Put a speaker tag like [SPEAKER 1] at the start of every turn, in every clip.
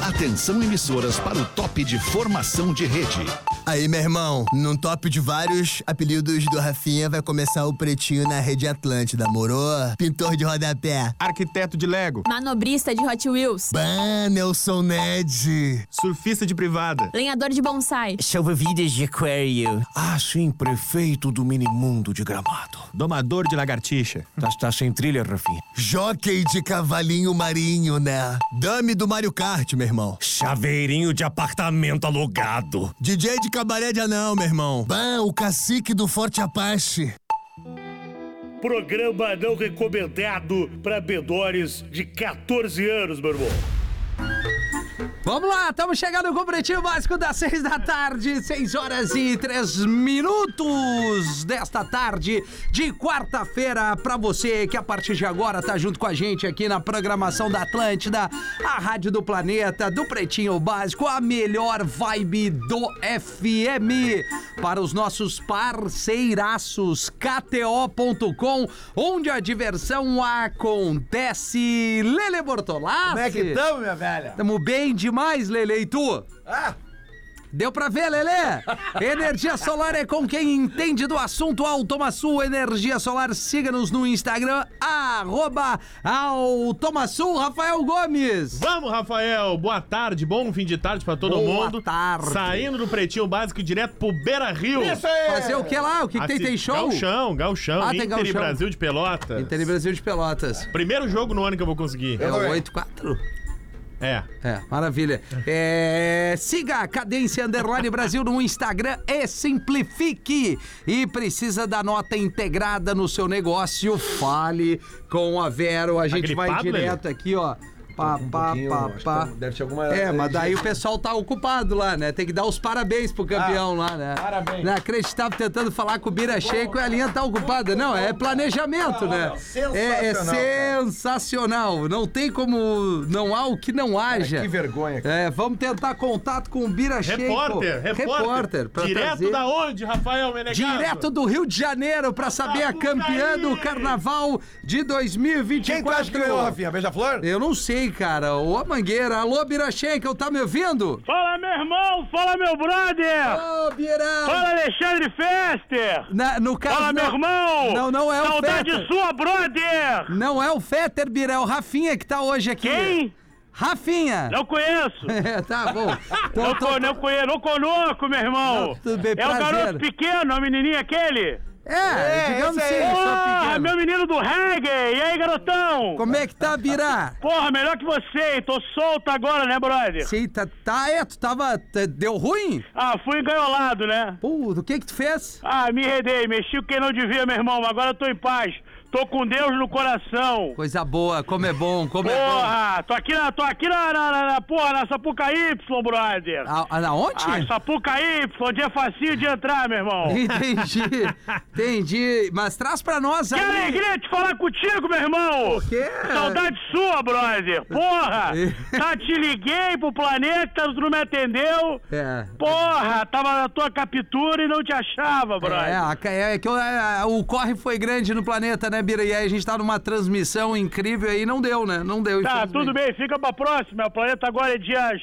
[SPEAKER 1] Atenção emissoras para o top de formação de rede.
[SPEAKER 2] Aí, meu irmão, num top de vários apelidos do Rafinha vai começar o pretinho na Rede Atlântida, moro? Pintor de rodapé.
[SPEAKER 3] Arquiteto de Lego.
[SPEAKER 4] Manobrista de Hot Wheels.
[SPEAKER 2] Ban, Nelson Ned.
[SPEAKER 3] Surfista de privada.
[SPEAKER 4] Lenhador de bonsai.
[SPEAKER 5] Salva-vidas de aquário.
[SPEAKER 6] Ah, sim, prefeito do minimundo de gramado.
[SPEAKER 3] Domador de lagartixa.
[SPEAKER 6] Tá, tá sem trilha, Rafinha.
[SPEAKER 2] Jockey de cavalinho marinho, né? Dame do Mario Kart, meu irmão.
[SPEAKER 6] Chaveirinho de apartamento alugado.
[SPEAKER 2] DJ de cabaré de anão, meu irmão. Ban, o cacique do Forte Apache
[SPEAKER 7] programa não recomendado para bedores de 14 anos, meu irmão.
[SPEAKER 8] Vamos lá, estamos chegando com o Pretinho Básico das 6 da tarde, 6 horas e 3 minutos desta tarde de quarta-feira para você que a partir de agora tá junto com a gente aqui na programação da Atlântida, a Rádio do Planeta, do Pretinho Básico, a melhor vibe do FM. Para os nossos parceiraços, KTO.com, onde a diversão acontece. Lele Bortolassi. Como
[SPEAKER 9] é que estamos, minha velha?
[SPEAKER 8] Tamo bem demais, Lele. E tu?
[SPEAKER 9] Ah!
[SPEAKER 8] Deu pra ver, Lelê? Energia solar é com quem entende do assunto. Automaçul Energia Solar. Siga-nos no Instagram, arroba Automaçul Rafael Gomes.
[SPEAKER 3] Vamos, Rafael. Boa tarde, bom fim de tarde pra todo
[SPEAKER 8] Boa
[SPEAKER 3] mundo.
[SPEAKER 8] tarde.
[SPEAKER 3] Saindo do Pretinho Básico direto pro Beira Rio.
[SPEAKER 9] Isso aí!
[SPEAKER 8] Fazer o que lá? O que, que tem? Tem show?
[SPEAKER 3] Assim, Galchão, Galchão.
[SPEAKER 8] Ah, tem
[SPEAKER 3] Inter e
[SPEAKER 8] gauchão.
[SPEAKER 3] Brasil de Pelota.
[SPEAKER 8] Inter e Brasil de Pelotas.
[SPEAKER 3] Primeiro jogo no ano que eu vou conseguir.
[SPEAKER 8] É o
[SPEAKER 9] também.
[SPEAKER 8] 8-4?
[SPEAKER 3] É.
[SPEAKER 8] É, maravilha. É, siga a Cadência Underline Brasil no Instagram e simplifique. E precisa da nota integrada no seu negócio, fale com a Vero. A gente vai
[SPEAKER 3] gripado,
[SPEAKER 8] direto aqui, ó. Pá, pá,
[SPEAKER 9] um pouquinho,
[SPEAKER 8] pá,
[SPEAKER 9] acho que
[SPEAKER 8] pá.
[SPEAKER 9] tá- deve ter alguma
[SPEAKER 8] É, mas
[SPEAKER 9] alergia.
[SPEAKER 8] daí o pessoal tá ocupado lá, né? Tem que dar os parabéns pro campeão lá, né?
[SPEAKER 9] Ah, parabéns.
[SPEAKER 8] Não acreditava tentando falar com o Bira Sheiko e a linha tá ocupada. Não, é planejamento, né?
[SPEAKER 9] Sensacional,
[SPEAKER 8] É, é
[SPEAKER 9] cara.
[SPEAKER 8] sensacional. Não tem como. Não há o que não haja.
[SPEAKER 9] Que vergonha, cara.
[SPEAKER 8] É, vamos tentar contato com o Bira Sheiko.
[SPEAKER 3] Repórter, repórter.
[SPEAKER 8] Repórter, pra
[SPEAKER 3] Direto
[SPEAKER 8] trazer-
[SPEAKER 3] da onde, Rafael Menegasso?
[SPEAKER 8] Direto do Rio de Janeiro pra saber
[SPEAKER 9] Tá
[SPEAKER 8] a campeã do carnaval de 2024.
[SPEAKER 9] Quem tu acha que ganhou, Rafinha? Beija-flor?
[SPEAKER 8] Eu não sei, cara. Ô, a Mangueira. Alô, Bira Sheiko, tá me ouvindo?
[SPEAKER 7] Fala, meu irmão! Fala, meu brother!
[SPEAKER 8] Ô, Bira!
[SPEAKER 7] Fala, Alexandre Fester!
[SPEAKER 8] Na- no caso,
[SPEAKER 7] Fala, meu
[SPEAKER 8] não,
[SPEAKER 7] irmão!
[SPEAKER 8] Não, não é o
[SPEAKER 7] Saudade
[SPEAKER 8] Fetter.
[SPEAKER 7] sua, brother!
[SPEAKER 8] não é o Fetter, Bira, é o Rafinha que tá hoje aqui.
[SPEAKER 7] Quem?
[SPEAKER 8] Rafinha!
[SPEAKER 7] Não conheço!
[SPEAKER 8] É, tá bom. Tô-
[SPEAKER 7] Não,
[SPEAKER 8] tô-
[SPEAKER 7] co- não conheço, não conosco, meu irmão!
[SPEAKER 8] Não, tudo bem,
[SPEAKER 7] é o
[SPEAKER 8] prazer.
[SPEAKER 7] garoto pequeno, a menininha aquele?
[SPEAKER 8] É, digamos
[SPEAKER 9] esse
[SPEAKER 8] assim,
[SPEAKER 9] aí.
[SPEAKER 8] só
[SPEAKER 7] Porra,
[SPEAKER 8] pequeno.
[SPEAKER 7] Ah, meu menino do reggae! E aí, garotão?
[SPEAKER 8] Como é que tá, Bira?
[SPEAKER 7] Porra, melhor que você, hein? Tô solto agora, né, brother?
[SPEAKER 8] Sim, tá, tá, é, tu tava, t- deu ruim?
[SPEAKER 7] Ah, fui engaiolado, né?
[SPEAKER 8] Pô, do que que tu fez?
[SPEAKER 7] Ah, me redei, mexi com quem não devia, meu irmão, mas agora eu tô em paz. Tô com Deus no coração.
[SPEAKER 8] Coisa boa, como é bom, como é bom.
[SPEAKER 7] Porra, tô aqui na, tô aqui na, na, na, na porra, na Sapuca Y, brother.
[SPEAKER 8] A, a, na onde?
[SPEAKER 7] Ah, Sapuca Y, onde é facinho de entrar, meu irmão.
[SPEAKER 8] Entendi, entendi. Mas traz pra nós
[SPEAKER 7] Que
[SPEAKER 8] aí.
[SPEAKER 7] alegria de falar contigo, meu irmão.
[SPEAKER 8] quê?
[SPEAKER 7] Saudade sua, brother. Porra,
[SPEAKER 8] É.
[SPEAKER 7] tá, te liguei pro planeta, tu não me atendeu.
[SPEAKER 8] É.
[SPEAKER 7] Porra, tava na tua captura e não te achava, brother.
[SPEAKER 8] É, a ca- é que o- é, o corre foi grande no planeta, né, Bira? E aí a gente tá numa transmissão incrível aí, não deu, né? Não deu,
[SPEAKER 7] Tá,
[SPEAKER 8] infelizmente.
[SPEAKER 7] tudo bem, fica pra próxima. O planeta agora é dias.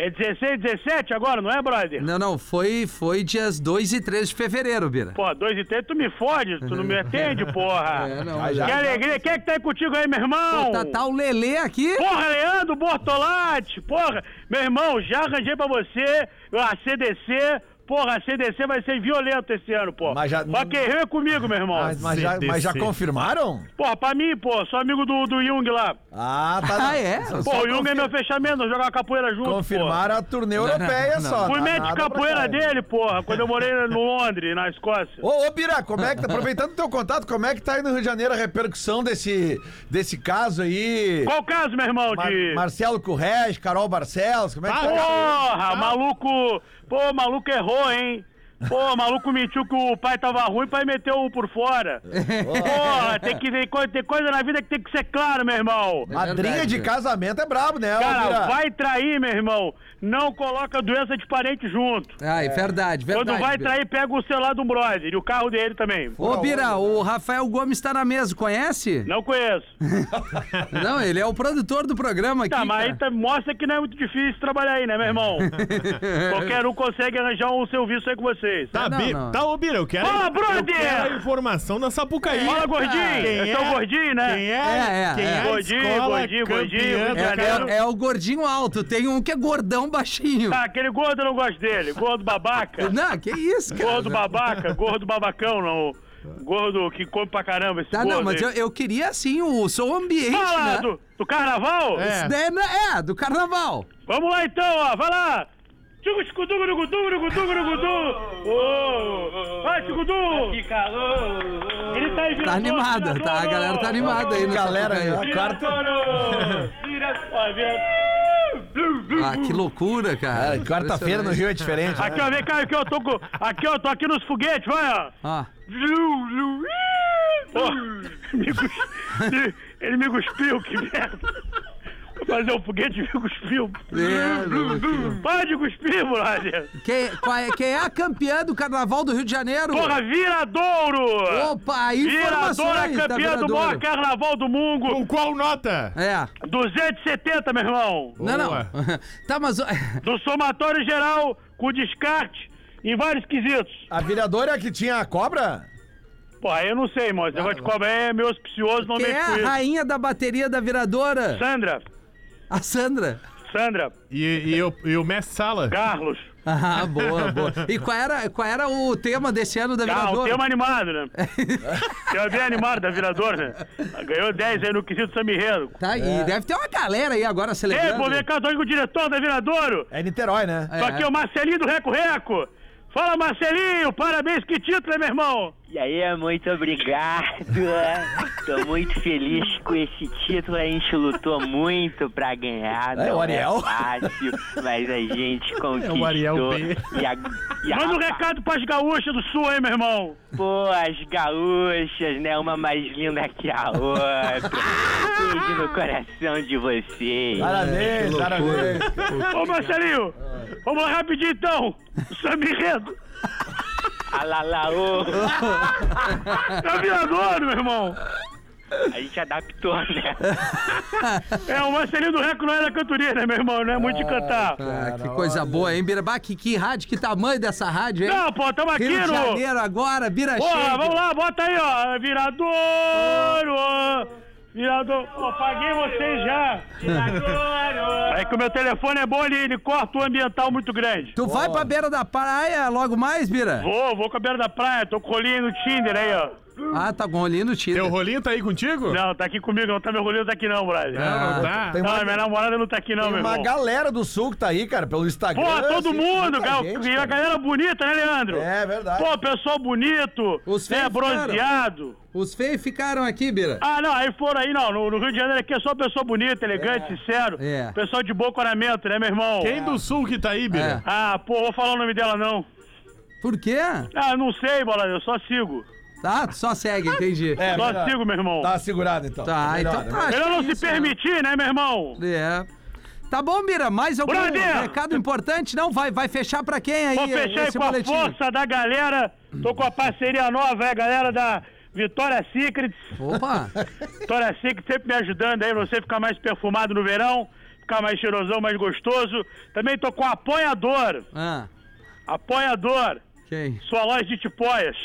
[SPEAKER 7] É 16, 17 agora, não é, brother?
[SPEAKER 8] Não, não, foi, foi dias 2 e 3 de fevereiro, Bira.
[SPEAKER 7] Pô, dois e três, tu me fode, tu não me atende, porra.
[SPEAKER 8] É, não,
[SPEAKER 7] que
[SPEAKER 8] já-
[SPEAKER 7] alegria, quem é que tá aí contigo aí, meu irmão?
[SPEAKER 8] Tá, tá o Lelê aqui.
[SPEAKER 7] Porra, Leandro Bortolatti, porra, meu irmão, já arranjei pra você a CDC. Porra, a CDC vai ser violento esse ano, pô.
[SPEAKER 9] Mas já-
[SPEAKER 7] Só quem rio é comigo, meu irmão.
[SPEAKER 9] Mas, mas já, mas já
[SPEAKER 3] CDC.
[SPEAKER 9] confirmaram?
[SPEAKER 7] Porra, pra mim, pô, sou amigo do, do Jung lá.
[SPEAKER 9] Ah, tá.
[SPEAKER 8] Ah, é?
[SPEAKER 9] Só-
[SPEAKER 7] Pô, o
[SPEAKER 9] só
[SPEAKER 7] Jung é
[SPEAKER 9] confir-
[SPEAKER 7] meu fechamento, nós jogamos capoeira junto, pô.
[SPEAKER 9] Confirmaram a turnê europeia
[SPEAKER 8] não,
[SPEAKER 9] só.
[SPEAKER 7] Fui
[SPEAKER 9] tá
[SPEAKER 7] médico
[SPEAKER 9] nada
[SPEAKER 7] de
[SPEAKER 9] pra cá,
[SPEAKER 7] capoeira
[SPEAKER 9] né?
[SPEAKER 7] dele, porra, quando eu morei no Londres, na Escócia.
[SPEAKER 9] Ô, ô, Bira, como é que, aproveitando o teu contato, como é que tá aí no Rio de Janeiro a repercussão desse, desse caso aí?
[SPEAKER 7] Qual o caso, meu irmão,
[SPEAKER 9] Mar-
[SPEAKER 7] de...
[SPEAKER 9] Marcelo Corrêa, Carol Barcelos, como é que tá?
[SPEAKER 7] Porra, maluco... Pô, o maluco errou, hein? Pô, o maluco mentiu que o pai tava ruim, o pai meteu o por fora. Porra, tem que tem coisa, tem coisa na vida que tem que ser claro, meu irmão.
[SPEAKER 9] Madrinha
[SPEAKER 8] verdade.
[SPEAKER 9] de casamento é brabo, né? Ela vira-
[SPEAKER 7] Cara, vai trair, meu irmão. Não coloca doença de parente junto.
[SPEAKER 8] Ah, é verdade, verdade.
[SPEAKER 7] Quando vai
[SPEAKER 8] Bira.
[SPEAKER 7] trair, pega o celular do brother e o carro dele também.
[SPEAKER 8] Ô, Bira, o Rafael Gomes tá na mesa, conhece?
[SPEAKER 7] Não conheço.
[SPEAKER 8] Não, ele é o produtor do programa aqui.
[SPEAKER 7] Tá, mas aí tá-
[SPEAKER 8] cara.
[SPEAKER 7] mostra que não é muito difícil trabalhar aí, né, meu irmão? Qualquer um consegue arranjar um serviço aí com vocês.
[SPEAKER 3] Tá,
[SPEAKER 8] Não,
[SPEAKER 3] Bi-
[SPEAKER 8] não.
[SPEAKER 3] tá, ô Bira, eu quero.
[SPEAKER 7] Fala,
[SPEAKER 3] eu
[SPEAKER 7] brother!
[SPEAKER 3] quero a informação da Sapucaí.
[SPEAKER 7] Fala, gordinho!
[SPEAKER 3] Quem
[SPEAKER 7] Eu sou gordinho, né?
[SPEAKER 3] Quem é?
[SPEAKER 8] É, é,
[SPEAKER 3] quem
[SPEAKER 8] é.
[SPEAKER 3] a
[SPEAKER 7] Gordinho,
[SPEAKER 3] escola
[SPEAKER 7] gordinho, gordinho,
[SPEAKER 3] campeã do
[SPEAKER 7] é,
[SPEAKER 3] Carioca?
[SPEAKER 8] É, é o gordinho alto, tem um que é gordão baixinho.
[SPEAKER 7] Tá, aquele gordo eu não gosto dele. Gordo babaca.
[SPEAKER 8] Não, que isso, cara.
[SPEAKER 7] gordo babaca, gordo babacão, não. Gordo que come pra caramba esse
[SPEAKER 8] Tá,
[SPEAKER 7] gordo
[SPEAKER 8] não, mas
[SPEAKER 7] aí.
[SPEAKER 8] eu, eu queria assim o som ambiente,
[SPEAKER 7] Fala
[SPEAKER 8] né?
[SPEAKER 7] do, do carnaval?
[SPEAKER 3] É.
[SPEAKER 8] É, né? É, do carnaval.
[SPEAKER 7] Vamos lá então, ó, vai lá! Tchugu, tchugudu, gurugudu, gurugudu, gurugudu! Ô! Vai, tchugudu! Que calor! Ele tá aí,
[SPEAKER 8] Tá animada, tá? A galera tá animada aí no
[SPEAKER 9] Galera,
[SPEAKER 8] Sapucaí.
[SPEAKER 7] Viradouro! Viradouro!
[SPEAKER 8] Ah, que loucura, cara.
[SPEAKER 9] Cara, né? quarta-feira no Rio é diferente.
[SPEAKER 7] Aqui, ó, vem cá, aqui, eu tô com... Aqui, ó, tô aqui nos foguetes, vai, ó!
[SPEAKER 8] Ah,
[SPEAKER 7] Pô, me cus- ele- Ele me cuspiu, que merda! Vou Fazer um foguete e me cuspiu.
[SPEAKER 8] É,
[SPEAKER 7] Para de cuspir, brother!
[SPEAKER 8] quem, qual é, quem é a campeã do Carnaval do Rio de Janeiro?
[SPEAKER 7] Porra, Viradouro!
[SPEAKER 8] Opa,
[SPEAKER 7] Viradouro é
[SPEAKER 8] informações da
[SPEAKER 7] campeã do maior
[SPEAKER 8] Viradouro.
[SPEAKER 7] carnaval do mundo.
[SPEAKER 3] Com qual nota?
[SPEAKER 8] É,
[SPEAKER 7] 270, meu irmão.
[SPEAKER 8] não, não.
[SPEAKER 3] Boa.
[SPEAKER 8] Tá, mas... o-
[SPEAKER 7] Do somatório geral, com descarte, em vários quesitos.
[SPEAKER 9] A vereadora é a que tinha a cobra?
[SPEAKER 7] Pô, aí eu não sei, irmão. Esse negócio de cobra é meu auspicioso, não
[SPEAKER 8] Quem
[SPEAKER 7] mexe
[SPEAKER 8] é
[SPEAKER 7] com
[SPEAKER 8] a
[SPEAKER 7] isso.
[SPEAKER 8] rainha da bateria da Viradora?
[SPEAKER 7] Sandra,
[SPEAKER 8] A Sandra.
[SPEAKER 7] Sandra,
[SPEAKER 3] E, e, o- e o mestre Sala?
[SPEAKER 7] Carlos.
[SPEAKER 8] Ah, boa, boa. E qual era, qual era o tema desse ano da
[SPEAKER 7] Ah, o
[SPEAKER 8] Viradora?
[SPEAKER 7] tema animado, né? Tema é bem animado da Virador, né? Ganhou 10 aí no quesito Samirreiro.
[SPEAKER 8] Tá,
[SPEAKER 10] É.
[SPEAKER 8] e deve ter uma galera aí agora
[SPEAKER 7] Ei,
[SPEAKER 8] celebrando.
[SPEAKER 7] pô, vem cá, tô aqui com o diretor da Viradouro.
[SPEAKER 9] É Niterói, né?
[SPEAKER 8] É.
[SPEAKER 7] Tô aqui, o Marcelinho do Reco Reco. Fala, Marcelinho, parabéns, que título, hein, meu irmão?
[SPEAKER 10] E aí, muito obrigado. É, Tô muito feliz com esse título. A gente lutou muito pra ganhar.
[SPEAKER 9] É, o
[SPEAKER 10] não
[SPEAKER 9] Ariel.
[SPEAKER 10] É fácil, mas a
[SPEAKER 8] É,
[SPEAKER 10] gente conquistou.
[SPEAKER 3] Ariel B.
[SPEAKER 10] E a, e a-
[SPEAKER 7] Manda um recado pras gaúchas do sul, hein, meu irmão?
[SPEAKER 10] Pô, as gaúchas, né? Uma mais linda que a outra. Beijo no coração de vocês.
[SPEAKER 9] Parabéns, parabéns.
[SPEAKER 7] Ô, Marcelinho, vamos lá rapidinho então. Samirredo.
[SPEAKER 10] Ah, Alalaô.
[SPEAKER 7] É virador, meu irmão.
[SPEAKER 10] A gente adaptou, né?
[SPEAKER 7] É, o Marcelinho do Reco não é da cantoria, né, meu irmão? Não é muito de cantar.
[SPEAKER 8] Ah, que coisa boa, hein, Bira? Bah, que, que rádio, que tamanho dessa rádio, hein?
[SPEAKER 7] Não, pô, tamo aqui
[SPEAKER 8] Rio de
[SPEAKER 7] no...
[SPEAKER 8] Janeiro agora, Bira
[SPEAKER 7] Porra,
[SPEAKER 8] cheia.
[SPEAKER 7] vamos lá, bota aí, ó. Viradouro! ó. Viradouro. Ó, paguei vocês já. Viradouro! É que o meu telefone é bom, ele, ele corta o ambiental muito grande.
[SPEAKER 8] Tu vai pra beira da praia logo mais, Bira?
[SPEAKER 7] Vou, vou com a beira da praia, tô com o rolinho no Tinder aí, ó.
[SPEAKER 8] Ah, tá bom, ali no Tinder.
[SPEAKER 3] Teu rolinho tá aí contigo?
[SPEAKER 7] Não, tá aqui comigo, não tá meu rolinho, tá aqui não, brother.
[SPEAKER 3] Não, não tá.
[SPEAKER 9] Tem
[SPEAKER 7] Não,
[SPEAKER 9] uma,
[SPEAKER 7] minha namorada não tá aqui não, meu
[SPEAKER 9] uma
[SPEAKER 7] irmão.
[SPEAKER 9] galera do Sul que tá aí, cara, pelo Instagram.
[SPEAKER 7] Pô, todo
[SPEAKER 9] assim,
[SPEAKER 7] mundo,
[SPEAKER 9] muita
[SPEAKER 7] gal-
[SPEAKER 9] gente,
[SPEAKER 7] e a
[SPEAKER 9] cara.
[SPEAKER 7] galera bonita, né, Leandro?
[SPEAKER 9] É verdade.
[SPEAKER 7] Pô, pessoal bonito,
[SPEAKER 8] Os
[SPEAKER 7] né,
[SPEAKER 8] fãs
[SPEAKER 7] bronzeado.
[SPEAKER 8] Os feios ficaram aqui, Bira.
[SPEAKER 7] Ah, não, aí foram aí, não. No, no Rio de Janeiro aqui é só pessoa bonita, elegante, sincero.
[SPEAKER 8] É.
[SPEAKER 7] Pessoal de bom coramento, né, meu irmão?
[SPEAKER 3] Quem do sul que tá aí, Bira?
[SPEAKER 7] Ah, pô, vou falar o nome dela, não.
[SPEAKER 8] É. Por quê?
[SPEAKER 7] Ah, não sei, bola, eu só sigo.
[SPEAKER 8] Tá, tu só segue, entendi.
[SPEAKER 9] É,
[SPEAKER 7] só
[SPEAKER 9] melhor.
[SPEAKER 7] sigo, meu irmão.
[SPEAKER 9] Tá segurado, então.
[SPEAKER 8] Tá, então
[SPEAKER 9] Melhor, né?
[SPEAKER 8] tá.
[SPEAKER 7] Melhor
[SPEAKER 8] acho
[SPEAKER 7] não
[SPEAKER 8] que
[SPEAKER 7] se
[SPEAKER 8] é isso,
[SPEAKER 7] permitir, né, meu irmão?
[SPEAKER 8] né? É. Tá bom, Bira, mais algum
[SPEAKER 7] Brother!
[SPEAKER 8] recado importante? Não, vai, vai fechar pra quem aí
[SPEAKER 7] Vou fechar aí
[SPEAKER 8] esse
[SPEAKER 7] com a
[SPEAKER 8] boletim?
[SPEAKER 7] força da galera. Tô com a parceria nova, é, galera da Vitória Secrets.
[SPEAKER 8] Opa,
[SPEAKER 7] Vitória Secret sempre me ajudando aí, pra você ficar mais perfumado no verão, ficar mais cheirosão, mais gostoso. Também tô com a Apoiador.
[SPEAKER 8] ah,
[SPEAKER 7] Apoiador,
[SPEAKER 8] quem?
[SPEAKER 7] sua loja de tipóias.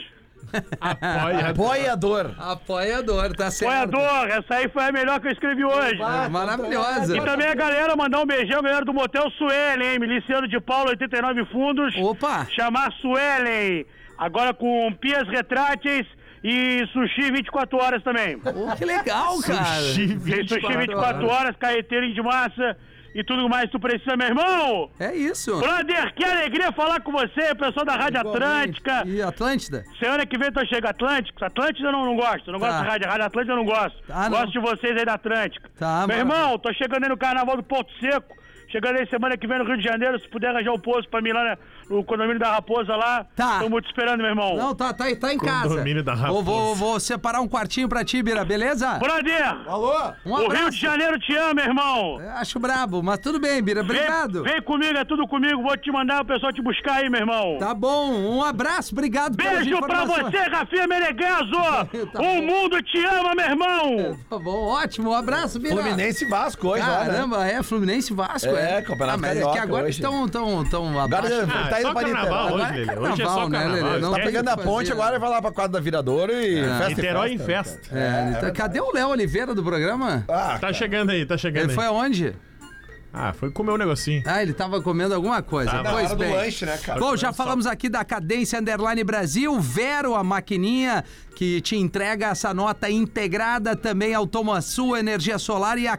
[SPEAKER 3] Olha,
[SPEAKER 9] Boiador.
[SPEAKER 8] Apoiador, tá certo.
[SPEAKER 7] Apoiador, essa aí foi a melhor que eu escrevi hoje.
[SPEAKER 8] Maravilhosa.
[SPEAKER 7] E também a galera mandar um beijão, galera do Motel Suelen, hein? Miliciano de Paulo, 89 fundos.
[SPEAKER 8] Opa,
[SPEAKER 7] Chamar Suelen. Agora com pias retráteis e sushi 24 horas também.
[SPEAKER 8] Ô, que legal, cara.
[SPEAKER 7] Tem sushi 24 horas, carreteirinho de massa e tudo mais que tu precisa, meu irmão.
[SPEAKER 8] É isso.
[SPEAKER 7] Brother, que alegria falar com você, pessoal da Rádio Atlântica.
[SPEAKER 8] E Atlântida?
[SPEAKER 7] Semana que vem tu chega Atlântico. Atlântida eu não, não gosto. Não gosto
[SPEAKER 8] Tá.
[SPEAKER 7] de rádio. Rádio Atlântida eu não gosto.
[SPEAKER 8] Tá, não.
[SPEAKER 7] gosto de vocês aí da Atlântica.
[SPEAKER 8] Tá,
[SPEAKER 7] Meu
[SPEAKER 8] maravilha.
[SPEAKER 7] irmão, tô chegando aí no carnaval do Porto Seco.
[SPEAKER 11] Chegando aí semana que vem no Rio de Janeiro, se puder arranjar um posto pra mim lá na- no condomínio da Raposa lá.
[SPEAKER 8] Tá.
[SPEAKER 11] Tamo te esperando, meu irmão.
[SPEAKER 8] Não, tá, tá, tá em casa.
[SPEAKER 3] Condomínio da
[SPEAKER 8] Vou, vou,
[SPEAKER 3] Raposa.
[SPEAKER 8] vou separar um quartinho pra ti, Bira, beleza?
[SPEAKER 11] Brother,
[SPEAKER 9] Alô?
[SPEAKER 8] Um
[SPEAKER 11] o Rio
[SPEAKER 8] abraço.
[SPEAKER 11] de Janeiro te ama, meu irmão.
[SPEAKER 8] Eu Acho brabo, mas tudo bem, Bira. Obrigado.
[SPEAKER 11] Vem, vem comigo, é tudo comigo. Vou te mandar o pessoal te buscar aí, meu irmão.
[SPEAKER 8] Tá bom, um abraço, obrigado pelas
[SPEAKER 11] Beijo pra
[SPEAKER 8] informações.
[SPEAKER 11] você, Rafinha Menegaso.
[SPEAKER 8] Tá
[SPEAKER 11] o
[SPEAKER 8] bom.
[SPEAKER 11] mundo te ama, meu irmão.
[SPEAKER 8] Tá bom, ótimo, um abraço, Bira.
[SPEAKER 9] Fluminense e Vasco hoje, lá, né?
[SPEAKER 8] Caramba, é Fluminense e Vasco.
[SPEAKER 9] É, Campeonato
[SPEAKER 8] ah, mas é que
[SPEAKER 9] Carioca
[SPEAKER 8] agora
[SPEAKER 9] hoje.
[SPEAKER 8] estão tão, tão abaixo.
[SPEAKER 9] Agora
[SPEAKER 3] Ah,
[SPEAKER 9] tá
[SPEAKER 3] é
[SPEAKER 9] indo
[SPEAKER 3] só
[SPEAKER 9] pra
[SPEAKER 3] carnaval
[SPEAKER 8] Agora
[SPEAKER 3] hoje,
[SPEAKER 9] Niterói.
[SPEAKER 8] é
[SPEAKER 3] Lelê. Hoje é só
[SPEAKER 8] carnaval, né,
[SPEAKER 3] carnaval.
[SPEAKER 8] Lelê? Não
[SPEAKER 9] Tá
[SPEAKER 8] tem
[SPEAKER 9] pegando
[SPEAKER 8] o que
[SPEAKER 9] a ponte
[SPEAKER 8] fazer,
[SPEAKER 9] agora
[SPEAKER 8] né?
[SPEAKER 9] e vai lá pra quadra da Viradouro e festa e
[SPEAKER 3] É, Niterói em
[SPEAKER 9] É. festa.
[SPEAKER 3] festa.
[SPEAKER 8] É, ele tá- cadê o Léo Oliveira do programa?
[SPEAKER 9] Ah,
[SPEAKER 3] Tá chegando aí, tá chegando
[SPEAKER 8] Ele
[SPEAKER 3] aí.
[SPEAKER 8] foi aonde?
[SPEAKER 3] Ah, foi comer um negocinho.
[SPEAKER 8] Ah, ele tava comendo alguma coisa.
[SPEAKER 3] Tava.
[SPEAKER 9] na
[SPEAKER 8] pois
[SPEAKER 9] hora do
[SPEAKER 8] bem.
[SPEAKER 9] lanche, né, cara?
[SPEAKER 8] Bom, já falamos aqui da Cadência Underline Brasil, Vero, a maquininha que te entrega essa nota integrada, também Automaçu, Energia Solar e a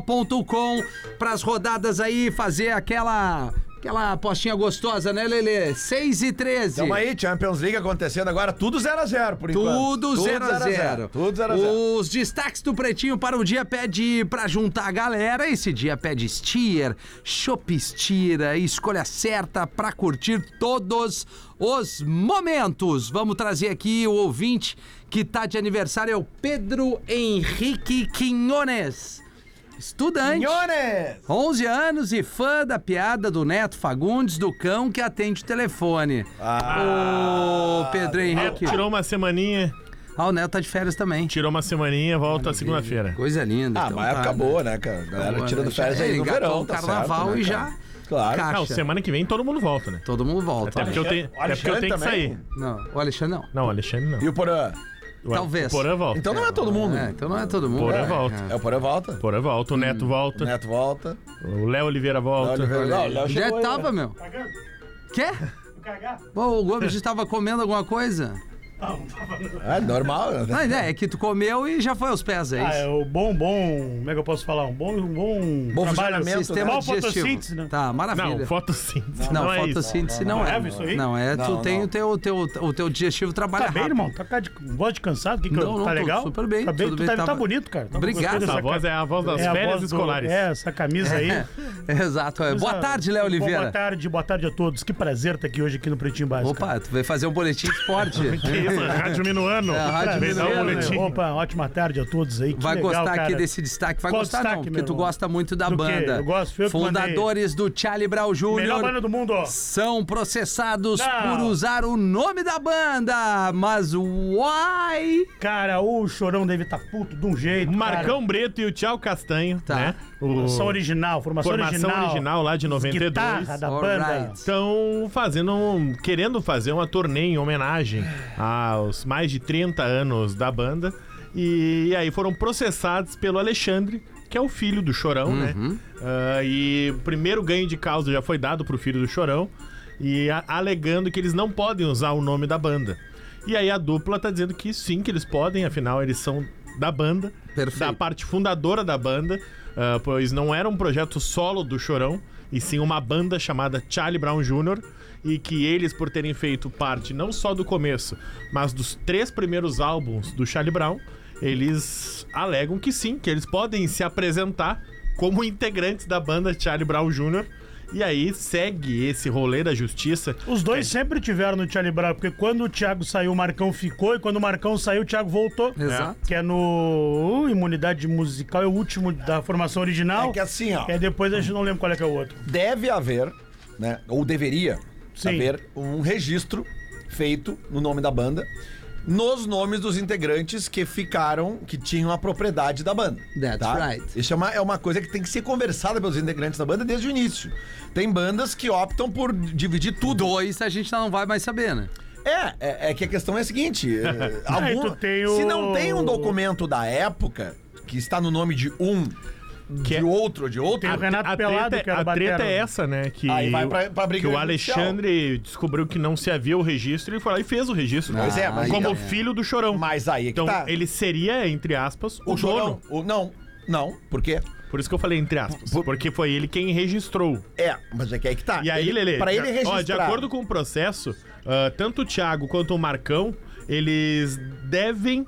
[SPEAKER 8] KTO.com para as rodadas aí fazer aquela aquela apostinha gostosa, né, Lelê? 6 e 13.
[SPEAKER 9] Tamo aí, Champions League acontecendo agora, tudo 0x0 por enquanto.
[SPEAKER 8] Tudo 0 a 0.
[SPEAKER 9] Tudo 0x0.
[SPEAKER 8] Os destaques do Pretinho para o dia pede para juntar a galera. Esse dia pede steer, chopp estira, escolha certa para curtir todos os momentos. Vamos trazer aqui o ouvinte que tá de aniversário, é o Pedro Henrique Quinones. Estudante.
[SPEAKER 9] Minhones!
[SPEAKER 8] 11 anos e fã da piada do Neto Fagundes do cão que atende o telefone. Ah, Ô, Pedro Henrique.
[SPEAKER 3] Tirou uma semaninha,
[SPEAKER 8] Ah, o Neto tá de férias também.
[SPEAKER 3] tirou uma semaninha, volta segunda-feira.
[SPEAKER 8] Coisa linda.
[SPEAKER 9] Ah,
[SPEAKER 8] então
[SPEAKER 9] mas
[SPEAKER 8] tá,
[SPEAKER 9] acabou, né, cara? A galera
[SPEAKER 8] Boa,
[SPEAKER 9] tira
[SPEAKER 8] né?
[SPEAKER 9] do
[SPEAKER 8] Já
[SPEAKER 9] férias aí no
[SPEAKER 8] engatou
[SPEAKER 9] verão,
[SPEAKER 8] o
[SPEAKER 9] tá
[SPEAKER 8] carnaval
[SPEAKER 9] certo, né,
[SPEAKER 8] e
[SPEAKER 9] cara?
[SPEAKER 8] já
[SPEAKER 9] Claro.
[SPEAKER 8] caixa.
[SPEAKER 3] Não, semana que vem todo mundo volta, né?
[SPEAKER 8] Todo mundo volta.
[SPEAKER 3] Até porque eu tenho,
[SPEAKER 9] Alexandre-
[SPEAKER 3] até porque eu tenho que
[SPEAKER 9] Alexandre
[SPEAKER 3] sair.
[SPEAKER 9] também?
[SPEAKER 8] Não, o Alexandre não.
[SPEAKER 3] Não, Alexandre não.
[SPEAKER 9] E o Porã?
[SPEAKER 3] O-
[SPEAKER 8] Talvez.
[SPEAKER 3] O Porã volta.
[SPEAKER 9] Então não é todo mundo.
[SPEAKER 8] É, então não é todo mundo.
[SPEAKER 3] Porã
[SPEAKER 8] É,
[SPEAKER 3] volta.
[SPEAKER 8] é.
[SPEAKER 9] É o Porã volta,
[SPEAKER 3] O Porã volta, o
[SPEAKER 8] Hum.
[SPEAKER 3] Neto
[SPEAKER 9] o
[SPEAKER 3] volta,
[SPEAKER 9] Neto volta.
[SPEAKER 3] o Léo Oliveira volta.
[SPEAKER 9] Não, o Léo
[SPEAKER 8] Onde é
[SPEAKER 9] chegou
[SPEAKER 8] que
[SPEAKER 9] aí, né?
[SPEAKER 8] tava, meu? Quê? Pô, o Gomes estava comendo alguma coisa?
[SPEAKER 9] Ah, normal. né?
[SPEAKER 8] Não, é, é que tu comeu e já foi aos pés, é
[SPEAKER 7] Ah, é
[SPEAKER 8] isso.
[SPEAKER 7] o bom, bom. Como é que eu posso falar? Um bom. Um bom,
[SPEAKER 9] Bom
[SPEAKER 7] trabalho.
[SPEAKER 9] funcionamento,
[SPEAKER 8] Sistema
[SPEAKER 7] né?
[SPEAKER 8] de digestivo.
[SPEAKER 7] Fotossíntese, né?
[SPEAKER 8] Tá, maravilha.
[SPEAKER 3] Não, fotossíntese.
[SPEAKER 8] Não,
[SPEAKER 3] Não, é isso.
[SPEAKER 8] fotossíntese não, é.
[SPEAKER 7] é isso aí?
[SPEAKER 8] Não, é, tu
[SPEAKER 9] Não,
[SPEAKER 8] tem
[SPEAKER 9] não.
[SPEAKER 8] o teu, o teu, o teu digestivo trabalha
[SPEAKER 7] Tá bem,
[SPEAKER 8] rápido.
[SPEAKER 7] irmão? Tá com a de- voz de cansado? O Que que
[SPEAKER 8] Não,
[SPEAKER 7] eu-
[SPEAKER 8] não,
[SPEAKER 7] tá
[SPEAKER 8] tô
[SPEAKER 7] legal?
[SPEAKER 8] super bem,
[SPEAKER 7] Tá bem,
[SPEAKER 8] tudo
[SPEAKER 7] tu
[SPEAKER 8] bem,
[SPEAKER 7] tá,
[SPEAKER 8] tava-
[SPEAKER 7] tá bonito, cara. Tá
[SPEAKER 8] Obrigado.
[SPEAKER 7] gostei dessa
[SPEAKER 3] Essa voz
[SPEAKER 7] ca-
[SPEAKER 3] é a voz das
[SPEAKER 7] é a
[SPEAKER 3] férias
[SPEAKER 7] voz do-
[SPEAKER 3] escolares.
[SPEAKER 7] É, essa camisa aí.
[SPEAKER 8] É. Exato. é. Boa
[SPEAKER 7] Essa-
[SPEAKER 8] tarde,
[SPEAKER 7] Bom,
[SPEAKER 8] Léo
[SPEAKER 7] Boa
[SPEAKER 8] Oliveira.
[SPEAKER 7] tarde, boa tarde a todos. Que prazer estar aqui hoje aqui no Pretinho Básico.
[SPEAKER 8] Opa, tu veio fazer um boletim de esporte.
[SPEAKER 3] Que isso, Rádio Minuano.
[SPEAKER 8] É, a Rádio
[SPEAKER 3] Vem dar um
[SPEAKER 8] Minuano,
[SPEAKER 3] boletim.
[SPEAKER 7] Opa, ótima tarde a todos aí. Que
[SPEAKER 8] Vai
[SPEAKER 7] legal,
[SPEAKER 8] gostar aqui
[SPEAKER 7] cara.
[SPEAKER 8] desse destaque. Vai
[SPEAKER 7] Qual
[SPEAKER 8] gostar
[SPEAKER 7] destaque,
[SPEAKER 8] não, porque
[SPEAKER 7] meu
[SPEAKER 8] tu
[SPEAKER 7] irmão?
[SPEAKER 8] gosta muito da
[SPEAKER 7] Do quê?
[SPEAKER 8] banda.
[SPEAKER 7] Eu gosto, foi eu que
[SPEAKER 8] Fundadores do Charlie Brown
[SPEAKER 7] Melhor banda
[SPEAKER 8] Jr.
[SPEAKER 7] do mundo, ó.
[SPEAKER 8] São processados
[SPEAKER 7] Não.
[SPEAKER 8] por usar o nome da banda. Mas uai!
[SPEAKER 7] Cara, o Chorão deve estar puto de um jeito.
[SPEAKER 3] Marcão Breto e o Tchau Castanho,
[SPEAKER 8] Tá.
[SPEAKER 3] né? O...
[SPEAKER 7] cara. Formação original, formação,
[SPEAKER 3] Formação original,
[SPEAKER 7] original.
[SPEAKER 3] lá de 92.
[SPEAKER 7] Guitarra da
[SPEAKER 8] All
[SPEAKER 7] banda.
[SPEAKER 8] right.
[SPEAKER 3] Estão fazendo, um- querendo fazer uma turnê em homenagem aos mais de 30 anos da banda. E, aí foram processados pelo Alexandre, que é o filho do Chorão, né? Ah, e o primeiro ganho de causa já foi dado pro filho do Chorão, e a- alegando que eles não podem usar o nome da banda. E aí a dupla tá dizendo que sim, que eles podem, afinal eles são da banda,
[SPEAKER 8] Perfeito.
[SPEAKER 3] da parte fundadora da banda, ah, pois não era um projeto solo do Chorão, e sim uma banda chamada Charlie Brown Jr., e que eles, por terem feito parte não só do começo, mas dos três primeiros álbuns do Charlie Brown, eles alegam que sim, que eles podem se apresentar como integrantes da banda Charlie Brown Jr., e aí segue esse rolê da justiça.
[SPEAKER 7] Os dois sempre tiveram no Charlie Brown, porque quando o Thiago saiu, o Marcão ficou, e quando o Marcão saiu, o Thiago voltou.
[SPEAKER 8] Exato.
[SPEAKER 7] Que é no uh, Imunidade Musical, é o último da formação original.
[SPEAKER 9] É que assim, ó.
[SPEAKER 7] É depois a gente não lembra qual é que é o outro.
[SPEAKER 9] deve haver, né? Ou deveria
[SPEAKER 7] Sim.
[SPEAKER 9] haver um registro feito no nome da banda nos nomes dos integrantes que ficaram, que tinham a propriedade da banda.
[SPEAKER 8] That's right.
[SPEAKER 9] Isso é uma, é uma coisa que tem que ser conversada pelos integrantes da banda desde o início. Tem bandas que optam por dividir tudo.
[SPEAKER 8] Dois a gente não vai mais saber, né?
[SPEAKER 9] É, é, é que a questão é a seguinte: é, algum-
[SPEAKER 7] tu tem o-
[SPEAKER 9] se não tem um documento da época que está no nome de um,
[SPEAKER 3] Que
[SPEAKER 9] de
[SPEAKER 3] é-
[SPEAKER 9] outro, de outro,
[SPEAKER 7] Tem o Renato
[SPEAKER 3] a
[SPEAKER 7] Tá Pelado,
[SPEAKER 3] treta,
[SPEAKER 7] que era
[SPEAKER 3] a treta
[SPEAKER 7] batera.
[SPEAKER 3] é essa, né? Que,
[SPEAKER 9] Aí vai pra- pra briga
[SPEAKER 3] que o
[SPEAKER 9] judicial.
[SPEAKER 3] Alexandre descobriu que não se havia o registro, ele foi lá e fez o registro.
[SPEAKER 9] Pois é, mas
[SPEAKER 3] como
[SPEAKER 9] então-
[SPEAKER 3] filho do chorão.
[SPEAKER 9] Mas aí é que
[SPEAKER 3] então,
[SPEAKER 9] tá.
[SPEAKER 3] ele seria, entre aspas, o,
[SPEAKER 9] o chorão.
[SPEAKER 3] dono.
[SPEAKER 9] O, não, não, por quê?
[SPEAKER 3] Por isso que eu falei entre aspas. Porque foi ele quem registrou.
[SPEAKER 9] É, mas é que aí que tá.
[SPEAKER 3] E aí,
[SPEAKER 9] ele,
[SPEAKER 3] Lele,
[SPEAKER 9] Pra ele registrar.
[SPEAKER 3] Ó, de acordo com o processo, ah, tanto o Thiago quanto o Marcão, eles devem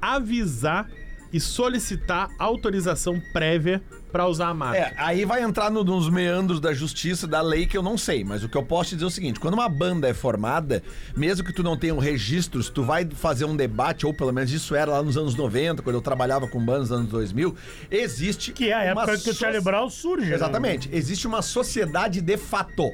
[SPEAKER 3] avisar e solicitar autorização prévia pra usar a marca.
[SPEAKER 9] É, aí vai entrar no- nos meandros da justiça, da lei, que eu não sei. Mas o que eu posso te dizer é o seguinte: quando uma banda é formada, mesmo que tu não tenha um registro, se tu vai fazer um debate, ou pelo menos isso era lá nos anos 90, quando eu trabalhava com bandas nos anos 2000, existe. Que é
[SPEAKER 7] a época que o Charlie Brown surge, né?
[SPEAKER 9] Exatamente. Existe uma sociedade de fato.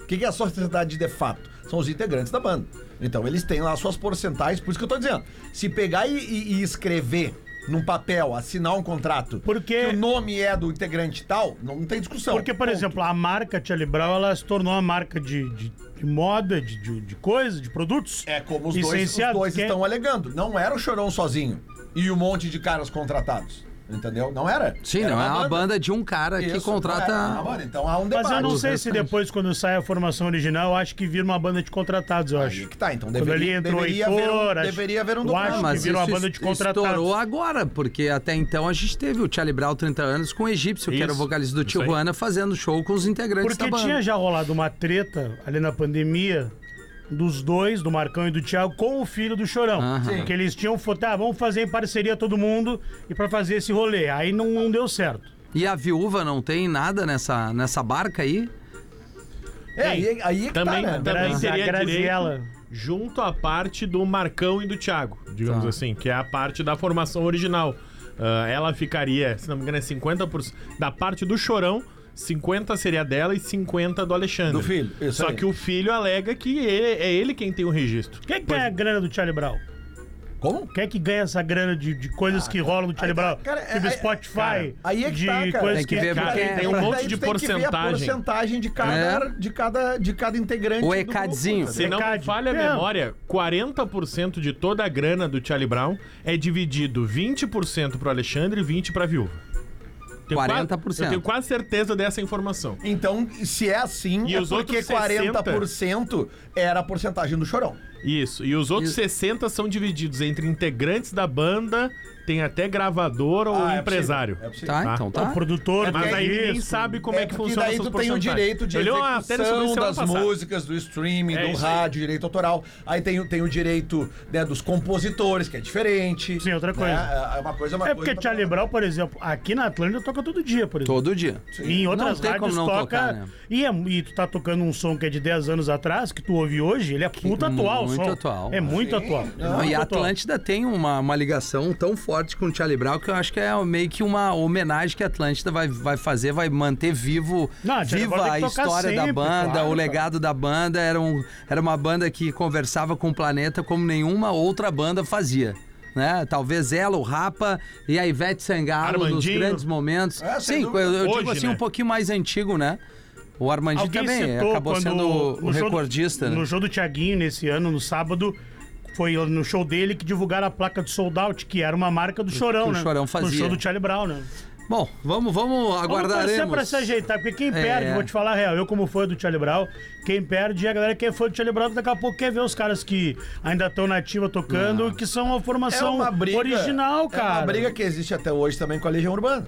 [SPEAKER 9] O que que é a sociedade de fato? São os integrantes da banda. Então eles têm lá suas porcentagens, por isso que eu tô dizendo. Se pegar e, e- e escrever num papel, assinar um contrato, porque o nome é do integrante e tal, não, não tem discussão.
[SPEAKER 7] Porque, por exemplo, a marca Charlie Brown, ela se tornou uma marca de, de, de moda, de, de, de coisa, de produtos. É
[SPEAKER 9] como os dois, os dois estão alegando. Não era o Chorão sozinho e um monte de caras contratados. Entendeu? Não era?
[SPEAKER 8] Sim,
[SPEAKER 9] Era
[SPEAKER 8] não, é uma banda de um cara que contrata-
[SPEAKER 9] não era uma banda, então há um debate.
[SPEAKER 7] Mas eu não sei se depois, quando sai a formação original, eu acho que vira uma banda de contratados, eu acho.
[SPEAKER 9] que tá, então
[SPEAKER 7] Quando
[SPEAKER 9] deveria-
[SPEAKER 7] ali entrou o
[SPEAKER 9] deveria haver um-
[SPEAKER 7] Heitor, acho-
[SPEAKER 9] deveria haver um
[SPEAKER 7] Eu
[SPEAKER 9] documento.
[SPEAKER 7] acho
[SPEAKER 9] Mas
[SPEAKER 7] que virou uma
[SPEAKER 9] isso
[SPEAKER 7] banda de
[SPEAKER 8] Isso
[SPEAKER 7] contratados.
[SPEAKER 8] Estourou agora, porque até então a gente teve o Charlie Brown 30 anos com o egípcio, que era o
[SPEAKER 7] Isso,
[SPEAKER 8] vocalista do
[SPEAKER 7] isso aí.
[SPEAKER 8] Tijuana, fazendo show com os integrantes
[SPEAKER 7] Porque
[SPEAKER 8] da banda.
[SPEAKER 7] tinha já rolado uma treta ali na pandemia dos dois, do Marcão e do Thiago, com o filho do Chorão.
[SPEAKER 8] Sim.
[SPEAKER 7] Que eles tinham falado, tá, vamos fazer em parceria todo mundo e pra fazer esse rolê. Aí não, não deu certo.
[SPEAKER 8] E a viúva não tem nada nessa, nessa barca aí?
[SPEAKER 9] É, aí, aí
[SPEAKER 3] também,
[SPEAKER 7] né?
[SPEAKER 3] também
[SPEAKER 7] Gra-
[SPEAKER 3] seria
[SPEAKER 7] Graziella.
[SPEAKER 3] direito junto à parte do Marcão e do Thiago, digamos
[SPEAKER 7] Tá.
[SPEAKER 3] assim, que é a parte da formação original. Ah, ela ficaria, se não me engano, é 50% da parte do Chorão, 50 seria dela e 50 do Alexandre.
[SPEAKER 9] Do filho, isso
[SPEAKER 3] Só
[SPEAKER 9] aí.
[SPEAKER 3] que o filho alega que ele- é ele quem tem o registro.
[SPEAKER 7] Quem é que ganha a grana do Charlie Brown?
[SPEAKER 9] Como?
[SPEAKER 7] Quem é que ganha essa grana de, de coisas que rolam no Charlie Brown?
[SPEAKER 9] Ah, cara,
[SPEAKER 7] Tipo
[SPEAKER 9] é-
[SPEAKER 7] Spotify,
[SPEAKER 9] cara, aí é que
[SPEAKER 7] de
[SPEAKER 9] tá, cara.
[SPEAKER 7] coisas é
[SPEAKER 9] Tem que
[SPEAKER 8] ver porque
[SPEAKER 7] cara,
[SPEAKER 8] tem
[SPEAKER 9] Mas
[SPEAKER 8] um
[SPEAKER 9] daí tu tem que ver a porcentagem de cada,
[SPEAKER 8] É.
[SPEAKER 9] de cada, de cada integrante.
[SPEAKER 8] O
[SPEAKER 9] do
[SPEAKER 8] ECADzinho.
[SPEAKER 9] grupo,
[SPEAKER 3] Se não me
[SPEAKER 7] Decade.
[SPEAKER 3] falha a
[SPEAKER 7] É.
[SPEAKER 3] memória, 40% de toda a grana do Charlie Brown é dividido 20% pro Alexandre e 20% pra viúva. Tenho quase-
[SPEAKER 8] 40%.
[SPEAKER 3] eu tenho quase certeza dessa informação.
[SPEAKER 9] Então, se é assim,
[SPEAKER 3] E
[SPEAKER 9] é
[SPEAKER 3] os
[SPEAKER 9] porque
[SPEAKER 3] outros 60?
[SPEAKER 9] 40% era a porcentagem do Chorão.
[SPEAKER 3] Isso. E os outros 60 são divididos entre integrantes da banda, tem até gravador ou
[SPEAKER 9] Ah, é
[SPEAKER 3] empresário.
[SPEAKER 9] possível, é possível.
[SPEAKER 8] Tá, então tá.
[SPEAKER 7] O
[SPEAKER 9] É
[SPEAKER 7] produtor,
[SPEAKER 3] Mas
[SPEAKER 7] tem
[SPEAKER 3] aí ninguém
[SPEAKER 7] isso.
[SPEAKER 3] sabe como é, que
[SPEAKER 9] porque
[SPEAKER 3] funciona
[SPEAKER 9] daí
[SPEAKER 3] essas
[SPEAKER 9] tu tem o
[SPEAKER 3] porcentagens.
[SPEAKER 9] direito de
[SPEAKER 3] Eu li uma matéria sobre
[SPEAKER 9] execução
[SPEAKER 3] isso
[SPEAKER 9] das
[SPEAKER 3] semana passada.
[SPEAKER 9] músicas, do streaming,
[SPEAKER 3] É
[SPEAKER 9] do
[SPEAKER 3] isso aí.
[SPEAKER 9] rádio, direito autoral. Aí tem, o- tem o direito né, dos compositores, que é diferente.
[SPEAKER 7] Sim, outra
[SPEAKER 9] né?
[SPEAKER 7] coisa.
[SPEAKER 9] É uma coisa, é uma
[SPEAKER 7] É
[SPEAKER 9] coisa.
[SPEAKER 7] porque Charlie Brown, por exemplo, aqui na Atlântida toca todo dia, por exemplo.
[SPEAKER 8] Todo dia.
[SPEAKER 7] E em outras
[SPEAKER 8] Não tem como
[SPEAKER 7] rádios
[SPEAKER 8] não
[SPEAKER 7] toca.
[SPEAKER 8] tocar, né?
[SPEAKER 7] e, é- e tu tá tocando um som que é de 10 anos atrás, que tu ouve hoje, ele é puta atual, o
[SPEAKER 8] muito
[SPEAKER 7] som.
[SPEAKER 8] atual.
[SPEAKER 7] É muito atual.
[SPEAKER 8] Não,
[SPEAKER 7] Muito
[SPEAKER 8] e a
[SPEAKER 7] atual.
[SPEAKER 8] Atlântida tem uma, uma ligação tão forte com o Charlie Brown que eu acho que é meio que uma homenagem que a Atlântida vai, vai fazer, vai manter vivo
[SPEAKER 7] Não, a Charlie Brown
[SPEAKER 8] viva
[SPEAKER 7] tem
[SPEAKER 8] a
[SPEAKER 7] que tocar
[SPEAKER 8] história da
[SPEAKER 7] sempre,
[SPEAKER 8] banda,
[SPEAKER 7] claro,
[SPEAKER 8] o
[SPEAKER 7] cara.
[SPEAKER 8] legado da banda. Era, um, era uma banda que conversava com o planeta como nenhuma outra banda fazia. Né? Talvez ela, o Rapa e a Ivete Sangalo nos
[SPEAKER 3] Armandinho.
[SPEAKER 8] grandes momentos.
[SPEAKER 9] É, sem
[SPEAKER 8] Sim, eu,
[SPEAKER 9] dúvida.
[SPEAKER 8] eu digo
[SPEAKER 3] Hoje,
[SPEAKER 8] assim,
[SPEAKER 3] né?
[SPEAKER 8] um pouquinho mais antigo, né? O Armandinho
[SPEAKER 7] Alguém
[SPEAKER 8] também
[SPEAKER 7] citou
[SPEAKER 8] acabou
[SPEAKER 7] quando
[SPEAKER 8] sendo o
[SPEAKER 7] no show do-
[SPEAKER 8] recordista. né?
[SPEAKER 7] No show do Thiaguinho, nesse ano, no sábado, foi no show dele que divulgaram a placa do Sold Out, que era uma marca do Chorão,
[SPEAKER 8] que o
[SPEAKER 7] né?
[SPEAKER 8] Chorão
[SPEAKER 7] No
[SPEAKER 8] fazia.
[SPEAKER 7] show do Charlie Brown, né?
[SPEAKER 8] Bom, vamos, vamos aguardar
[SPEAKER 7] Vamos torcer pra se ajeitar, porque
[SPEAKER 8] É.
[SPEAKER 7] quem perde, vou te falar a real, eu como fã do Charlie Brown, quem perde é a galera que é fã do Charlie Brown, que daqui a pouco quer ver os caras que ainda estão na ativa tocando,
[SPEAKER 8] Ah.
[SPEAKER 7] que são a
[SPEAKER 8] É
[SPEAKER 7] formação original, cara.
[SPEAKER 9] É uma briga que existe até hoje também com a Legião Urbana.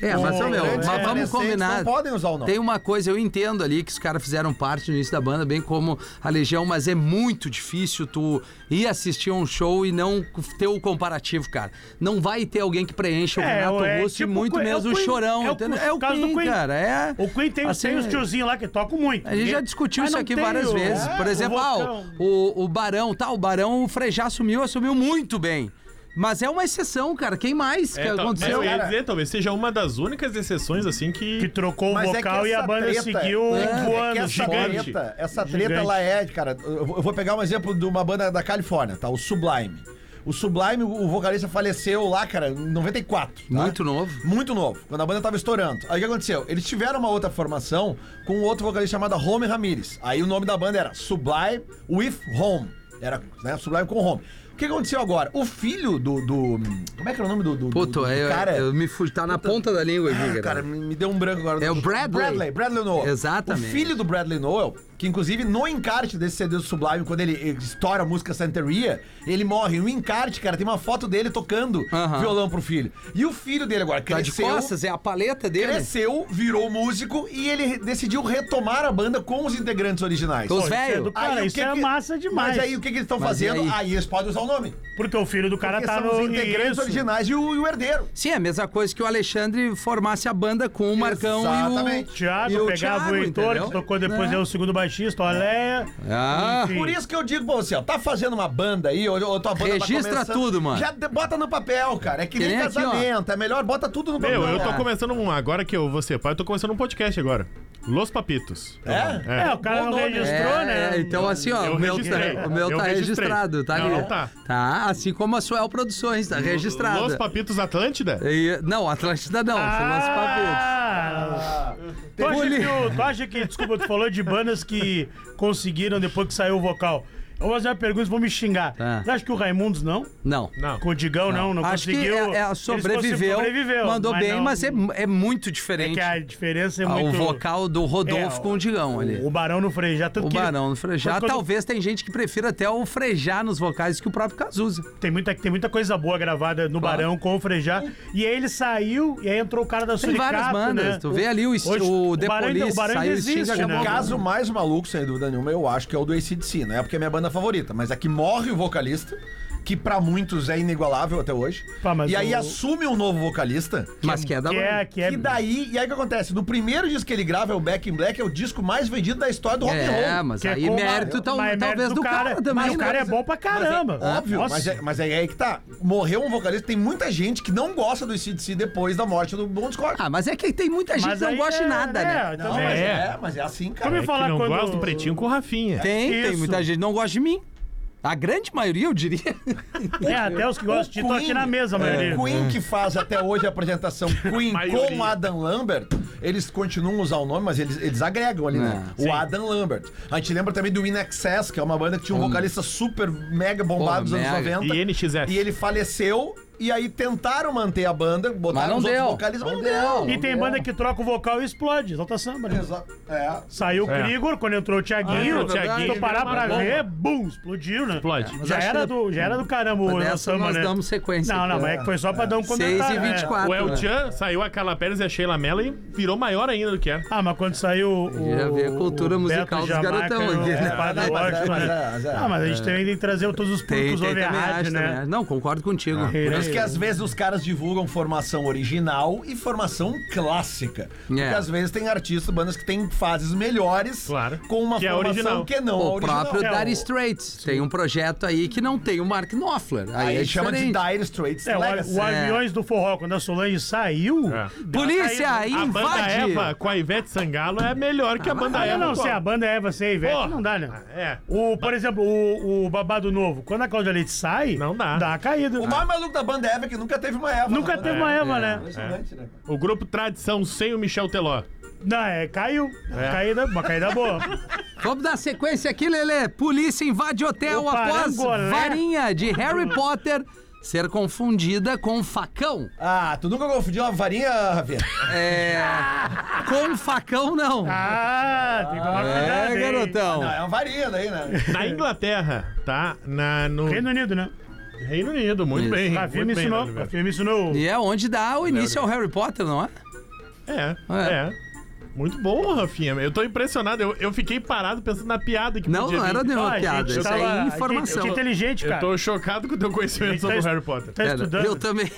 [SPEAKER 8] É, mas,
[SPEAKER 9] Os
[SPEAKER 8] ô, meu,
[SPEAKER 9] integrantes
[SPEAKER 8] mas vamos
[SPEAKER 9] remanescentes
[SPEAKER 8] combinar.
[SPEAKER 9] Não podem usar o nome.
[SPEAKER 8] Tem uma coisa, eu entendo ali que os caras fizeram parte no início da banda, bem como a Legião, mas é muito difícil tu ir assistir um show e não ter o comparativo, cara. Não vai ter alguém que preencha o Renato
[SPEAKER 7] é
[SPEAKER 8] Russo e
[SPEAKER 7] tipo
[SPEAKER 8] muito
[SPEAKER 7] Queen- é
[SPEAKER 8] menos o
[SPEAKER 7] Queen-
[SPEAKER 8] Chorão, entendeu? É o
[SPEAKER 7] caso do
[SPEAKER 8] Queen, cara. É,
[SPEAKER 7] O Queen tem,
[SPEAKER 8] assim,
[SPEAKER 7] tem os tiozinhos lá que tocam muito.
[SPEAKER 8] A gente já discutiu
[SPEAKER 7] Mas
[SPEAKER 8] isso
[SPEAKER 7] não
[SPEAKER 8] aqui
[SPEAKER 7] tem
[SPEAKER 8] várias
[SPEAKER 7] o-
[SPEAKER 8] vezes.
[SPEAKER 7] é,
[SPEAKER 8] Por exemplo,
[SPEAKER 7] o
[SPEAKER 8] ah,
[SPEAKER 7] vocão.
[SPEAKER 8] o, o Barão, tá? O Barão, o Frejá assumiu, assumiu muito bem. Mas é uma exceção, cara. Quem mais que
[SPEAKER 3] É,
[SPEAKER 7] tá,
[SPEAKER 3] tal-
[SPEAKER 8] aconteceu?
[SPEAKER 3] eu ia dizer, talvez seja uma das únicas exceções assim que.
[SPEAKER 7] que trocou
[SPEAKER 9] Mas
[SPEAKER 7] o
[SPEAKER 9] é que
[SPEAKER 7] vocal e a
[SPEAKER 9] essa
[SPEAKER 7] banda
[SPEAKER 9] treta-
[SPEAKER 7] seguiu
[SPEAKER 9] é, é que
[SPEAKER 7] voando,
[SPEAKER 9] essa
[SPEAKER 7] gigante.
[SPEAKER 9] Treta, essa treta,
[SPEAKER 7] Gigante.
[SPEAKER 9] ela é, cara. Eu vou eu vou pegar um exemplo de uma banda da Califórnia, tá? O Sublime. O Sublime, o vocalista faleceu lá, cara, em 94. tá?
[SPEAKER 8] Muito novo.
[SPEAKER 9] Muito novo, quando a banda tava estourando. Aí o que aconteceu? Eles tiveram uma outra formação com um outro vocalista chamado Home Ramirez. Aí o nome da banda era Sublime with Home. Era né, Sublime com Home. O que aconteceu agora? O filho do. do- como é que era o nome do, do, do-
[SPEAKER 8] Puto,
[SPEAKER 9] do
[SPEAKER 8] eu,
[SPEAKER 9] cara?
[SPEAKER 8] eu me fui, tá na ponta da língua aqui,
[SPEAKER 9] Ah,
[SPEAKER 8] cara.
[SPEAKER 9] cara, me me deu um branco agora.
[SPEAKER 8] É o Bradley.
[SPEAKER 9] Bradley, Bradley Noel.
[SPEAKER 8] Exatamente.
[SPEAKER 9] O filho do Bradley Noel, que inclusive no encarte desse CD do Sublime, quando ele ele estoura a música Santeria, ele morre. No encarte, cara, tem uma foto dele tocando
[SPEAKER 8] Aham.
[SPEAKER 9] violão pro filho. E o filho dele agora
[SPEAKER 8] Tá de
[SPEAKER 9] cresceu.
[SPEAKER 8] costas, é a paleta dele.
[SPEAKER 9] Cresceu, virou músico e ele re- decidiu retomar a banda com os integrantes originais.
[SPEAKER 8] Com os
[SPEAKER 7] Pô, isso é
[SPEAKER 8] velhos.
[SPEAKER 7] do- Cara,
[SPEAKER 9] o
[SPEAKER 7] isso
[SPEAKER 9] que
[SPEAKER 7] é
[SPEAKER 9] que-
[SPEAKER 7] massa demais.
[SPEAKER 9] Mas aí o que, que eles estão
[SPEAKER 8] Mas e
[SPEAKER 9] fazendo?
[SPEAKER 8] aí?
[SPEAKER 9] Aí? eles podem usar o nome.
[SPEAKER 7] Porque o filho do cara
[SPEAKER 9] Porque
[SPEAKER 7] tá
[SPEAKER 9] são
[SPEAKER 7] no.
[SPEAKER 9] os integrantes
[SPEAKER 7] Isso.
[SPEAKER 9] originais e o, e o herdeiro.
[SPEAKER 8] Sim, é a mesma coisa que o Alexandre formasse a banda com o Marcão
[SPEAKER 9] Exatamente.
[SPEAKER 8] e o.
[SPEAKER 7] Thiago
[SPEAKER 8] e o
[SPEAKER 7] pegava
[SPEAKER 8] Thiago,
[SPEAKER 7] o Heitor,
[SPEAKER 8] entendeu?
[SPEAKER 7] que tocou depois
[SPEAKER 8] É.
[SPEAKER 7] é. o segundo baixista, o Aleia.
[SPEAKER 8] Ah,
[SPEAKER 7] Enfim.
[SPEAKER 9] Por isso que eu digo pra você, ó, tá fazendo uma banda aí, ou, ou tua banda tá
[SPEAKER 8] Registra
[SPEAKER 9] começando,
[SPEAKER 8] tudo, mano.
[SPEAKER 9] Já de- bota no papel, cara. É que,
[SPEAKER 8] Que
[SPEAKER 9] nem
[SPEAKER 8] nem aqui, ó.
[SPEAKER 9] casamento, é melhor bota tudo no papel.
[SPEAKER 3] Meu, eu tô
[SPEAKER 8] É.
[SPEAKER 3] começando um. Agora que eu vou ser pai, eu tô começando um podcast agora. Los Papitos.
[SPEAKER 9] É?
[SPEAKER 7] É, o cara
[SPEAKER 9] Bom
[SPEAKER 7] não
[SPEAKER 9] nome, né?
[SPEAKER 7] registrou,
[SPEAKER 8] é,
[SPEAKER 7] né?
[SPEAKER 8] é, então assim, ó,
[SPEAKER 3] Eu
[SPEAKER 8] o meu, tá,
[SPEAKER 3] registrei.
[SPEAKER 8] o meu
[SPEAKER 3] Eu
[SPEAKER 8] tá
[SPEAKER 3] registrei.
[SPEAKER 8] registrado, tá
[SPEAKER 3] Não,
[SPEAKER 8] ali.
[SPEAKER 3] não tá.
[SPEAKER 8] Tá, assim como a Suel Produções, tá
[SPEAKER 3] Los
[SPEAKER 8] registrado.
[SPEAKER 3] Papitos Atlântida?
[SPEAKER 9] É.
[SPEAKER 8] E- não, Atlântida não, foi Los Papitos.
[SPEAKER 7] Ah, tu,
[SPEAKER 8] um
[SPEAKER 7] acha que, o- tu acha que, desculpa, tu falou de bandas que conseguiram depois que saiu o vocal. Eu vou fazer uma pergunta, vão me xingar.
[SPEAKER 8] Tá.
[SPEAKER 7] Tu acha que o Raimundos não?
[SPEAKER 8] Não.
[SPEAKER 3] Não.
[SPEAKER 7] Com o Digão não, não,
[SPEAKER 8] Acho
[SPEAKER 7] conseguiu.
[SPEAKER 8] que é- é,
[SPEAKER 7] Eles
[SPEAKER 8] sobreviveu,
[SPEAKER 7] conseguiram- sobreviveu,
[SPEAKER 8] mandou bem,
[SPEAKER 7] não-
[SPEAKER 8] mas é, é muito
[SPEAKER 7] É
[SPEAKER 8] diferente.
[SPEAKER 7] que a diferença é
[SPEAKER 8] Ah,
[SPEAKER 7] muito.
[SPEAKER 8] O vocal do Rodolfo
[SPEAKER 7] É,
[SPEAKER 8] com o Digão ali.
[SPEAKER 7] O Barão no Frejá. tanto
[SPEAKER 8] O
[SPEAKER 7] que-
[SPEAKER 8] Barão no Frejá.
[SPEAKER 7] Mas quando-
[SPEAKER 8] Talvez tem gente que prefira até o Frejá nos vocais que o próprio Cazuza.
[SPEAKER 7] Tem muita, tem muita coisa boa gravada no
[SPEAKER 8] Claro.
[SPEAKER 7] Barão com o Frejá. E aí ele saiu e aí entrou o cara da
[SPEAKER 8] Tem
[SPEAKER 7] Suricato,
[SPEAKER 8] várias bandas.
[SPEAKER 7] né?
[SPEAKER 8] Tu vê ali o,
[SPEAKER 7] Hoje,
[SPEAKER 8] o The
[SPEAKER 7] Barão ainda-
[SPEAKER 8] Police,
[SPEAKER 7] o Barão ainda
[SPEAKER 8] saiu o Sting,
[SPEAKER 7] existe,
[SPEAKER 8] acabou.
[SPEAKER 9] O
[SPEAKER 7] né?
[SPEAKER 9] caso mais maluco, sem dúvida nenhuma, eu acho que é o do ACDC. Não é porque é minha banda favorita, mas é que morre o vocalista, que pra muitos é inigualável até hoje.
[SPEAKER 7] Pá, mas
[SPEAKER 9] e aí
[SPEAKER 7] o-
[SPEAKER 9] assume um novo vocalista.
[SPEAKER 8] Mas que é da
[SPEAKER 7] Que é,
[SPEAKER 8] banda.
[SPEAKER 7] que é...
[SPEAKER 9] E daí, e aí o que acontece? No primeiro disco que ele grava, é o Back in Black, é o disco mais vendido da história do rock and roll.
[SPEAKER 8] É, mas
[SPEAKER 7] que é
[SPEAKER 8] aí
[SPEAKER 7] com-
[SPEAKER 8] mérito tal-
[SPEAKER 7] mas é mérito
[SPEAKER 8] talvez do cara, também.
[SPEAKER 7] Mas o
[SPEAKER 8] né?
[SPEAKER 7] cara é bom pra caramba.
[SPEAKER 9] Mas é óbvio,
[SPEAKER 7] Nossa.
[SPEAKER 9] mas é, mas é aí que tá. Morreu um vocalista, tem muita gente que não gosta do ACDC depois da morte do Bon Scott.
[SPEAKER 8] Ah, mas é que tem muita gente
[SPEAKER 7] Mas
[SPEAKER 8] que não
[SPEAKER 7] aí
[SPEAKER 8] gosta de
[SPEAKER 7] é-
[SPEAKER 8] nada, né?
[SPEAKER 7] é,
[SPEAKER 9] não,
[SPEAKER 7] também.
[SPEAKER 9] mas
[SPEAKER 3] é.
[SPEAKER 9] é. mas é assim,
[SPEAKER 7] Como
[SPEAKER 9] cara.
[SPEAKER 7] eu
[SPEAKER 3] É que
[SPEAKER 7] falar
[SPEAKER 3] não
[SPEAKER 7] quando-
[SPEAKER 3] gosta do pretinho com o Rafinha.
[SPEAKER 8] Tem, tem
[SPEAKER 7] Isso.
[SPEAKER 8] muita gente que não gosta de mim. A grande maioria, eu diria.
[SPEAKER 7] É, até os que gostam de ti estão aqui na
[SPEAKER 3] É.
[SPEAKER 7] mesa, a maioria.
[SPEAKER 9] É, O Queen que faz até hoje a apresentação Queen
[SPEAKER 3] Maioria.
[SPEAKER 9] com Adam Lambert, eles continuam a usar o nome, mas eles, eles agregam ali, né?
[SPEAKER 7] É.
[SPEAKER 9] O Adam Lambert. A gente lembra também do In Excess, que é uma banda que
[SPEAKER 7] Hum.
[SPEAKER 9] tinha um vocalista super mega bombado dos
[SPEAKER 8] Porra,
[SPEAKER 9] anos
[SPEAKER 8] mega.
[SPEAKER 9] 90.
[SPEAKER 3] E NXS.
[SPEAKER 9] E ele faleceu, e aí tentaram manter a banda, botaram
[SPEAKER 8] não
[SPEAKER 9] os
[SPEAKER 8] deu.
[SPEAKER 9] outros vocalistas, mas não
[SPEAKER 8] Não
[SPEAKER 9] deu.
[SPEAKER 8] deu.
[SPEAKER 7] E
[SPEAKER 3] É.
[SPEAKER 7] tem banda que troca o vocal e explode. Exalta samba, né?
[SPEAKER 9] Exato. É.
[SPEAKER 7] Saiu o
[SPEAKER 3] É.
[SPEAKER 7] Krigor, quando entrou o Thiaguinho.
[SPEAKER 3] Ah, entrou o Thiaguinho,
[SPEAKER 7] se eu parar
[SPEAKER 3] virou uma
[SPEAKER 7] pra
[SPEAKER 3] bomba.
[SPEAKER 7] ver, bum, explodiu, né?
[SPEAKER 3] Explode.
[SPEAKER 8] Mas
[SPEAKER 7] Já
[SPEAKER 8] acho
[SPEAKER 7] era,
[SPEAKER 8] que-
[SPEAKER 7] do, já era do caramba o
[SPEAKER 8] Mas
[SPEAKER 7] Anel
[SPEAKER 8] essa
[SPEAKER 7] Samba,
[SPEAKER 8] nós
[SPEAKER 7] né?
[SPEAKER 8] damos sequência.
[SPEAKER 7] Não, não, mas é
[SPEAKER 8] É.
[SPEAKER 7] que foi só pra dar um
[SPEAKER 8] 6
[SPEAKER 7] comentário.
[SPEAKER 8] e
[SPEAKER 7] né?
[SPEAKER 8] 24.
[SPEAKER 3] O El
[SPEAKER 8] né?
[SPEAKER 3] Chan saiu a Carla Pérez e a Sheila Melly virou maior ainda do que era.
[SPEAKER 7] Ah, mas quando saiu o.
[SPEAKER 8] Já vê a cultura
[SPEAKER 7] o
[SPEAKER 8] musical
[SPEAKER 7] Beto
[SPEAKER 8] dos
[SPEAKER 7] Jamaica
[SPEAKER 8] garotão
[SPEAKER 7] no-
[SPEAKER 8] aqui, né?
[SPEAKER 7] no Padre
[SPEAKER 9] Mas é,
[SPEAKER 7] Lógico,
[SPEAKER 9] mas
[SPEAKER 7] né?
[SPEAKER 9] é, mas é.
[SPEAKER 7] Ah, mas a gente também tem que trazer todos os
[SPEAKER 8] Tem,
[SPEAKER 7] públicos
[SPEAKER 8] tem,
[SPEAKER 7] over
[SPEAKER 8] também
[SPEAKER 7] a
[SPEAKER 8] acho,
[SPEAKER 7] rádio,
[SPEAKER 8] né?
[SPEAKER 7] né?
[SPEAKER 8] Não, concordo contigo.
[SPEAKER 9] Por isso que às vezes os caras divulgam formação original e formação clássica. Porque
[SPEAKER 8] É.
[SPEAKER 9] às vezes tem artistas, bandas que têm fases melhores
[SPEAKER 3] Claro.
[SPEAKER 9] com uma
[SPEAKER 3] Que é a
[SPEAKER 9] formação
[SPEAKER 3] original.
[SPEAKER 9] que não é a
[SPEAKER 8] O
[SPEAKER 9] original.
[SPEAKER 8] próprio
[SPEAKER 7] É, o-
[SPEAKER 8] Dire Straits tem um projeto aí que não tem o Mark Knopfler. Aí,
[SPEAKER 9] Aí
[SPEAKER 8] é
[SPEAKER 9] chama de
[SPEAKER 8] diferente.
[SPEAKER 9] Dire Straits
[SPEAKER 7] É, o,
[SPEAKER 9] Legacy.
[SPEAKER 7] o
[SPEAKER 8] É.
[SPEAKER 7] Aviões do Forró, quando a Solange saiu.
[SPEAKER 3] É.
[SPEAKER 8] Polícia,
[SPEAKER 3] A banda
[SPEAKER 8] invade!
[SPEAKER 3] Eva com a Ivete Sangalo é melhor que a banda
[SPEAKER 7] Ah, eu
[SPEAKER 3] Eva.
[SPEAKER 7] não
[SPEAKER 3] pô.
[SPEAKER 7] sei, a banda Eva sem Ivete
[SPEAKER 3] Porra.
[SPEAKER 7] não dá, né?
[SPEAKER 3] É.
[SPEAKER 7] O, por exemplo, o, o Babado Novo, quando a Cláudia Leite sai,
[SPEAKER 3] Não dá.
[SPEAKER 7] dá uma caída.
[SPEAKER 9] O mais maluco da banda Eva é que nunca teve uma Eva.
[SPEAKER 7] Nunca teve uma Eva,
[SPEAKER 8] É
[SPEAKER 7] né?
[SPEAKER 9] Impressionante, né?
[SPEAKER 3] é. O grupo Tradição sem o Michel Teló.
[SPEAKER 7] Não, é, caiu. Caída, uma caída boa.
[SPEAKER 8] Vamos dar sequência aqui, Lelê. Polícia invade hotel
[SPEAKER 7] O
[SPEAKER 8] após
[SPEAKER 7] parangolé.
[SPEAKER 8] varinha de Harry Potter ser confundida com facão.
[SPEAKER 9] Ah, tu nunca confundiu uma varinha, Rafinha?
[SPEAKER 8] É. com facão, não.
[SPEAKER 7] Ah, tem que tomar cuidado.
[SPEAKER 8] é,
[SPEAKER 7] hein? Ah,
[SPEAKER 9] Não,
[SPEAKER 8] garotão.
[SPEAKER 9] é uma varinha daí, né?
[SPEAKER 3] Na Inglaterra, tá? Na, no
[SPEAKER 7] Reino Unido, né?
[SPEAKER 3] Reino Unido, muito
[SPEAKER 8] Isso.
[SPEAKER 3] bem.
[SPEAKER 7] A
[SPEAKER 3] Muito
[SPEAKER 7] firma
[SPEAKER 3] bem, né,
[SPEAKER 7] ensinou.
[SPEAKER 3] Leandro,
[SPEAKER 7] A
[SPEAKER 3] velho.
[SPEAKER 7] firma ensinou.
[SPEAKER 8] E é onde dá o início ao Harry Potter, não é?
[SPEAKER 7] Tá
[SPEAKER 3] É,
[SPEAKER 8] É.
[SPEAKER 3] é. Muito bom, Rafinha. Eu tô impressionado. Eu, eu fiquei parado pensando na piada que
[SPEAKER 8] Não,
[SPEAKER 3] podia
[SPEAKER 8] não
[SPEAKER 3] vir.
[SPEAKER 8] era
[SPEAKER 7] Ah,
[SPEAKER 8] nenhuma
[SPEAKER 7] a
[SPEAKER 8] piada.
[SPEAKER 7] gente
[SPEAKER 8] Isso
[SPEAKER 7] tava- a
[SPEAKER 8] é
[SPEAKER 7] gente-
[SPEAKER 8] informação.
[SPEAKER 7] Que inteligente,
[SPEAKER 3] Eu
[SPEAKER 7] cara.
[SPEAKER 3] tô chocado com o teu conhecimento sobre o
[SPEAKER 7] es-
[SPEAKER 3] Harry Potter.
[SPEAKER 7] Tá
[SPEAKER 8] Era,
[SPEAKER 7] estudando.
[SPEAKER 8] É, né? eu também.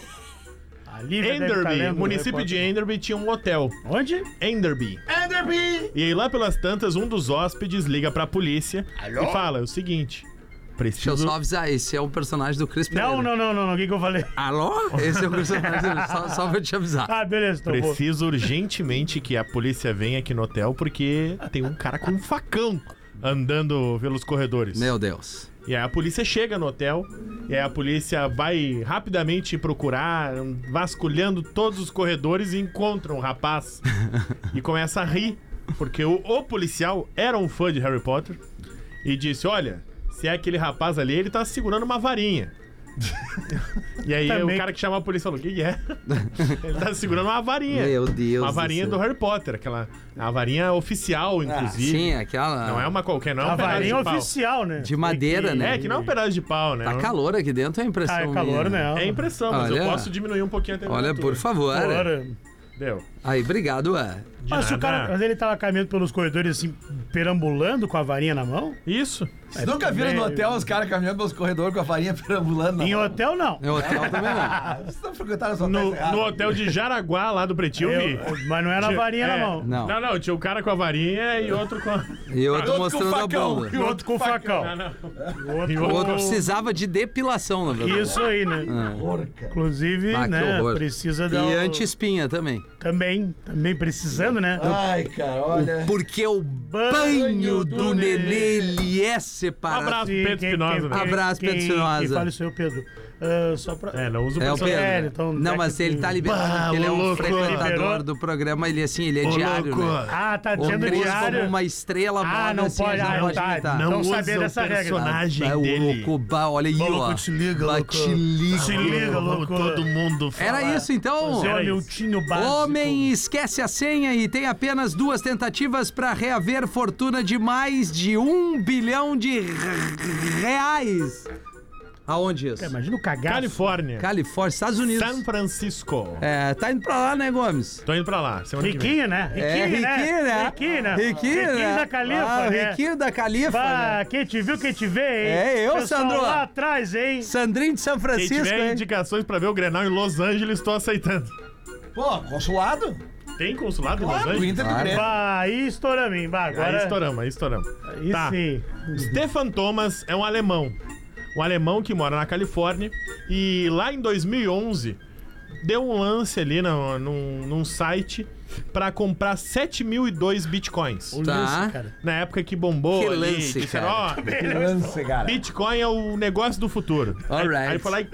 [SPEAKER 7] A Lívia deve tá
[SPEAKER 3] Enderby,
[SPEAKER 7] lendo,
[SPEAKER 3] município
[SPEAKER 7] Harry
[SPEAKER 3] de Enderby tinha um hotel.
[SPEAKER 7] Potter. Onde?
[SPEAKER 3] Enderby. Enderby! E aí lá pelas tantas, um dos hóspedes liga pra polícia e fala o seguinte:
[SPEAKER 8] Deixa eu
[SPEAKER 3] preciso.
[SPEAKER 8] só avisar, esse é o personagem do Chris Pereira.
[SPEAKER 7] Não, não, não, não. não, O que, que eu falei?
[SPEAKER 8] Alô? Esse é o personagem, só, só pra te avisar.
[SPEAKER 7] Ah, beleza, tô bom.
[SPEAKER 3] Preciso urgentemente que a polícia venha aqui no hotel porque tem um cara com um facão andando pelos corredores.
[SPEAKER 8] Meu Deus.
[SPEAKER 3] E aí a polícia chega no hotel, e aí a polícia vai rapidamente procurar, vasculhando todos os corredores e encontra um rapaz e começa a rir, porque o, o policial era um fã de Harry Potter e disse: Olha, se é aquele rapaz ali, ele tá segurando uma varinha. e aí
[SPEAKER 7] Também.
[SPEAKER 3] o cara que chama a polícia falou: O que que é? ele tá segurando uma varinha.
[SPEAKER 8] Meu Deus
[SPEAKER 3] Uma
[SPEAKER 8] do
[SPEAKER 3] varinha
[SPEAKER 8] céu. Ah,
[SPEAKER 3] do Harry Potter, aquela. A varinha oficial, inclusive.
[SPEAKER 8] Sim, aquela.
[SPEAKER 3] Não é uma qualquer, não é
[SPEAKER 7] A
[SPEAKER 3] um pedaço
[SPEAKER 7] varinha
[SPEAKER 3] de pau.
[SPEAKER 7] oficial, né?
[SPEAKER 8] De madeira, né?
[SPEAKER 3] É, que não é um pedaço de pau, né?
[SPEAKER 8] Tá calor aqui dentro, é a impressão.
[SPEAKER 7] Ah, é calor,
[SPEAKER 8] minha.
[SPEAKER 7] né?
[SPEAKER 3] É impressão, mas eu
[SPEAKER 8] Olha.
[SPEAKER 3] posso diminuir um pouquinho a temperatura.
[SPEAKER 8] Olha, por favor.
[SPEAKER 7] Agora.
[SPEAKER 3] Deu.
[SPEAKER 8] Aí, obrigado, é.
[SPEAKER 3] De
[SPEAKER 7] Mas se o
[SPEAKER 3] nada.
[SPEAKER 7] cara. Mas ele tava caminhando pelos corredores assim, perambulando com a varinha na mão?
[SPEAKER 3] Isso.
[SPEAKER 9] Vocês nunca viram no hotel os caras caminhando pelos corredores com a farinha perambulando?
[SPEAKER 7] Em
[SPEAKER 9] não?
[SPEAKER 7] hotel, não.
[SPEAKER 8] Em É hotel também
[SPEAKER 9] Ah, Vocês não frequentaram os hotéis
[SPEAKER 3] No,
[SPEAKER 9] errados.
[SPEAKER 3] no hotel de Jaraguá, lá do Pretinho,
[SPEAKER 7] Eu-
[SPEAKER 3] vi.
[SPEAKER 7] mas não era É, a
[SPEAKER 3] Tinha-
[SPEAKER 7] varinha na mão.
[SPEAKER 8] Não.
[SPEAKER 3] Não, não, tinha um cara com a varinha e outro com a...
[SPEAKER 8] E eu tô
[SPEAKER 9] com
[SPEAKER 8] mostrando a
[SPEAKER 9] facão.
[SPEAKER 8] bomba.
[SPEAKER 7] E outro com o facão.
[SPEAKER 3] Não, não.
[SPEAKER 7] E
[SPEAKER 8] O outro
[SPEAKER 7] outro
[SPEAKER 8] precisava de depilação, na verdade.
[SPEAKER 7] Isso aí, né? Inclusive,
[SPEAKER 8] Ah, que
[SPEAKER 7] né,
[SPEAKER 8] horror.
[SPEAKER 7] precisa dar.
[SPEAKER 8] E
[SPEAKER 7] o-
[SPEAKER 8] anti-espinha também.
[SPEAKER 7] Também, também precisando, né?
[SPEAKER 8] Ah.
[SPEAKER 9] Ai, cara, olha.
[SPEAKER 8] Porque o banho do, nenê, ele é separado.
[SPEAKER 3] Abraço,
[SPEAKER 7] Ah, Sim,
[SPEAKER 3] Pedro
[SPEAKER 7] quem-
[SPEAKER 3] Espinosa.
[SPEAKER 7] quem-
[SPEAKER 8] Abraço,
[SPEAKER 7] quem-
[SPEAKER 8] Pedro Espinosa.
[SPEAKER 7] Quem fala isso é o Pedro. Ah, só pra...
[SPEAKER 3] É, não usa
[SPEAKER 8] É o Pedro.
[SPEAKER 3] personagem.
[SPEAKER 7] É, então,
[SPEAKER 8] não,
[SPEAKER 7] é
[SPEAKER 8] mas
[SPEAKER 7] que-
[SPEAKER 8] ele tá liberado,
[SPEAKER 3] Bah,
[SPEAKER 8] porque ele é
[SPEAKER 3] ô
[SPEAKER 8] um
[SPEAKER 3] louco.
[SPEAKER 8] frequentador
[SPEAKER 7] Liberou?
[SPEAKER 8] do programa. Ele, assim, ele é
[SPEAKER 3] Ô,
[SPEAKER 8] diário,
[SPEAKER 3] louco.
[SPEAKER 8] né?
[SPEAKER 7] Ah, tá
[SPEAKER 8] O
[SPEAKER 7] dizendo
[SPEAKER 8] Cris
[SPEAKER 7] diário.
[SPEAKER 8] como uma estrela
[SPEAKER 7] Ah,
[SPEAKER 8] morna,
[SPEAKER 7] não
[SPEAKER 8] assim,
[SPEAKER 7] pode,
[SPEAKER 8] ele
[SPEAKER 7] ah,
[SPEAKER 8] não pode Então
[SPEAKER 7] tá,
[SPEAKER 8] imitar.
[SPEAKER 7] não
[SPEAKER 3] Não
[SPEAKER 7] saber
[SPEAKER 3] usa
[SPEAKER 7] dessa
[SPEAKER 3] o
[SPEAKER 7] regra.
[SPEAKER 3] personagem
[SPEAKER 8] É o
[SPEAKER 3] dele.
[SPEAKER 8] louco, bah, olha aí,
[SPEAKER 7] Ô,
[SPEAKER 8] ó.
[SPEAKER 7] louco, te liga,
[SPEAKER 8] Bah,
[SPEAKER 7] louco.
[SPEAKER 8] te liga.
[SPEAKER 7] Se liga, louco.
[SPEAKER 3] Todo mundo fala.
[SPEAKER 8] Era isso, então.
[SPEAKER 7] Seu
[SPEAKER 3] Era isso.
[SPEAKER 7] Amiltinho básico.
[SPEAKER 8] Homem esquece a senha e tem apenas duas tentativas para reaver fortuna de mais de um bilhão de r- reais. Aonde isso?
[SPEAKER 7] É, Imagina o cagaço.
[SPEAKER 3] Califórnia.
[SPEAKER 8] Califórnia, Estados Unidos.
[SPEAKER 3] San Francisco.
[SPEAKER 8] É, tá indo pra lá, né, Gomes?
[SPEAKER 3] Tô indo pra lá, semana que vem.
[SPEAKER 7] Riquinho, né? Riquinho,
[SPEAKER 8] É,
[SPEAKER 7] né?
[SPEAKER 8] riquinho, né?
[SPEAKER 7] Riquinho, né?
[SPEAKER 8] Riquinho, né?
[SPEAKER 7] da Califa,
[SPEAKER 8] Ah,
[SPEAKER 7] né?
[SPEAKER 8] Riquinho da Califa,
[SPEAKER 7] Bah,
[SPEAKER 8] né?
[SPEAKER 7] quem te viu, quem te vê, hein?
[SPEAKER 8] É, eu,
[SPEAKER 7] Pessoal
[SPEAKER 8] Sandro.
[SPEAKER 7] lá atrás, hein?
[SPEAKER 8] Sandrinho de São
[SPEAKER 3] Quem
[SPEAKER 8] Francisco,
[SPEAKER 3] tiver
[SPEAKER 8] hein? Tá.
[SPEAKER 3] indicações pra ver o Grenal em Los Angeles, tô aceitando.
[SPEAKER 9] Pô, consulado?
[SPEAKER 3] Tem consulado em Los
[SPEAKER 9] Claro, o
[SPEAKER 3] Angeles?
[SPEAKER 9] Inter do
[SPEAKER 8] É.
[SPEAKER 9] Grêmio.
[SPEAKER 7] Bah, aí estouramos, hein? Bah, agora...
[SPEAKER 3] Aí estouramos, aí estouramos.
[SPEAKER 7] Aí
[SPEAKER 3] Tá.
[SPEAKER 7] sim.
[SPEAKER 3] Stefan Thomas é um alemão. Um alemão que mora na Califórnia. E lá em 2011, deu um lance ali na- num, num site pra comprar 7.002 bitcoins.
[SPEAKER 8] Tá.
[SPEAKER 3] Na época que bombou
[SPEAKER 8] Que
[SPEAKER 3] ali,
[SPEAKER 8] lance,
[SPEAKER 3] disseram,
[SPEAKER 8] cara.
[SPEAKER 3] ó,
[SPEAKER 9] Que lance, cara.
[SPEAKER 3] Bitcoin é o negócio do futuro.
[SPEAKER 8] Alright.
[SPEAKER 3] Aí, aí foi lá e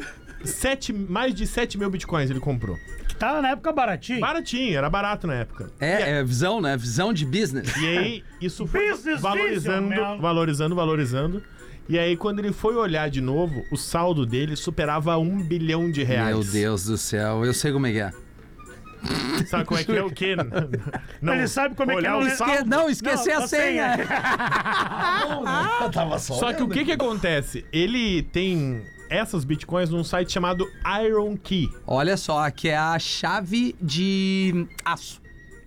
[SPEAKER 3] sete, mais de 7 mil bitcoins ele comprou.
[SPEAKER 7] Tava na época baratinho.
[SPEAKER 3] Baratinho, era barato na época.
[SPEAKER 8] É, é visão, né? Visão de business.
[SPEAKER 3] E aí, isso foi
[SPEAKER 7] Business
[SPEAKER 3] valorizando,
[SPEAKER 7] vision, man.
[SPEAKER 3] valorizando, valorizando. E aí, quando ele foi olhar de novo, o saldo dele superava um bilhão
[SPEAKER 7] É
[SPEAKER 3] de reais.
[SPEAKER 8] Meu Deus do céu, eu sei como é que é.
[SPEAKER 3] Sabe como é que é o quê? Não,
[SPEAKER 7] Ele sabe como é que
[SPEAKER 3] olhar
[SPEAKER 7] é,
[SPEAKER 3] o
[SPEAKER 7] né?
[SPEAKER 3] saldo.
[SPEAKER 8] Esque- Não, esqueci
[SPEAKER 7] Não,
[SPEAKER 8] a
[SPEAKER 7] a
[SPEAKER 8] senha.
[SPEAKER 7] senha.
[SPEAKER 9] Eu tava só.
[SPEAKER 3] Só que o que que acontece? Ele tem essas bitcoins num site chamado Iron Key.
[SPEAKER 8] Olha só, que é a chave de aço.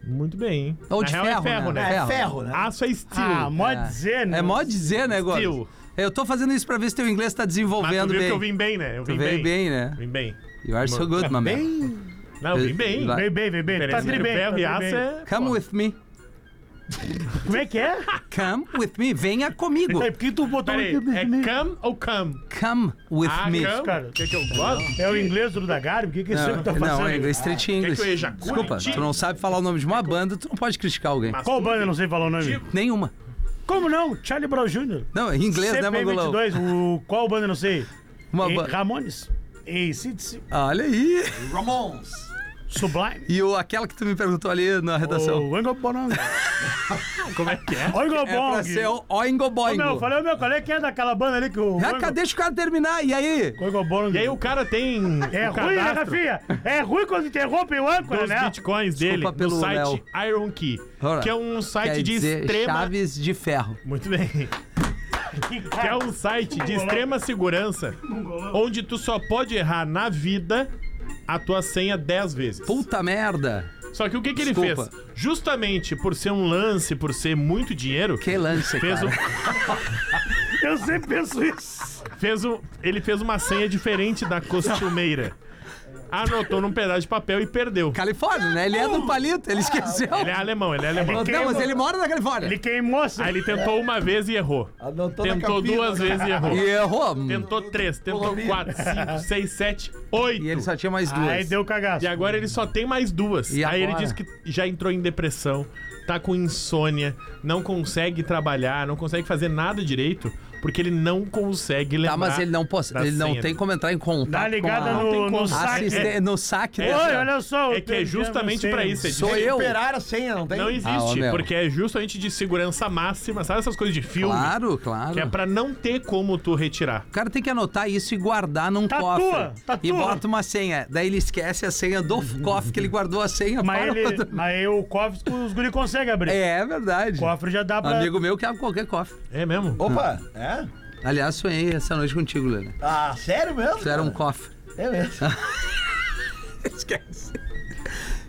[SPEAKER 3] Muito bem, hein?
[SPEAKER 8] Ou
[SPEAKER 3] Na
[SPEAKER 8] de
[SPEAKER 3] real,
[SPEAKER 8] ferro,
[SPEAKER 3] é ferro,
[SPEAKER 8] né?
[SPEAKER 3] né?
[SPEAKER 9] É ferro, né?
[SPEAKER 3] Aço é steel.
[SPEAKER 7] Ah, mó
[SPEAKER 8] É.
[SPEAKER 7] dizer, né?
[SPEAKER 8] É mó dizer, né, Gomes?
[SPEAKER 3] Steel.
[SPEAKER 8] Eu tô fazendo isso pra ver se teu inglês tá
[SPEAKER 3] Mas tu
[SPEAKER 8] desenvolvendo
[SPEAKER 3] viu
[SPEAKER 8] bem.
[SPEAKER 3] que eu vim bem, né? Eu
[SPEAKER 8] Tu
[SPEAKER 3] vim
[SPEAKER 8] veio
[SPEAKER 3] bem.
[SPEAKER 8] bem, né?
[SPEAKER 3] Vim bem.
[SPEAKER 8] You are so good, my man.
[SPEAKER 3] Não, eu vim bem.
[SPEAKER 8] Vai.
[SPEAKER 7] Vem bem, vem bem. Tá
[SPEAKER 3] Diferença
[SPEAKER 7] tri
[SPEAKER 3] entre
[SPEAKER 7] bem.
[SPEAKER 3] ferro
[SPEAKER 7] tá
[SPEAKER 3] e
[SPEAKER 7] tri
[SPEAKER 3] aço
[SPEAKER 7] bem.
[SPEAKER 3] é...
[SPEAKER 8] Come with me.
[SPEAKER 7] Como é que é?
[SPEAKER 8] Come with me. Venha comigo.
[SPEAKER 7] É porque tu botou...
[SPEAKER 3] Peraí, é come ou come?
[SPEAKER 8] Come with
[SPEAKER 3] Ah,
[SPEAKER 8] me.
[SPEAKER 3] come?
[SPEAKER 7] cara.
[SPEAKER 3] O que que eu gosto?
[SPEAKER 7] É o inglês do da Garbi? O que que isso
[SPEAKER 8] Não,
[SPEAKER 7] tá fazendo?
[SPEAKER 8] não, é inglês street English.
[SPEAKER 3] Ah, eu ejacule
[SPEAKER 8] Desculpa,
[SPEAKER 3] em ti?
[SPEAKER 8] tu não sabe falar o nome de uma banda, tu não pode criticar alguém.
[SPEAKER 7] Qual banda? Eu não sei falar o nome.
[SPEAKER 8] Nenhuma.
[SPEAKER 7] Como não? Charlie Brown Jr.
[SPEAKER 8] Não, é em inglês, né, Mangolão?
[SPEAKER 7] CP22, o... qual banda? Eu não sei.
[SPEAKER 8] Uma
[SPEAKER 7] E-
[SPEAKER 8] ba-
[SPEAKER 7] Ramones. E Cid
[SPEAKER 8] Olha aí.
[SPEAKER 9] Ramones.
[SPEAKER 7] Sublime.
[SPEAKER 8] E o, aquela que tu me perguntou ali na redação.
[SPEAKER 7] O Oingo Bonong.
[SPEAKER 3] Como é que é?
[SPEAKER 7] Oingo Bong.
[SPEAKER 8] um- É pra ser o Oingo
[SPEAKER 7] Ô, meu, eu
[SPEAKER 8] Boingo.
[SPEAKER 7] falei, ô, meu, qual é que é daquela banda ali que o...
[SPEAKER 8] Ah, cadê? Deixa o cara terminar. E aí?
[SPEAKER 7] Oingo Bonong.
[SPEAKER 3] E aí o cara tem
[SPEAKER 7] É
[SPEAKER 3] o
[SPEAKER 7] ruim, né,
[SPEAKER 3] cadastro
[SPEAKER 7] Rafinha? É ruim quando interrompe o âncora,
[SPEAKER 3] dos
[SPEAKER 7] né?
[SPEAKER 3] bitcoins dele no
[SPEAKER 8] pelo
[SPEAKER 3] site
[SPEAKER 8] Léo.
[SPEAKER 3] Iron Key,
[SPEAKER 8] Ora,
[SPEAKER 3] que é um
[SPEAKER 8] Quer
[SPEAKER 3] site de
[SPEAKER 8] dizer,
[SPEAKER 3] extrema...
[SPEAKER 8] chaves de ferro.
[SPEAKER 3] Muito bem. Que é um site de extrema segurança, onde tu só pode errar na vida a tua senha 10 vezes.
[SPEAKER 8] Puta merda.
[SPEAKER 3] Só que o que, que ele fez?
[SPEAKER 8] Desculpa.
[SPEAKER 3] Justamente por ser um lance, por ser muito dinheiro,
[SPEAKER 8] Que lance,
[SPEAKER 3] fez, um
[SPEAKER 8] cara.
[SPEAKER 3] o-
[SPEAKER 7] Eu sempre penso isso.
[SPEAKER 3] fez o- ele fez uma senha diferente da costumeira. Anotou num pedaço de papel e perdeu.
[SPEAKER 8] Califórnia, né? Ele é do palito, ele esqueceu.
[SPEAKER 3] Ele é alemão, ele é alemão.
[SPEAKER 8] Não, mas ele mora na Califórnia.
[SPEAKER 7] Ele queimou assim.
[SPEAKER 3] Aí ele tentou uma vez e errou.
[SPEAKER 9] Anotou Ah, na
[SPEAKER 3] Tentou
[SPEAKER 9] capinha,
[SPEAKER 3] duas
[SPEAKER 9] né?
[SPEAKER 3] vezes e errou.
[SPEAKER 8] E errou.
[SPEAKER 3] Tentou três, tentou
[SPEAKER 9] Colombiano.
[SPEAKER 3] quatro, cinco, seis, sete, oito.
[SPEAKER 8] E ele só tinha mais duas.
[SPEAKER 7] Aí deu cagaço.
[SPEAKER 3] E agora ele só tem mais duas.
[SPEAKER 8] E
[SPEAKER 3] Aí ele
[SPEAKER 8] agora?
[SPEAKER 3] diz que já entrou em depressão, tá com insônia, não consegue trabalhar, não consegue fazer nada direito, porque ele não consegue lembrar.
[SPEAKER 8] Tá, mas ele não, possa,
[SPEAKER 3] da
[SPEAKER 8] ele não
[SPEAKER 3] senha
[SPEAKER 8] tem
[SPEAKER 3] dele.
[SPEAKER 8] como entrar em contato
[SPEAKER 7] Dá ligada
[SPEAKER 8] com a...
[SPEAKER 3] tá Não tem
[SPEAKER 7] Tá no,
[SPEAKER 3] como.
[SPEAKER 7] no saque.
[SPEAKER 8] assiste-
[SPEAKER 3] É-
[SPEAKER 8] no saque
[SPEAKER 3] é-
[SPEAKER 8] né?
[SPEAKER 7] Oi, olha só. eu
[SPEAKER 3] É que é
[SPEAKER 7] perdi a
[SPEAKER 3] justamente
[SPEAKER 7] minha
[SPEAKER 3] pra
[SPEAKER 7] senha.
[SPEAKER 3] isso. é ele
[SPEAKER 8] Sou
[SPEAKER 3] diz-
[SPEAKER 8] eu.
[SPEAKER 9] Recuperar a senha, não tem?
[SPEAKER 3] Não
[SPEAKER 8] Ah, ô,
[SPEAKER 3] existe,
[SPEAKER 8] meu.
[SPEAKER 3] porque é justamente de segurança máxima, sabe essas coisas de filme?
[SPEAKER 8] Claro, claro.
[SPEAKER 3] Que é pra não ter como tu retirar.
[SPEAKER 8] O cara tem que anotar isso e guardar num
[SPEAKER 3] Tá
[SPEAKER 7] Tatua,
[SPEAKER 8] cofre.
[SPEAKER 7] tatua.
[SPEAKER 8] E bota uma senha. Daí ele esquece a senha do cofre que ele guardou a senha
[SPEAKER 7] Mas,
[SPEAKER 8] para o
[SPEAKER 7] ele,
[SPEAKER 8] outro.
[SPEAKER 7] mas aí o cofre, os guri conseguem abrir.
[SPEAKER 8] É verdade.
[SPEAKER 7] O cofre já
[SPEAKER 3] tá
[SPEAKER 7] dá pra...
[SPEAKER 8] Amigo meu que abre qualquer cofre.
[SPEAKER 3] É mesmo?
[SPEAKER 9] Opa, é?
[SPEAKER 8] Aliás, sonhei essa noite contigo, um Lena.
[SPEAKER 9] Ah, sério mesmo?
[SPEAKER 8] Tu era um cofre.
[SPEAKER 9] É mesmo.
[SPEAKER 8] Esquece.